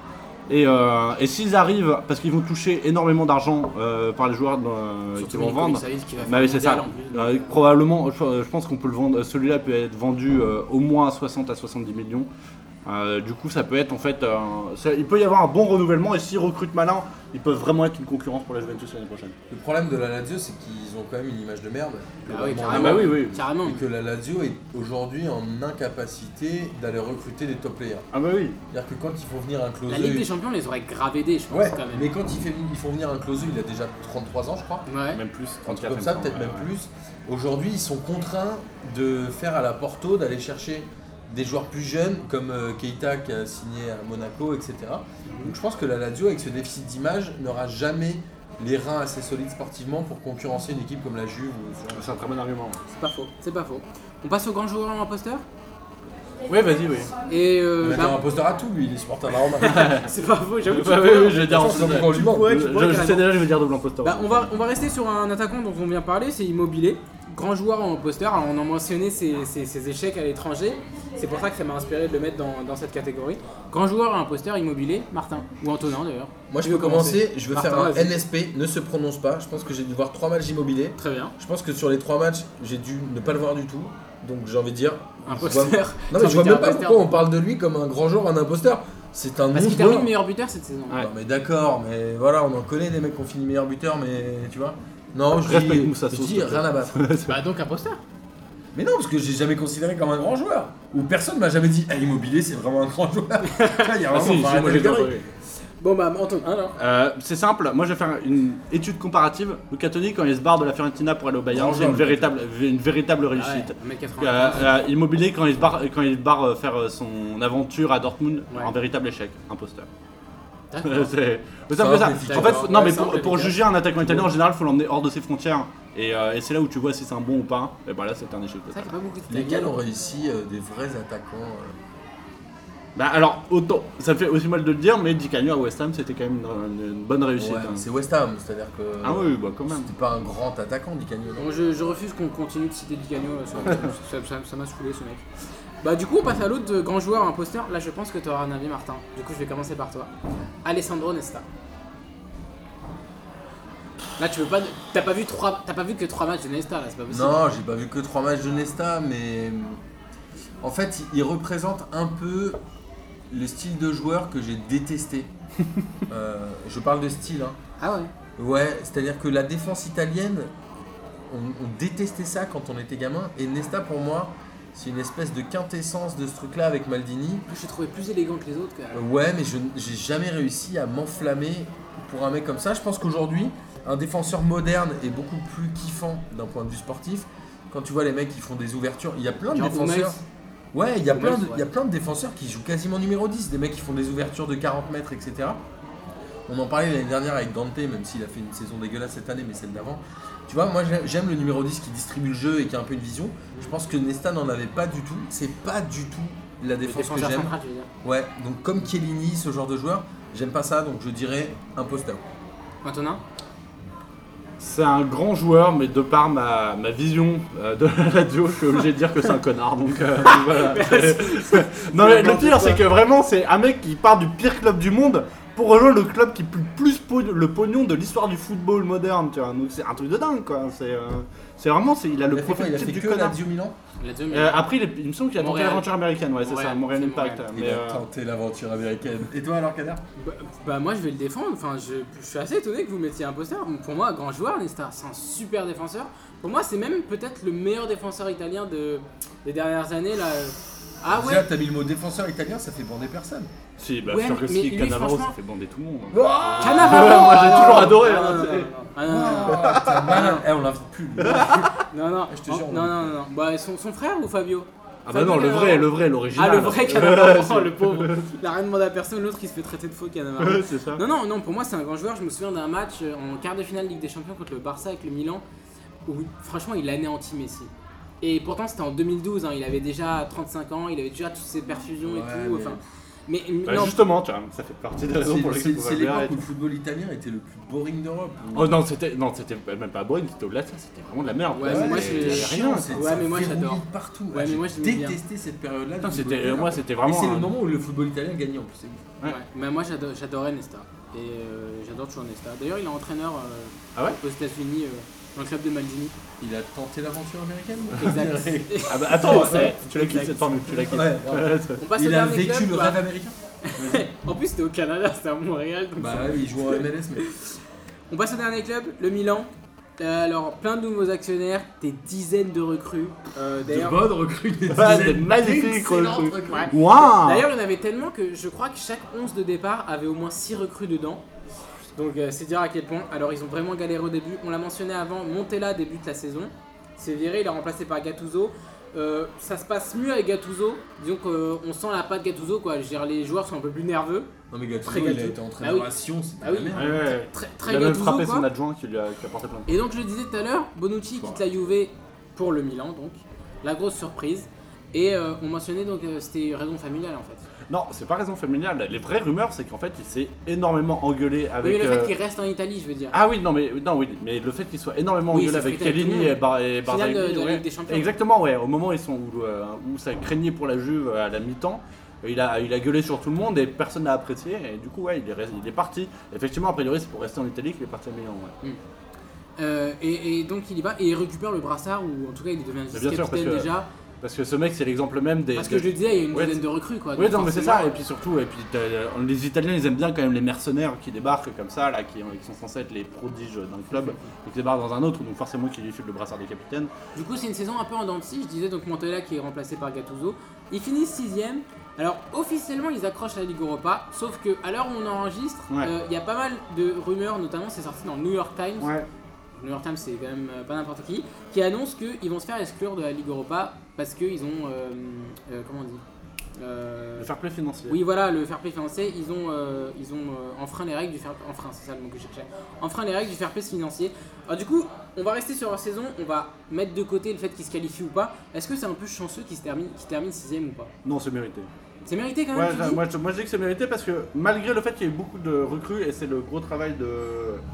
C: Et, euh, et s'ils arrivent, parce qu'ils vont toucher énormément d'argent euh, par les joueurs euh, qui
A: Surtout
C: vont
A: Milinkovic
C: vendre.
A: Savic qui va faire
C: Bah oui, c'est
A: mondial
C: ça.
A: en plus, donc,
C: Euh,
A: euh,
C: probablement, je, je pense qu'on peut le vendre. Celui-là peut être vendu euh, au moins à 60 à 70 millions. Euh, du coup, ça peut être en fait. euh, ça- il peut y avoir un bon renouvellement et s'ils recrutent malin, ils peuvent vraiment être une concurrence pour la Juventus l'année prochaine.
B: Le problème de la Lazio, c'est qu'ils ont quand même une image de merde.
A: Ah oui,
B: globalement.
A: carrément. Ah
C: bah oui, oui.
A: Carrément.
B: Et que la Lazio est aujourd'hui en incapacité d'aller recruter des top players.
C: Ah bah oui.
B: C'est-à-dire que quand ils font venir un Closeux.
A: La Ligue des Champions les aurait gravédés, je pense
B: Ouais,
A: quand même.
B: mais quand ils, fait- ils font venir un Closeux, il a déjà 33 ans, je crois.
A: Ouais.
C: Même plus.
B: Un
C: 34,
B: truc comme ça,
C: il me
B: peut-être
C: semble,
B: même
C: ouais.
B: plus. Aujourd'hui, ils sont contraints de faire à la Porto, d'aller chercher des joueurs plus jeunes, comme euh, Keita qui a signé à Monaco, etc. Donc je pense que la Lazio, avec ce déficit d'image, n'aura jamais les reins assez solides sportivement pour concurrencer une équipe comme la Juve. ou ce genre de-
C: C'est un très bon argument.
A: C'est pas faux, c'est pas faux. On passe au grand joueur en imposteur
C: Oui, vas-y, oui.
A: Et euh,
B: Maintenant,
A: bah,
B: un poster à tout, lui, il est supporter de la Roma.
A: c'est pas faux, j'avoue. que
C: Bah
A: tu
C: oui,
A: pourrais-
C: oui, je vais dire en
B: Attention,
C: finale.
B: on lui manque.
A: Ouais, tu
C: Je-
A: pourrais
C: Euh, je, sais
A: carrément.
C: déjà, je vais dire double imposteur.
A: Bah, on, va, on va rester sur un attaquant dont on vient parler, c'est Immobilier. Grand joueur en poster, alors on en mentionnait ses, ses- ses échecs à l'étranger, c'est pour ça que ça m'a inspiré de le mettre dans, dans cette catégorie. Grand joueur en poster, Immobilier, Martin, ou Antonin d'ailleurs.
B: Moi,
A: Tu
B: je peux
A: veux
B: commencer. Je veux
A: Martin,
B: faire un
A: vas-y.
B: NSP, ne se prononce pas. Je pense que j'ai dû voir trois matchs immobiliers.
A: Très bien,
B: Je pense que sur les trois matchs, j'ai dû ne pas le voir du tout. Donc j'ai envie de dire.
A: un
B: je
A: poster.
B: vois- Non, mais je vois même pas pourquoi on parle de lui comme un grand joueur, un imposteur. C'est un
A: Parce
B: non
A: qu'il termine meilleur buteur cette saison.
C: Ouais.
B: Non, mais d'accord, mais voilà, on en connaît des mecs qui ont fini meilleur buteur, mais tu vois. Non, je
C: Respecte
B: dis,
C: Moussa
B: je
C: Sow,
B: dis
C: s'il te plaît.
B: rien à battre.
A: Bah donc un poster.
B: Mais non, parce que j'ai jamais considéré comme un grand joueur. Ou personne m'a jamais dit, ah, immobilier, c'est vraiment un grand joueur. Il y a
C: Ah,
B: vraiment
C: si, si,
B: pas un
C: moi, j'ai déjà
B: catégorie.
C: entendu.
A: Bon bah Antonin alors.
C: Euh, c'est simple, moi je vais faire une étude comparative. Luca Toni, quand il se barre de la Fiorentina pour aller au Bayern,
B: Grand
C: c'est une
B: joueur, Luca
C: véritable, une véritable
A: Ah
C: réussite. Euh,
A: 1m80.
C: euh, immobilier, quand il se barre, quand il se barre euh, faire euh, son aventure à Dortmund,
A: Ouais.
C: un véritable échec, imposteur.
A: D'accord.
C: c'est c'est un
B: Simple
C: peu ça.
B: et efficace.
C: En fait, faut- non,
A: Ouais,
C: mais
A: simple
C: pour,
A: et
C: pour
A: efficace.
C: juger un attaquant italien, en général, il faut l'emmener hors de ses frontières. Et, euh, et c'est là où tu vois si c'est un bon ou pas. Et bah là, c'est un échec.
A: C'est vrai qu'il y a pas beaucoup de
B: Lesquels ont réussi euh, des vrais attaquants euh,
C: Bah alors, autant, ça me fait aussi mal de le dire, mais Di Canio à West Ham, c'était quand même une, une bonne réussite.
B: ouais,
C: hein.
B: C'est West Ham, c'est-à-dire que. euh,
C: Ah oui, bah quand même.
B: C'était pas un grand attaquant, Di Canio. non
A: Bon, je, je refuse qu'on continue de citer Di Canio, là, sur- ça- ça- ça m'a saoulé ce mec. Bah du coup on passe à l'autre euh, grand joueur imposteur, là je pense que tu auras un avis Martin, du coup je vais commencer par toi. Alessandro Nesta. Là tu peux pas... T'as pas, vu trois- t'as pas vu que 3 matchs de Nesta là, c'est pas possible.
B: Non, j'ai pas vu que trois matchs de Nesta, mais en fait, il- il représente un peu le style de joueur que j'ai détesté. Euh, je parle de style. hein.
A: Ah ouais
B: Ouais, c'est-à-dire que la défense italienne, on, on détestait ça quand on était gamin. Et Nesta, pour moi, c'est une espèce de quintessence de ce truc-là avec Maldini.
A: Moi je l'ai trouvé plus élégant que les autres.
B: Euh,
A: Quoi.
B: Ouais, mais je j'ai jamais réussi à m'enflammer pour un mec comme ça. Je pense qu'aujourd'hui, un défenseur moderne est beaucoup plus kiffant d'un point de vue sportif. Quand tu vois les mecs qui font des ouvertures, il y a plein de
A: Genre
B: défenseurs.
A: Hummels.
B: Ouais, il y a
A: Hummels,
B: plein de, il y a
A: ouais.
B: plein de défenseurs qui jouent quasiment numéro 10, des mecs qui font des ouvertures de 40 mètres, etc. On en parlait l'année dernière avec Dante, même s'il a fait une saison dégueulasse cette année, mais celle d'avant. Tu vois, moi j'ai- j'aime le numéro 10 qui distribue le jeu et qui a un peu une vision. Je pense que Nesta n'en avait pas du tout. C'est pas du tout la
A: Les
B: défense que
A: défenseurs
B: j'aime.
A: centrales, je veux dire.
B: Ouais, donc comme Chiellini, ce genre de joueur, j'aime pas ça, donc je dirais imposteur.
A: Antonin
C: C'est un grand joueur, mais de par ma, ma vision euh, de la radio, je suis obligé de dire que c'est un connard. Donc euh, voilà. non, mais le pire, c'est que vraiment, c'est un mec qui part du pire club du monde pour rejoindre le club qui pue le plus po- le pognon de l'histoire du football moderne. Tu vois. Donc c'est un truc de dingue, quoi. C'est euh, c'est vraiment, c'est- il a le
B: il a fait, quoi
C: profil
B: Il a fait
C: type du
B: que
C: connard.
B: Lazio Milan
A: La deuxième.
C: Euh, après, il, est- il me semble qu'il a tenté
A: Montréal.
C: l'aventure américaine, ouais, c'est
A: Montréal,
C: ça, Montréal
A: c'est
C: Impact.
A: Montréal.
B: Il
C: Mais,
B: a
C: euh,
B: tenté l'aventure américaine. Et toi alors, Kader
A: Bah, bah, moi je vais le défendre, enfin je, je suis assez étonné que vous mettiez un poster. Pour moi, grand joueur, Nesta, c'est un super défenseur. Pour moi, c'est même peut-être le meilleur défenseur italien de, des dernières années. Là. Ah
B: Déjà,
A: ouais
B: t'as mis le mot défenseur italien, ça fait bander personne.
C: si, bah,
A: Ouais,
C: sûr que
A: mais
C: si,
A: lui,
C: Cannavaro,
A: franchement-
C: ça fait bander tout le monde.
A: Cannavaro
C: Moi, j'ai
A: Ah,
C: toujours
A: non,
C: adoré,
A: non,
C: hein,
A: non,
C: tu sais.
A: non, non, non, non, non, non.
B: T'as Oh, malin. Eh, on l'invite plus. lui.
A: Non, non,
B: Je te jure, on
A: non,
B: a-
A: non, non, non. Bah, son, son frère ou Fabio
C: Ah bah non,
A: Fabio
C: le vrai,
A: Cannavaro.
C: le vrai, l'original.
A: Ah, le vrai
C: Ouais,
A: Cannavaro,
C: c'est-
A: le pauvre. Il a rien demandé à personne, l'autre il se fait traiter de faux Cannavaro.
C: Ouais, c'est ça.
A: Non, non, non, pour moi c'est un grand joueur. Je me souviens d'un match euh, en quart de finale Ligue des Champions contre le Barça avec le Milan où franchement il anéantit Messi. Et pourtant c'était en 2012, hein, il avait déjà 35 ans, il avait déjà toutes ses perfusions et
B: Ouais,
A: tout.
B: mais-
A: Enfin, mais
C: Bah,
A: non,
C: justement, tu vois, ça fait partie des raisons pour
B: C'est-
C: lesquelles
B: C'est
C: on va
B: c'est
C: le
B: l'époque
C: mettre.
B: où le football italien était le plus boring d'Europe.
C: Oh non, c'était non, c'était même pas Boeing, c'était au-delà de ça, c'était vraiment de la merde.
A: Ouais,
C: quoi.
A: mais moi,
C: C'était-
A: je-
C: c'était rien.
B: c'est-
A: Ouais,
B: ça
A: mais moi,
B: verrouille
A: j'adore.
B: partout.
A: Ouais, mais
B: J'ai
A: moi, je l'aimais bien.
B: détesté cette période-là.
C: Putain,
B: du
C: c'était- euh,
B: football
C: moi
B: italien.
C: c'était
B: Et
C: vraiment
B: c'est le
C: un-
B: moment où le football italien gagnait en plus. c'est ouf.
A: ouais. Mais moi j'ado- j'adorais Nesta. Et euh, j'adore toujours Nesta. D'ailleurs il est entraîneur euh,
C: Ah ouais
A: aux États-Unis euh, dans le club de Maldini.
B: Il a tenté l'aventure américaine
A: Exact.
C: Ah bah attends,
A: Exact.
C: eh, tu la quittes cette formule, tu la quittes.
B: Ouais.
A: On passe au
B: Il a
A: dernier
B: vécu
A: club,
B: le
A: bah.
B: rêve américain
A: en plus c'était au Canada, c'était à Montréal. donc
B: Bah oui, il joue en MLS, mais.
A: On passe au dernier club, le Milan. Euh, alors, plein de nouveaux actionnaires, des dizaines de recrues. Euh,
B: De
A: D'ailleurs,
B: bonnes recrues, des
C: Ouais,
B: dizaines
C: Bah, c'est magnifique,
B: d'excellentes
C: recrues.
B: recrues.
A: Ouais.
C: Waouh
A: d'ailleurs, il y en avait tellement que je crois que chaque 11 de départ avait au moins 6 recrues dedans. Donc, euh, c'est dire à quel point. Alors, ils ont vraiment galéré au début. On l'a mentionné avant, Montella débute la saison. C'est viré, il est remplacé par Gattuso. Euh, ça se passe mieux avec Gattuso. Disons qu'on sent la patte Gattuso, quoi. Je veux dire, les joueurs sont un peu plus nerveux.
B: Non, mais Gattuso,
A: Très
B: il a
A: Gattuso.
B: été
A: Ah
B: entraîneur
A: oui.
B: à Sion, c'était
A: Ah oui.
B: la merde.
C: Ouais, ouais, ouais.
A: Très, très
C: Il a même
A: Gattuso,
C: frappé
A: quoi.
C: son adjoint qui lui a, qui a porté plainte.
A: Et donc je le disais tout à l'heure, Bonucci quitte la Juve pour le Milan, donc la grosse surprise. Et euh, on mentionnait donc euh, c'était raison familiale en fait.
C: Non, c'est pas raison familiale. Les vraies rumeurs, c'est qu'en fait, il s'est énormément engueulé avec.
A: oui, mais le
C: euh,
A: fait qu'il reste en Italie, je veux dire.
C: Ah oui, non, mais, non, oui, mais le fait qu'il soit énormément
A: Oui,
C: engueulé
A: c'est
C: avec
A: frité avec tout le
C: Calini
A: monde.
C: et, Bar
A: Finale
C: et Barzagli,
A: de- de la
C: ouais.
A: Ligue des Champions.
C: Exactement, ouais. Au moment où, ils sont, où, euh, où ça craignait pour la Juve à la mi-temps, euh, il a, il a gueulé sur tout le monde et personne n'a apprécié. Et du coup, ouais, il est, res- il est parti. Effectivement, a priori, c'est pour rester en Italie qu'il est parti à Milan. Ouais.
A: Euh, et, et donc il y va et il récupère le brassard ou en tout cas il devient
C: sûr, parce
A: vice-capitaine
C: que-
A: déjà.
C: Parce que ce mec, c'est l'exemple même des.
A: Parce
C: des-
A: que je le disais, il y a une
C: Ouais,
A: dizaine
C: c'est-
A: de recrues quoi.
C: Oui,
A: donc
C: non, mais c'est
A: forcément-
C: ça, et puis surtout, et puis t'as- euh, les Italiens ils aiment bien quand même les mercenaires qui débarquent comme ça, là, qui, qui sont censés être les prodiges d'un club, et qui débarquent dans un autre, donc forcément qu'ils lui filent le brassard des capitaines.
A: Du coup, c'est une saison un peu en dents de scie. Je disais donc Montella qui est remplacé par Gattuso. Ils finissent sixième. Alors officiellement, ils accrochent la Ligue Europa. Sauf que à l'heure où on enregistre, euh, il
C: Ouais.
A: y a pas mal de rumeurs, notamment c'est sorti dans le New York Times.
C: Ouais.
A: Le New York Times, c'est quand même euh, pas n'importe qui, qui annonce qu'ils vont se faire exclure de la Ligue Europa parce qu'ils ont. euh, euh, comment on dit Euh,
C: Le fair play financier.
A: Oui, voilà, le fair play financier, ils ont, euh, ils ont euh, enfreint les règles du fair Enfreint, c'est ça le mot que je cherchais. Enfreint les règles du fair play financier. Alors, du coup, on va rester sur leur saison, on va mettre de côté le fait qu'ils se qualifient ou pas. Est-ce que c'est un peu chanceux qu'ils se terminent qu'ils terminent sixième ou pas
C: Non, c'est mérité.
A: C'est mérité quand
C: Ouais,
A: même tu
C: je-
A: dis
C: moi, je, moi, je dis que c'est mérité parce que malgré le fait qu'il y ait beaucoup de recrues, et c'est le gros travail de.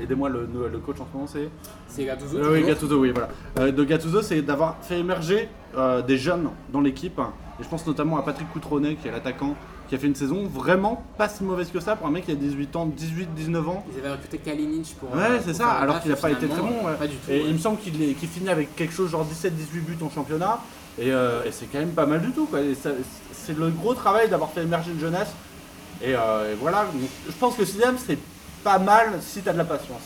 C: Aidez-moi le, le coach en ce moment, c'est.
A: C'est Gattuso.
C: Euh, oui,
A: toujours.
C: Gattuso, oui, voilà. Euh, de Gattuso, c'est d'avoir fait émerger euh, des jeunes dans l'équipe. Et je pense notamment à Patrick Coutronnet, qui est l'attaquant, qui a fait une saison vraiment pas si mauvaise que ça pour un mec qui a 18 ans, 18, 19 ans.
A: Ils avaient recruté Kalinic pour.
C: Ouais,
A: euh,
C: c'est
A: pour
C: ça,
A: faire le
C: alors
A: taf,
C: qu'il a pas été
A: finalement,
C: très bon, ouais.
A: Pas du tout.
C: Et
A: ouais.
C: il me semble qu'il est- qu'il finit avec quelque chose genre 17-18 buts en championnat. Et, euh, et c'est quand même pas mal du tout. quoi. Et ça- C'est le gros travail d'avoir fait émerger une jeunesse. Et, euh, et voilà, Donc, je pense que sixième, c'est pas mal si t'as de la patience.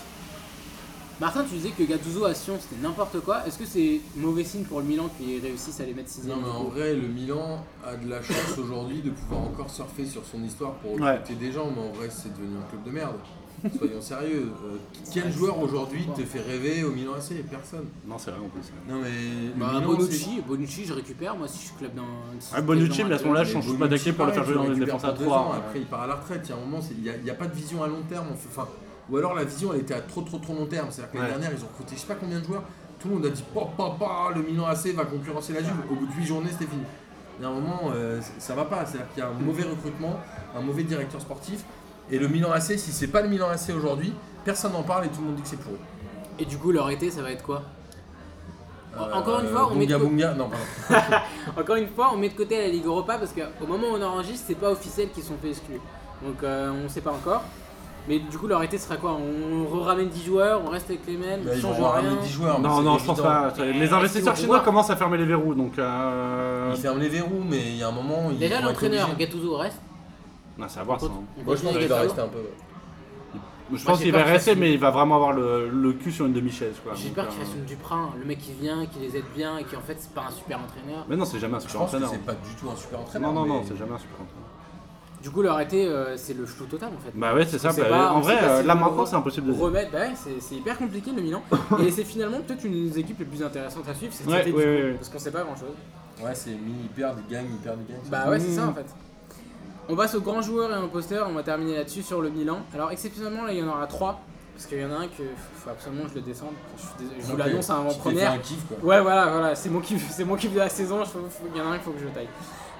A: Martin, tu disais que Gattuso à Sion c'était n'importe quoi. Est-ce que c'est mauvais signe pour le Milan qui réussissent à les mettre sixième
B: Non, mais en
A: du coup
B: vrai, le Milan a de la chance aujourd'hui de pouvoir encore surfer sur son histoire pour
C: Ouais.
B: recruter des gens, mais en vrai, c'est devenu un club de merde. Soyons sérieux. Euh, quel joueur aujourd'hui te fait rêver au Milan AC Personne.
C: Non, c'est vrai en plus.
B: Non, mais. le
A: Bah,
B: Milan, c'est-
A: Bonucci, Bonucci, je récupère moi si je suis club d'un. si je suis
C: Ah, Bonucci,
A: club d'un
C: mais à ce moment-là,
A: club.
C: je
B: Mais
C: change pas d'acquis pour le faire
B: Bonucci,
C: jouer dans
B: pareil,
C: une
B: tu le
C: défense à
B: récupères pour
C: 3.
B: deux ans, Après, il part à la retraite. Il y a un moment, c'est- il n'y a, il y a pas de vision à long terme. Enfin, Enfin, ou alors la vision, elle était à trop trop trop long terme. C'est-à-dire que l'année
C: Ouais.
B: dernière, ils ont recruté je sais pas combien de joueurs. Tout le monde a dit pa, pa, pa, le Milan AC va concurrencer la Juve. Au bout de 8 journées, c'était fini. Il y a un moment, euh, c- ça va pas. C'est-à-dire qu'il y a un mauvais recrutement, un mauvais directeur sportif. Et le Milan AC, si c'est pas le Milan AC aujourd'hui, personne n'en parle et tout le monde dit que c'est pour eux.
A: Et du coup, leur été, ça va être quoi Encore une fois, on met
B: Bunga
A: de co-
B: Bunga, Euh, non, pardon.
A: Encore une fois, on met de côté la Ligue Europa parce qu'au moment où on enregistre, c'est pas officiel qu'ils sont fait exclure. Donc euh, on sait pas encore. Mais du coup, leur été sera quoi On re-ramène 10 joueurs, on reste avec les mêmes, on
B: Là, Bah, ils vont
A: change
B: avoir
A: rien.
B: ramené 10 joueurs. mais
C: Non,
B: c'est
C: non, je pense
B: évident.
C: pas. Les investisseurs
A: c'est
C: chinois
A: pour
C: commencent à fermer les verrous, donc. Euh...
B: Ils ferment les verrous, mais il y a un moment. ils
A: Déjà,
B: vont être
A: l'entraîneur
B: obligés.
A: Gattuso reste.
C: Non, c'est à voir ça. hein.
A: On
B: Moi, je
A: continue
B: pense qu'il
A: avec
B: va
A: Gattuso.
B: rester un peu.
C: Je pense
A: j'ai
C: qu'il
A: peur
C: va
A: qu'il
C: rester,
A: fasse une-
C: mais il va vraiment avoir le, le cul sur une demi-chaise. quoi.
A: J'ai
C: Donc,
A: peur
C: euh,
A: qu'il fasse une Duprin, le mec qui vient, qui les aide bien et qui en fait c'est pas un super entraîneur.
C: Mais non, c'est jamais un
B: Je
C: super
B: pense que
C: entraîneur.
B: c'est pas du tout un super entraîneur.
C: Non, non, non,
B: mais-
C: c'est jamais un super entraîneur.
A: Du coup, leur été, euh, c'est le flou total en fait.
C: Bah ouais, c'est ça.
A: sait
C: bah,
A: pas- on
C: en
A: sait
C: vrai,
A: pas
C: euh,
A: si
C: là
A: on
C: maintenant,
A: re-
C: c'est impossible de dire.
A: Remettre, bah ouais, c'est c'est hyper compliqué le Milan. et c'est finalement peut-être une des équipes les plus intéressantes à suivre cette
C: Ouais,
A: été, du
C: ouais,
A: coup,
C: ouais, ouais.
A: parce qu'on sait pas grand chose.
B: Ouais, c'est mis, ils perdent, ils gagnent, ils perdent, ils gagnent. c'est
A: Bah
B: ça.
A: ouais, c'est ça
C: Mmh.
A: en fait. On passe au grand joueur et imposteur, on va terminer là-dessus sur le Milan. Alors exceptionnellement, là il y en aura trois, parce qu'il y en a un que faut absolument que je le descende. Je, suis désolé, je vous
B: Ok,
A: l'annonce
B: euh, tu t'es fait
A: avant-première.
B: un kiff, quoi.
A: Ouais, voilà, voilà, c'est mon kiff, c'est mon kiff de la saison, je- faut- faut- il y en a un qu'il faut que je taille.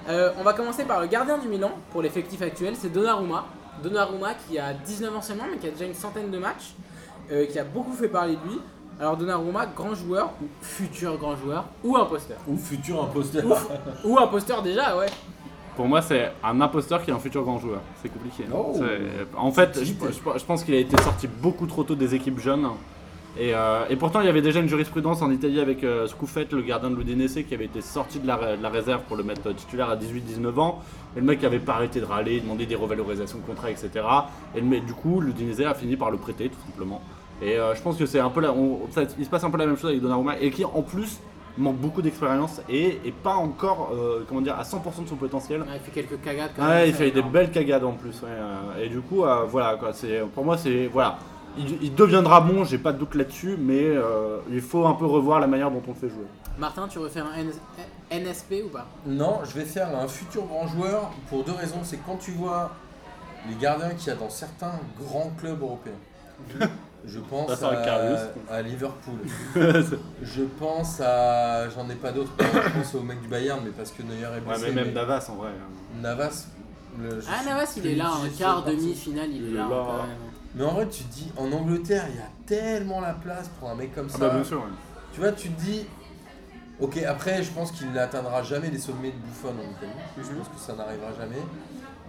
A: Euh, on va commencer par le gardien du Milan pour l'effectif actuel, c'est Donnarumma. Donnarumma qui a 19 ans seulement, mais qui a déjà une centaine de matchs, euh, qui a beaucoup fait parler de lui. Alors Donnarumma, grand joueur, ou futur grand joueur, ou imposteur.
B: Ou futur imposteur.
A: Ou imposteur déjà, ouais.
C: Pour moi, c'est un imposteur qui est un futur grand joueur. C'est compliqué.
B: Oh.
C: C'est- En fait, je, je- je pense qu'il a été sorti beaucoup trop tôt des équipes jeunes. Et, euh, et pourtant, il y avait déjà une jurisprudence en Italie avec euh, Scoufet, le gardien de l'Udinese, qui avait été sorti de la, ré- de la réserve pour le mettre titulaire à 18-19 ans. Et le mec avait pas arrêté de râler, demander des revalorisations de contrat, etc. Et le mec- du coup, l'Udinese a fini par le prêter, tout simplement. Et euh, je pense que c'est un peu la, on- ça- il se passe un peu la même chose avec Donnarumma, et qui en plus manque beaucoup d'expérience et, et pas encore euh, comment dire, à 100% de son potentiel.
A: Ouais, il fait quelques cagades quand
C: Ouais,
A: même,
C: il
A: ça,
C: fait des
A: énorme.
C: belles cagades en plus. ouais, euh, Et du coup, euh, voilà quoi. C'est pour moi, c'est voilà. il, il deviendra bon, j'ai pas de doute là-dessus, mais euh, il faut un peu revoir la manière dont on le fait jouer.
A: Martin, tu veux faire un NS- NSP ou pas
B: Non, je vais faire un futur grand joueur pour deux raisons. C'est quand tu vois les gardiens qu'il y a dans certains grands clubs européens. Je pense
C: Ça, c'est un Karius.
B: à, à Liverpool. je pense à. J'en ai pas d'autres. Je pense au mec du Bayern, mais parce que Neuer est blessé.
C: mais même
B: mais
C: Davas en vrai. hein.
B: Navas. le- je
A: Ah,
B: suis
A: Navas, il est
B: plus
A: là en
B: sur
A: quart,
B: parti.
A: demi-finale, il,
C: Il
A: est
C: est
A: là.
C: là,
A: hein, quand
C: hein.
A: même.
B: Mais en vrai, tu te dis, en Angleterre, il y a tellement la place pour un mec comme ça.
C: sûr.
B: Tu vois, tu te dis. Ok, après, je pense qu'il n'atteindra jamais les sommets de Buffon en Italie. Je pense que ça n'arrivera jamais.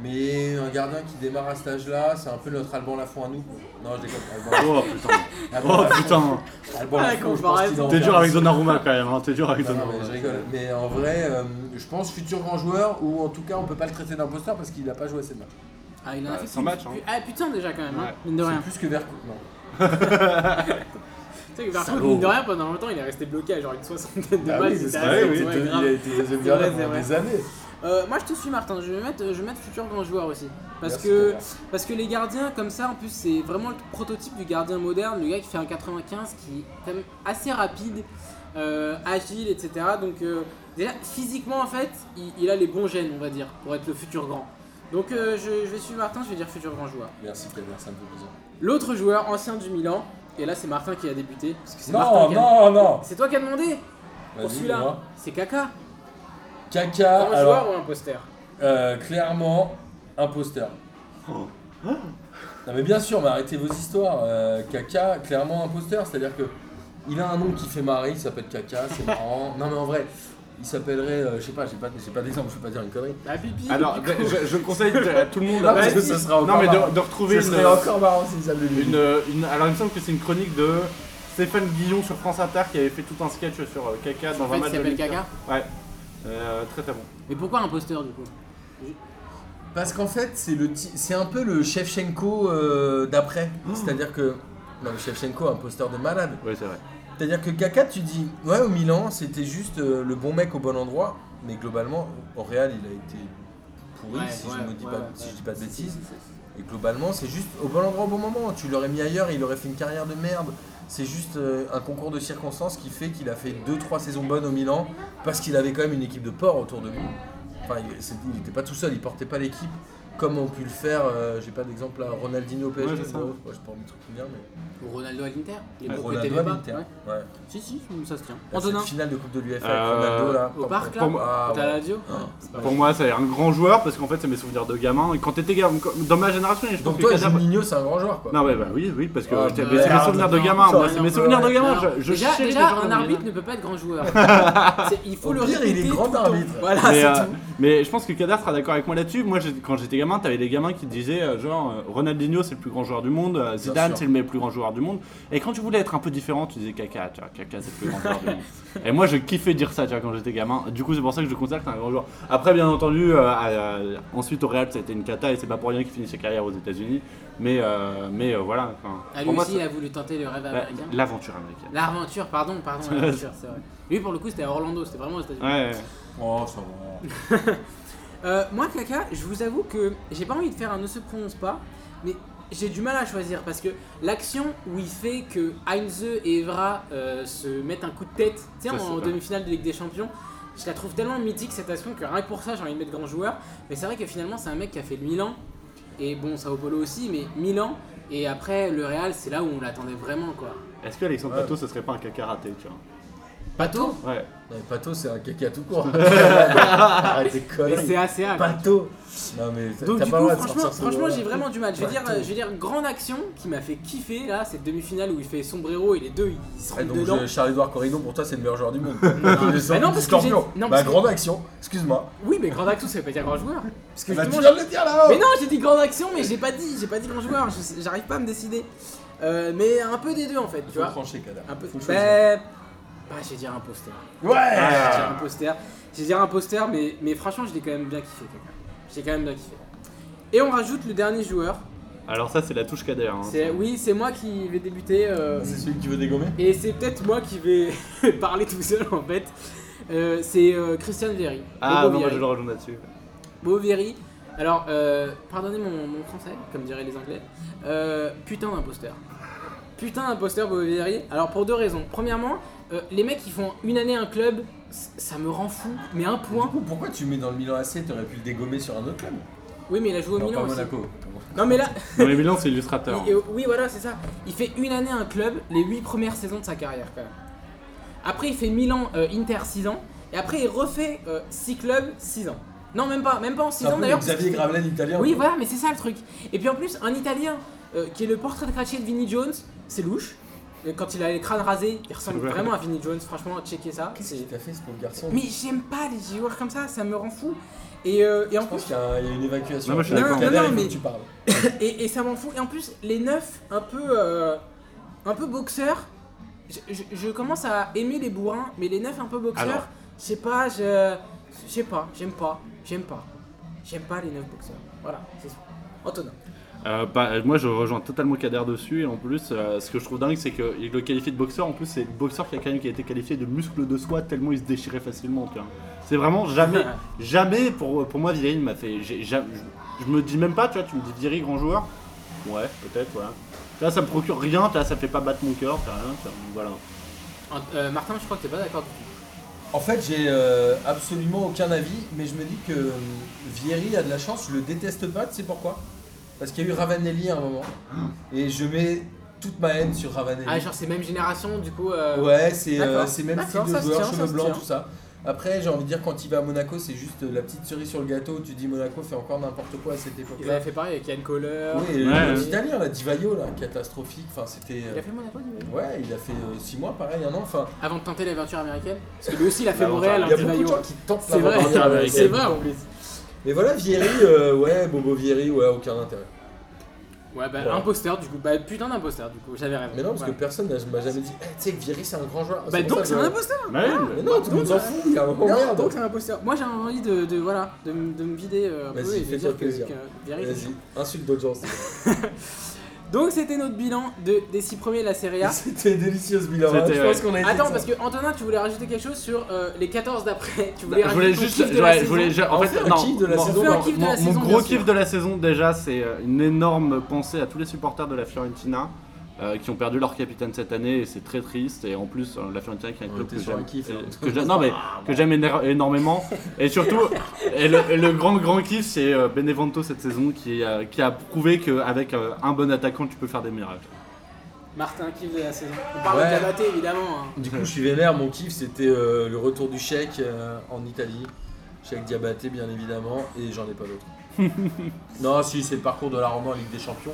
B: Mais un gardien qui démarre à cet âge-là, c'est un peu notre Alban Lafont à nous. Non, je déconne. Alban,
C: Oh putain.
B: Alban
C: Oh
B: Lafont.
C: putain.
B: Alban
A: Ah, la
B: Lafont, je pense qu'il en
A: comparaison.
C: T'es dur
B: garde.
C: avec Donnarumma quand même. hein, T'es dur avec
B: Non, non, mais
C: Donnarumma.
B: je rigole. Mais en vrai, euh, je pense futur grand joueur, ou en tout cas, on peut pas le traiter d'imposteur parce qu'il n'a pas joué assez de matchs.
A: Ah, il en a
C: Bah,
A: fait
C: sans
A: plus-
C: match, hein.
A: plus- Ah, putain, déjà quand même, hein,
C: Ouais,
A: mine de rien.
B: C'est plus que Vercou. Non.
A: Tu sais que par contre,
C: Salaud.
A: mine de rien, pendant longtemps, il est resté bloqué à genre une soixantaine de
B: Bah
A: balles. il
B: oui, c'est
A: était
B: vrai,
A: assez-
B: oui,
A: ouais,
B: Tony,
A: grave.
B: il a été deuxième
A: C'est
B: gardien
A: vrai, c'est
B: pendant
A: vrai.
B: des années.
A: Euh, moi, je te suis, Martin. Je vais mettre, je vais mettre futur grand joueur aussi. Parce
B: Merci,
A: que.
B: Thomas.
A: Parce que les gardiens, comme ça, en plus, c'est vraiment le prototype du gardien moderne, le gars qui fait un 95, qui est quand même assez rapide, euh, agile, etc. Donc, euh, déjà, physiquement, en fait, il, il a les bons gènes, on va dire, pour être le futur grand. Donc, euh, je, je vais suivre Martin, je vais dire futur grand joueur.
B: Merci, Kader, ça me fait plaisir.
A: L'autre joueur, ancien du Milan, et là, c'est Martin qui a débuté. parce que c'est Martin
B: Non,
A: qui a-
B: non, non.
A: C'est toi qui as demandé pour
B: Vas-y,
A: celui-là.
B: dis-moi.
A: C'est Kaka.
C: Ah,
B: Kaka,
A: grand
B: alors,
A: joueur ou imposteur
B: euh, clairement, imposteur.
C: Oh.
B: Non mais bien sûr, mais arrêtez vos histoires. Euh, Kaka, clairement imposteur, c'est-à-dire que il a un nom qui fait marrer, il s'appelle Kaka, c'est marrant. Non mais en vrai, il s'appellerait, euh, je sais pas, j'ai pas, j'ai pas d'exemple, je vais pas dire une connerie.
A: Bah, pipi.
C: Alors,
A: du coup.
C: je, je conseille à tout le monde.
B: Ah, parce que ce sera
C: non,
B: encore
C: mais
B: marrant.
C: de, de retrouver
B: Ce
C: une, euh,
B: serait
A: euh,
B: encore marrant s'il s'appelait lui.
C: une- une- Alors, il me semble que c'est une chronique de Stéphane Guillon sur France Inter qui avait fait tout un sketch sur euh, Kaka dans
A: En
C: un
A: fait, il
C: match. de
A: s'appelle
C: Ligue un.
A: Kaka.
C: Ouais. Euh, très très bon.
A: Mais pourquoi imposteur du coup
B: Parce qu'en fait, c'est le, ti- c'est un peu le Shevchenko euh, d'après,
A: Oh.
B: c'est-à-dire que non mais Shevchenko, imposteur de malade.
C: Ouais, c'est vrai.
B: C'est-à-dire que Kaka, tu dis, ouais, au Milan, c'était juste euh, le bon mec au bon endroit, mais globalement, au Real, il a été pourri,
A: Ouais,
B: si,
A: ouais,
B: je me dis
A: ouais,
B: pas,
A: ouais.
B: si je dis pas de
A: Si, si,
B: bêtises.
A: si, si.
B: Et globalement, c'est juste au bon endroit au bon moment. Tu l'aurais mis ailleurs, il aurait fait une carrière de merde. C'est juste euh, un concours de circonstances qui fait qu'il a fait 2-3 saisons bonnes au Milan parce qu'il avait quand même une équipe de porc autour de lui. Enfin, il- c'est- il n'était pas tout seul, il portait pas l'équipe comme ont pu le faire, euh, j'ai pas d'exemple, là, Ronaldinho au PSG.
C: Ouais, c'est ça.
B: bon, ouais, je peux en mettre un bien, mais.
A: Ou Ronaldo à l'Inter Les
C: Ah,
A: mecs que
B: Ronaldo
A: t'aimais
B: à
A: pas,
B: l'Inter,
A: ouais.
B: ouais.
A: Si, si, ça se tient.
B: La
A: Antonin,
B: finale de Coupe de l'UEFA
C: Euh,
B: avec Ronaldo là.
A: au parc là
C: pour moi-
B: Ah,
A: T'as
B: ouais.
A: la radio
B: Ah.
A: C'est pas
C: Pour
A: vrai.
C: moi, c'est un grand joueur parce qu'en fait, c'est mes souvenirs de gamin. Et quand t'étais gamin, dans ma génération, je pense
B: Donc
C: que
B: toi,
C: Kaka-
B: Juninho, c'est un grand joueur quoi.
C: Non, ouais, bah oui, oui, parce que
B: Ah,
C: j'étais-
B: bah,
C: mais c'est mes
A: Euh,
B: merde,
C: souvenirs de
B: non,
C: gamin.
B: ça
C: moi,
B: aurait
C: c'est
B: été
C: mes
B: un
C: souvenirs
B: peu-
C: de gamin.
A: Alors,
C: Je, je
A: Oh, déjà,
C: chéris les
A: déjà
C: gens
A: un
C: dans mes
A: arbitre
C: années.
A: ne peut pas être grand joueur. C'est- il faut
B: Au
A: le
B: pire, il est
A: répéter.
B: grand
A: tout le temps.
B: arbitre.
A: Voilà,
C: mais,
A: Ah, c'est
C: euh,
A: tout.
C: mais je pense que Kadar sera d'accord avec moi là-dessus. Moi, j'ai- quand j'étais gamin, t'avais des gamins qui disaient euh, genre euh, Ronaldinho c'est le plus grand joueur du monde, euh, Zidane
B: sûr.
C: c'est le meilleur plus grand joueur du monde. Et quand tu voulais être un peu différent, tu disais Kaka, tu vois, Kaka c'est le plus grand joueur du monde. Et moi, je kiffais dire ça, tu vois, quand j'étais gamin. Du coup, c'est pour ça que je considère que c'est un grand joueur. Après, bien entendu, euh, euh, ensuite au Real, ça a été une cata et c'est pas pour rien qu'il finit sa carrière aux États-Unis. Mais euh, mais euh, voilà. enfin,
A: Ah, lui
C: pour moi,
A: aussi, euh,
C: c'est-
A: il a voulu tenter le rêve
C: la-
A: américain.
C: l'aventure américaine.
A: L'aventure, pardon, pardon, l'aventure, c'est vrai. Lui, pour le coup, c'était à Orlando, c'était vraiment aux États-Unis.
C: Ouais.
B: Oh, ça va.
A: Euh, moi, Kaka, je vous avoue que j'ai pas envie de faire un ne se prononce pas, mais j'ai du mal à choisir parce que l'action où il fait que Heinze et Evra euh, se mettent un coup de tête, tu sais,
C: Ça, c'est
A: en
C: vrai.
A: demi-finale de Ligue des Champions, je la trouve tellement mythique cette action que rien que pour ça, j'ai envie de mettre grand joueur. Mais c'est vrai que finalement, c'est un mec qui a fait le Milan, et bon, Sao Paulo aussi, mais Milan, et après le Real, c'est là où on l'attendait vraiment, quoi.
C: Est-ce que Alexandre
B: Ouais.
C: Pato, ce serait pas un caca raté, tu
A: Pato
C: vois Ouais.
B: Non, mais Pato, c'est un caca tout court. Arrête tes
A: Et
B: conneries.
A: c'est ACA. quoi.
B: Pato. Non, mais t'as
A: Donc
B: t'as
A: du
B: pas
A: coup,
B: le droit de
A: franchement,
B: sortir ce
A: franchement
B: mot-là.
A: j'ai vraiment du mal. Je veux dire, euh,
B: Partout.
A: je veux dire, grande action qui m'a fait kiffer là, cette demi-finale où il fait sombrero et les deux ils se
B: Eh,
A: rendent
B: donc,
A: dedans.
B: je- Charles-Édouard Corridon, pour toi, c'est le meilleur joueur du monde.
A: Bah non, parce que j'ai-
B: Scorpion.
A: non, parce
B: bah,
A: que-
B: grande action, excuse-moi.
A: Oui, mais grande action, ça veut pas dire grand joueur. Parce que
B: Bah, tu
A: justement,
B: viens de le dire là-haut.
A: Mais non, j'ai dit grande action, mais j'ai pas dit, j'ai pas dit grand joueur. Je- J'arrive pas à me décider. Euh, mais un peu des deux en fait, tu
B: Faut
A: vois.
B: trancher, Kadar.
A: Un peu.
B: Faut choisir. Ah.
A: Bah, bah j'ai dire un poster.
B: Ouais.
A: J'ai dire un poster. J'ai dire un poster, mais mais franchement, je l'ai quand même bien kiffé. Kaka. Je l'ai quand même bien kiffé. Et on rajoute le dernier joueur.
C: Alors ça, c'est la touche Kader. Hein.
A: C'est oui, c'est moi qui vais débuter. euh,
B: C'est celui que tu veux dégommer
A: Et c'est peut-être moi qui vais parler tout seul en fait. Euh, c'est euh, Christian Vieri. Bobo
C: Ah non, moi
A: Vieri.
C: je le rejoins là-dessus.
A: Bobo Vieri, Alors, euh, pardonnez mon, mon français, comme diraient les Anglais. Euh, putain d'imposteur. Putain d'imposteur, vous verriez. Alors, pour deux raisons. Premièrement, euh, les mecs qui font une année un club, c- ça me rend fou, mais un
B: Du
A: point.
B: coup, pourquoi tu mets dans le Milan AC T'aurais pu le dégommer sur un autre club
A: Oui, mais il a joué au
B: Non,
A: Milan
B: pas
A: aussi.
B: Monaco.
A: Non, mais là,
C: Non, mais Milan, c'est illustrateur. hein.
A: Et- et- oui, voilà, c'est ça. Il fait une année à un club, les 8 premières saisons de sa carrière, quand même. Après, il fait Milan, euh, Inter 6 ans. Et après, il refait 6 clubs, 6 ans. Non, même pas, même pas en 6
B: C'est un
A: ans
B: peu
A: d'ailleurs.
B: le Xavier
A: parce que-
B: Gravelaine italien.
A: Oui,
B: quoi.
A: voilà, mais c'est ça le truc. Et puis en plus, un Italien euh, qui est le portrait de craché de Vinnie Jones, c'est louche. Et quand il a les crânes rasés, il ressemble
C: Ouais.
A: vraiment à Vinnie Jones. Franchement, checkez ça.
B: Qu'est-ce
A: c'est-
B: qu'il t'a fait ce pauvre garçon
A: Mais j'aime pas les joueurs comme ça, ça me rend fou. Et, euh, et en
B: Je pense
A: plus,
B: qu'il y, a un- il y a une évacuation.
C: Non, moi, je suis
B: Kader,
A: d'accord. Non, non,
B: il faut
A: mais-
B: que tu parles.
A: et, et ça m'en fout. Et en plus, les neufs, un peu, euh, un peu boxeurs, je, je- je commence à aimer les bourrins, mais les neufs un peu
C: Alors.
A: boxeurs, je sais pas, je, je sais pas, j'aime pas, j'aime pas, j'aime pas les neufs boxeurs. Voilà, c'est ça. Antonin.
C: Euh, bah, moi, je rejoins totalement Kader dessus. Et en plus, euh, ce que je trouve dingue, c'est qu'il le qualifie de boxeur. En plus, c'est le boxeur qui a, quand même, qui a été qualifié de muscle de soi tellement il se déchirait facilement. tu vois. C'est vraiment jamais, jamais pour, pour moi, Vieri m'a fait. j'ai- j'a- je, je me dis même pas, tu vois, tu me dis Vieri grand joueur. Ouais, peut-être, voilà. Là, ça me procure rien, tu vois, ça fait pas battre mon cœur, tu vois, rien, tu vois, voilà.
A: Ant- euh, Martin, je crois que t'es pas d'accord. du
B: En fait, j'ai euh, absolument aucun avis, mais je me dis que euh, Vieri a de la chance, je le déteste pas, tu sais pourquoi Parce qu'il y a eu Ravanelli à un moment, et je mets toute ma haine sur Ravanelli.
A: tout. Ah, genre c'est même génération, du coup. euh,
B: ouais, c'est euh,
A: d'accord.
B: c'est même style
A: D'accord,
B: de
A: ça se
B: joueur,
A: tient, ça
B: cheveux
A: se
B: blancs,
A: tient.
B: tout ça. Après, j'ai envie de dire, quand il va à Monaco, c'est juste euh, la petite cerise sur le gâteau, tu dis Monaco fait encore n'importe quoi à cette
A: Il
B: époque-là.
A: avait fait pareil avec Yann Kohler.
B: Oui, et
C: Ouais,
B: le
C: ouais.
B: petit italien, là, Divaio, là, catastrophique, enfin c'était... euh,
A: Il a fait Monaco, du coup,
B: Ouais, il a fait 6 mois, pareil, un an, enfin...
A: Avant de tenter l'aventure américaine. Parce que lui aussi, il a fait
C: L'aventure-
A: Montréal.
B: Il y a
A: hein,
B: beaucoup de
A: Divaio.
B: gens qui tentent
A: C'est vrai,
B: l'aventure américaine.
A: c'est vrai en plus.
B: Mais voilà, Vieri, euh, ouais, Bobo Vieri, ouais, aucun intérêt.
A: Ouais, bah
B: Voilà.
A: imposteur du coup, bah putain d'imposteur du coup, j'avais raison.
B: Mais non, parce
A: Voilà.
B: que personne n'a- m'a jamais dit, Eh, tu sais que Vieri c'est un grand
C: Ah,
B: joueur.
A: Bah
B: pour
A: donc
B: ça
A: c'est
B: que-
A: un imposteur
C: Mais ouais,
B: Ah, Mais non, tout le monde s'en fout, il y a un moment,
C: Oh,
A: Non,
B: merde.
A: donc c'est un imposteur. Moi j'ai envie de, de- voilà, de, m- de me vider euh, un peu
B: Vas-y,
A: et de
B: fais-toi
A: dire que,
B: plaisir.
A: que Vieri, c'est
B: Vas-y, insulte d'audience.
A: chiant. Donc c'était notre bilan de, des 6 premiers de la Serie A.
B: C'était délicieux ce bilan. hein.
C: C'était,
B: Je
C: ouais.
B: pense qu'on a été.
A: Attends, parce que Antonin, tu voulais rajouter quelque chose sur euh, les 14 d'après. Tu voulais
C: Bah, Je voulais
A: rajouter ton
C: juste,
A: kiff de
C: ouais,
A: la
C: je
A: saison.
C: voulais, je- en
B: On
C: fait,
B: fait Ah, un
C: non,
B: kiff de la
C: mon-
B: saison,
A: on
C: mon-
A: fait un kiff de la
C: mon-
A: saison,
C: mon
A: bien
C: gros
A: sûr.
C: kiff de la saison déjà, c'est euh, une énorme pensée à tous les supporters de la Fiorentina euh, qui ont perdu leur capitaine cette année et c'est très triste. Et en plus, euh, la Fiorentina qui est un
B: On
C: club
B: était
C: que
B: sur un
C: j'aime-
B: kiff, hein. Ah,
C: et-
B: là.
C: que j'aime- non, mais que j'aime éner- énormément. Et surtout, et le, et le grand grand kiff, c'est euh, Benevento cette saison qui, euh, qui a prouvé qu'avec un bon attaquant, tu peux faire des miracles.
A: Martin, kiff de la saison. On parle
B: Ouais.
A: de Kabaté évidemment. hein.
B: Du coup, je suis vénère. Mon kiff, c'était euh, le retour du chèque euh, en Italie. Chèque Diabaté, bien évidemment, et j'en ai pas d'autre. non, si, c'est le parcours de la Roma en Ligue des Champions.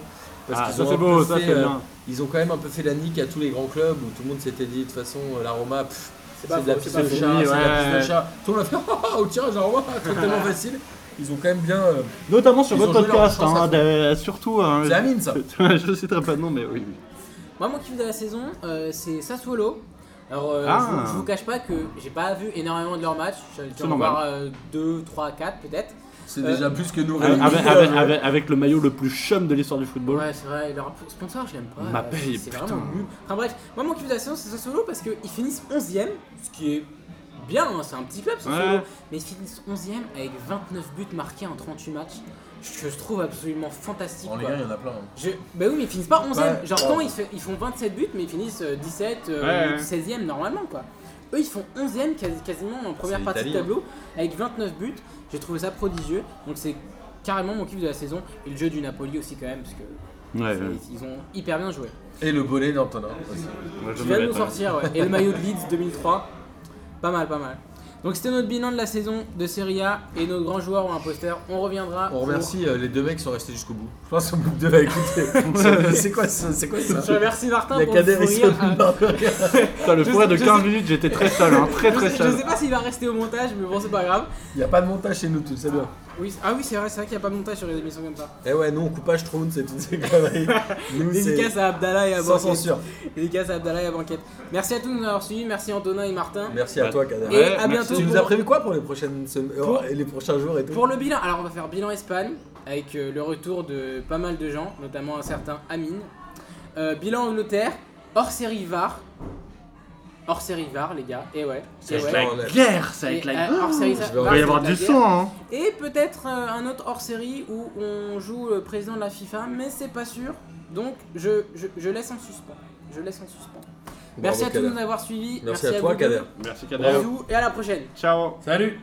B: Parce
C: Ah,
B: qu'ils
C: ça
B: ont
C: c'est
B: un
C: beau,
B: peu
C: ça
B: fait,
C: c'est
B: euh,
C: bien.
B: Ils ont quand même un peu fait la nique à tous les grands clubs où tout le monde s'était dit de toute façon euh, la Roma, pff, c'est
A: pas
B: de la
A: faux,
B: piste
A: c'est
B: de
A: pas
B: chat,
A: faux.
B: c'est de la
C: Oui,
B: piste
C: ouais.
B: de chat. Tout le monde a fait Ah, ah, au tirage la Roma, c'est tellement facile. Ils ont quand même bien. euh,
C: Notamment sur
B: ils
C: votre
B: ont joué leur
C: podcast,
B: chance à
C: hein,
B: fond.
C: de- surtout. hein,
B: C'est Amine ça.
C: je ne citerai pas de nom, mais oui. oui.
A: Moi, mon kiff de la saison, euh, c'est Sassuolo. Alors, euh,
C: Ah.
A: je, vous, je vous cache pas que j'ai pas vu énormément de leurs matchs. J'ai dû
C: C'est
A: en
C: normal.
A: voir euh, 2, 3, 4 peut-être.
B: C'est
A: Euh,
B: déjà plus que nous
C: Avec,
B: réunis. euh,
C: avec- avec- avec- avec le maillot le plus chum de l'histoire du football.
A: Ouais, c'est vrai, leur sponsor, je l'aime pas.
C: Ma
A: Euh,
C: paye,
A: c'est
C: putain.
A: vraiment nul. Enfin bref, moi mon kiff de la saison, c'est Sassuolo parce qu'ils finissent 11ème, ce qui est bien, hein, c'est un petit club Sassuolo,
C: Ouais.
A: mais ils finissent 11ème avec 29 buts marqués en 38 matchs. Je je trouve absolument fantastique.
B: En Ligue
A: quoi.
B: 1, il y en a plein. hein.
A: Je- Bah oui, mais ils finissent pas 11ème.
B: Ouais.
A: Genre,
B: Ouais.
A: quand ils, fait- ils font 27 buts, mais ils finissent euh, 17, euh,
C: Oh. Ouais, ouais.
A: 16ème normalement, quoi. Eux, ils font 11ème quasi- quasiment en première
B: C'est
A: partie de
B: l'Italie, hein.
A: tableau, avec 29 buts. J'ai trouvé ça prodigieux. Donc, c'est carrément mon kiff de la saison. Et le jeu du Napoli aussi, quand même, parce que
C: Ouais,
A: c'est- ils ont hyper bien joué.
B: Et le bonnet d'Antonin aussi.
C: Moi, je
A: Tu
C: me
A: viens de
C: mets,
A: nous
C: ouais.
A: sortir, ouais. Et le maillot de Leeds 2003. Pas mal, pas mal. Donc, c'était notre bilan de la saison de Serie A et nos grands joueurs ou imposteurs. On reviendra.
B: On
A: pour-
B: remercie euh, les deux mecs qui sont restés jusqu'au bout. Je pense qu'on bout de à écouter. C'est- c'est quoi ça C'est quoi ça
A: Je remercie Martin
B: Il y a
A: pour le
B: Kader et
A: sourire.
B: Sophie
A: Ah,
B: Barbe.
C: Putain, le
A: Je
C: forêt de
A: sais-
C: 15
A: je
C: minutes, j'étais très seul, hein, très
A: je
C: très
A: sais-
C: seul.
A: je sais pas s'il va rester au montage, mais bon, c'est pas grave.
B: Il n'y a pas de montage chez nous, tout c'est bien.
A: Oui, c- ah oui, c'est vrai, c'est vrai qu'il n'y a pas de montage sur les émissions comme ça.
B: Eh ouais, nous on coupage Troun, c'est toutes ces conneries. Nous,
A: Dédicace
B: c'est
A: à Abdallah et à
B: sans
A: Banquette.
B: censure.
A: Dédicace à Abdallah et à Banquette. Merci à tous de nous avoir suivis, merci Antonin et Martin.
B: Merci à toi,
A: Et
B: Kader.
C: Ouais,
A: à
C: merci.
A: bientôt
B: Tu nous
A: pour,
B: as prévu quoi pour les prochaines semaines euh,
A: Pour-
B: et les prochains jours et tout
A: pour le bilan. Alors on va faire bilan Espagne avec euh, le retour de pas mal de gens, notamment un certain Amine. Euh, bilan Angleterre, hors série VAR. Hors série VAR, les gars. Et ouais.
B: C'est
A: Et
B: vrai.
A: ouais.
B: Ouais.
C: La guerre, ça va
A: Et,
C: être la
A: euh,
C: guerre.
A: hors série, ça-
B: Il
C: Il
B: va
A: VAR,
C: va y
A: c'est
C: avoir
A: de
C: du
A: la guerre.
C: sang, hein.
A: Et peut-être euh, un autre hors série où on joue le président de la FIFA, mais c'est pas sûr. Donc je, je, je laisse en suspens. Je laisse en suspens. Merci à tous de nous avoir suivis.
B: Merci à toi,
A: vous deux.
B: Kader.
C: Merci, Kader.
A: Bisous et à la prochaine.
C: Ciao.
B: Salut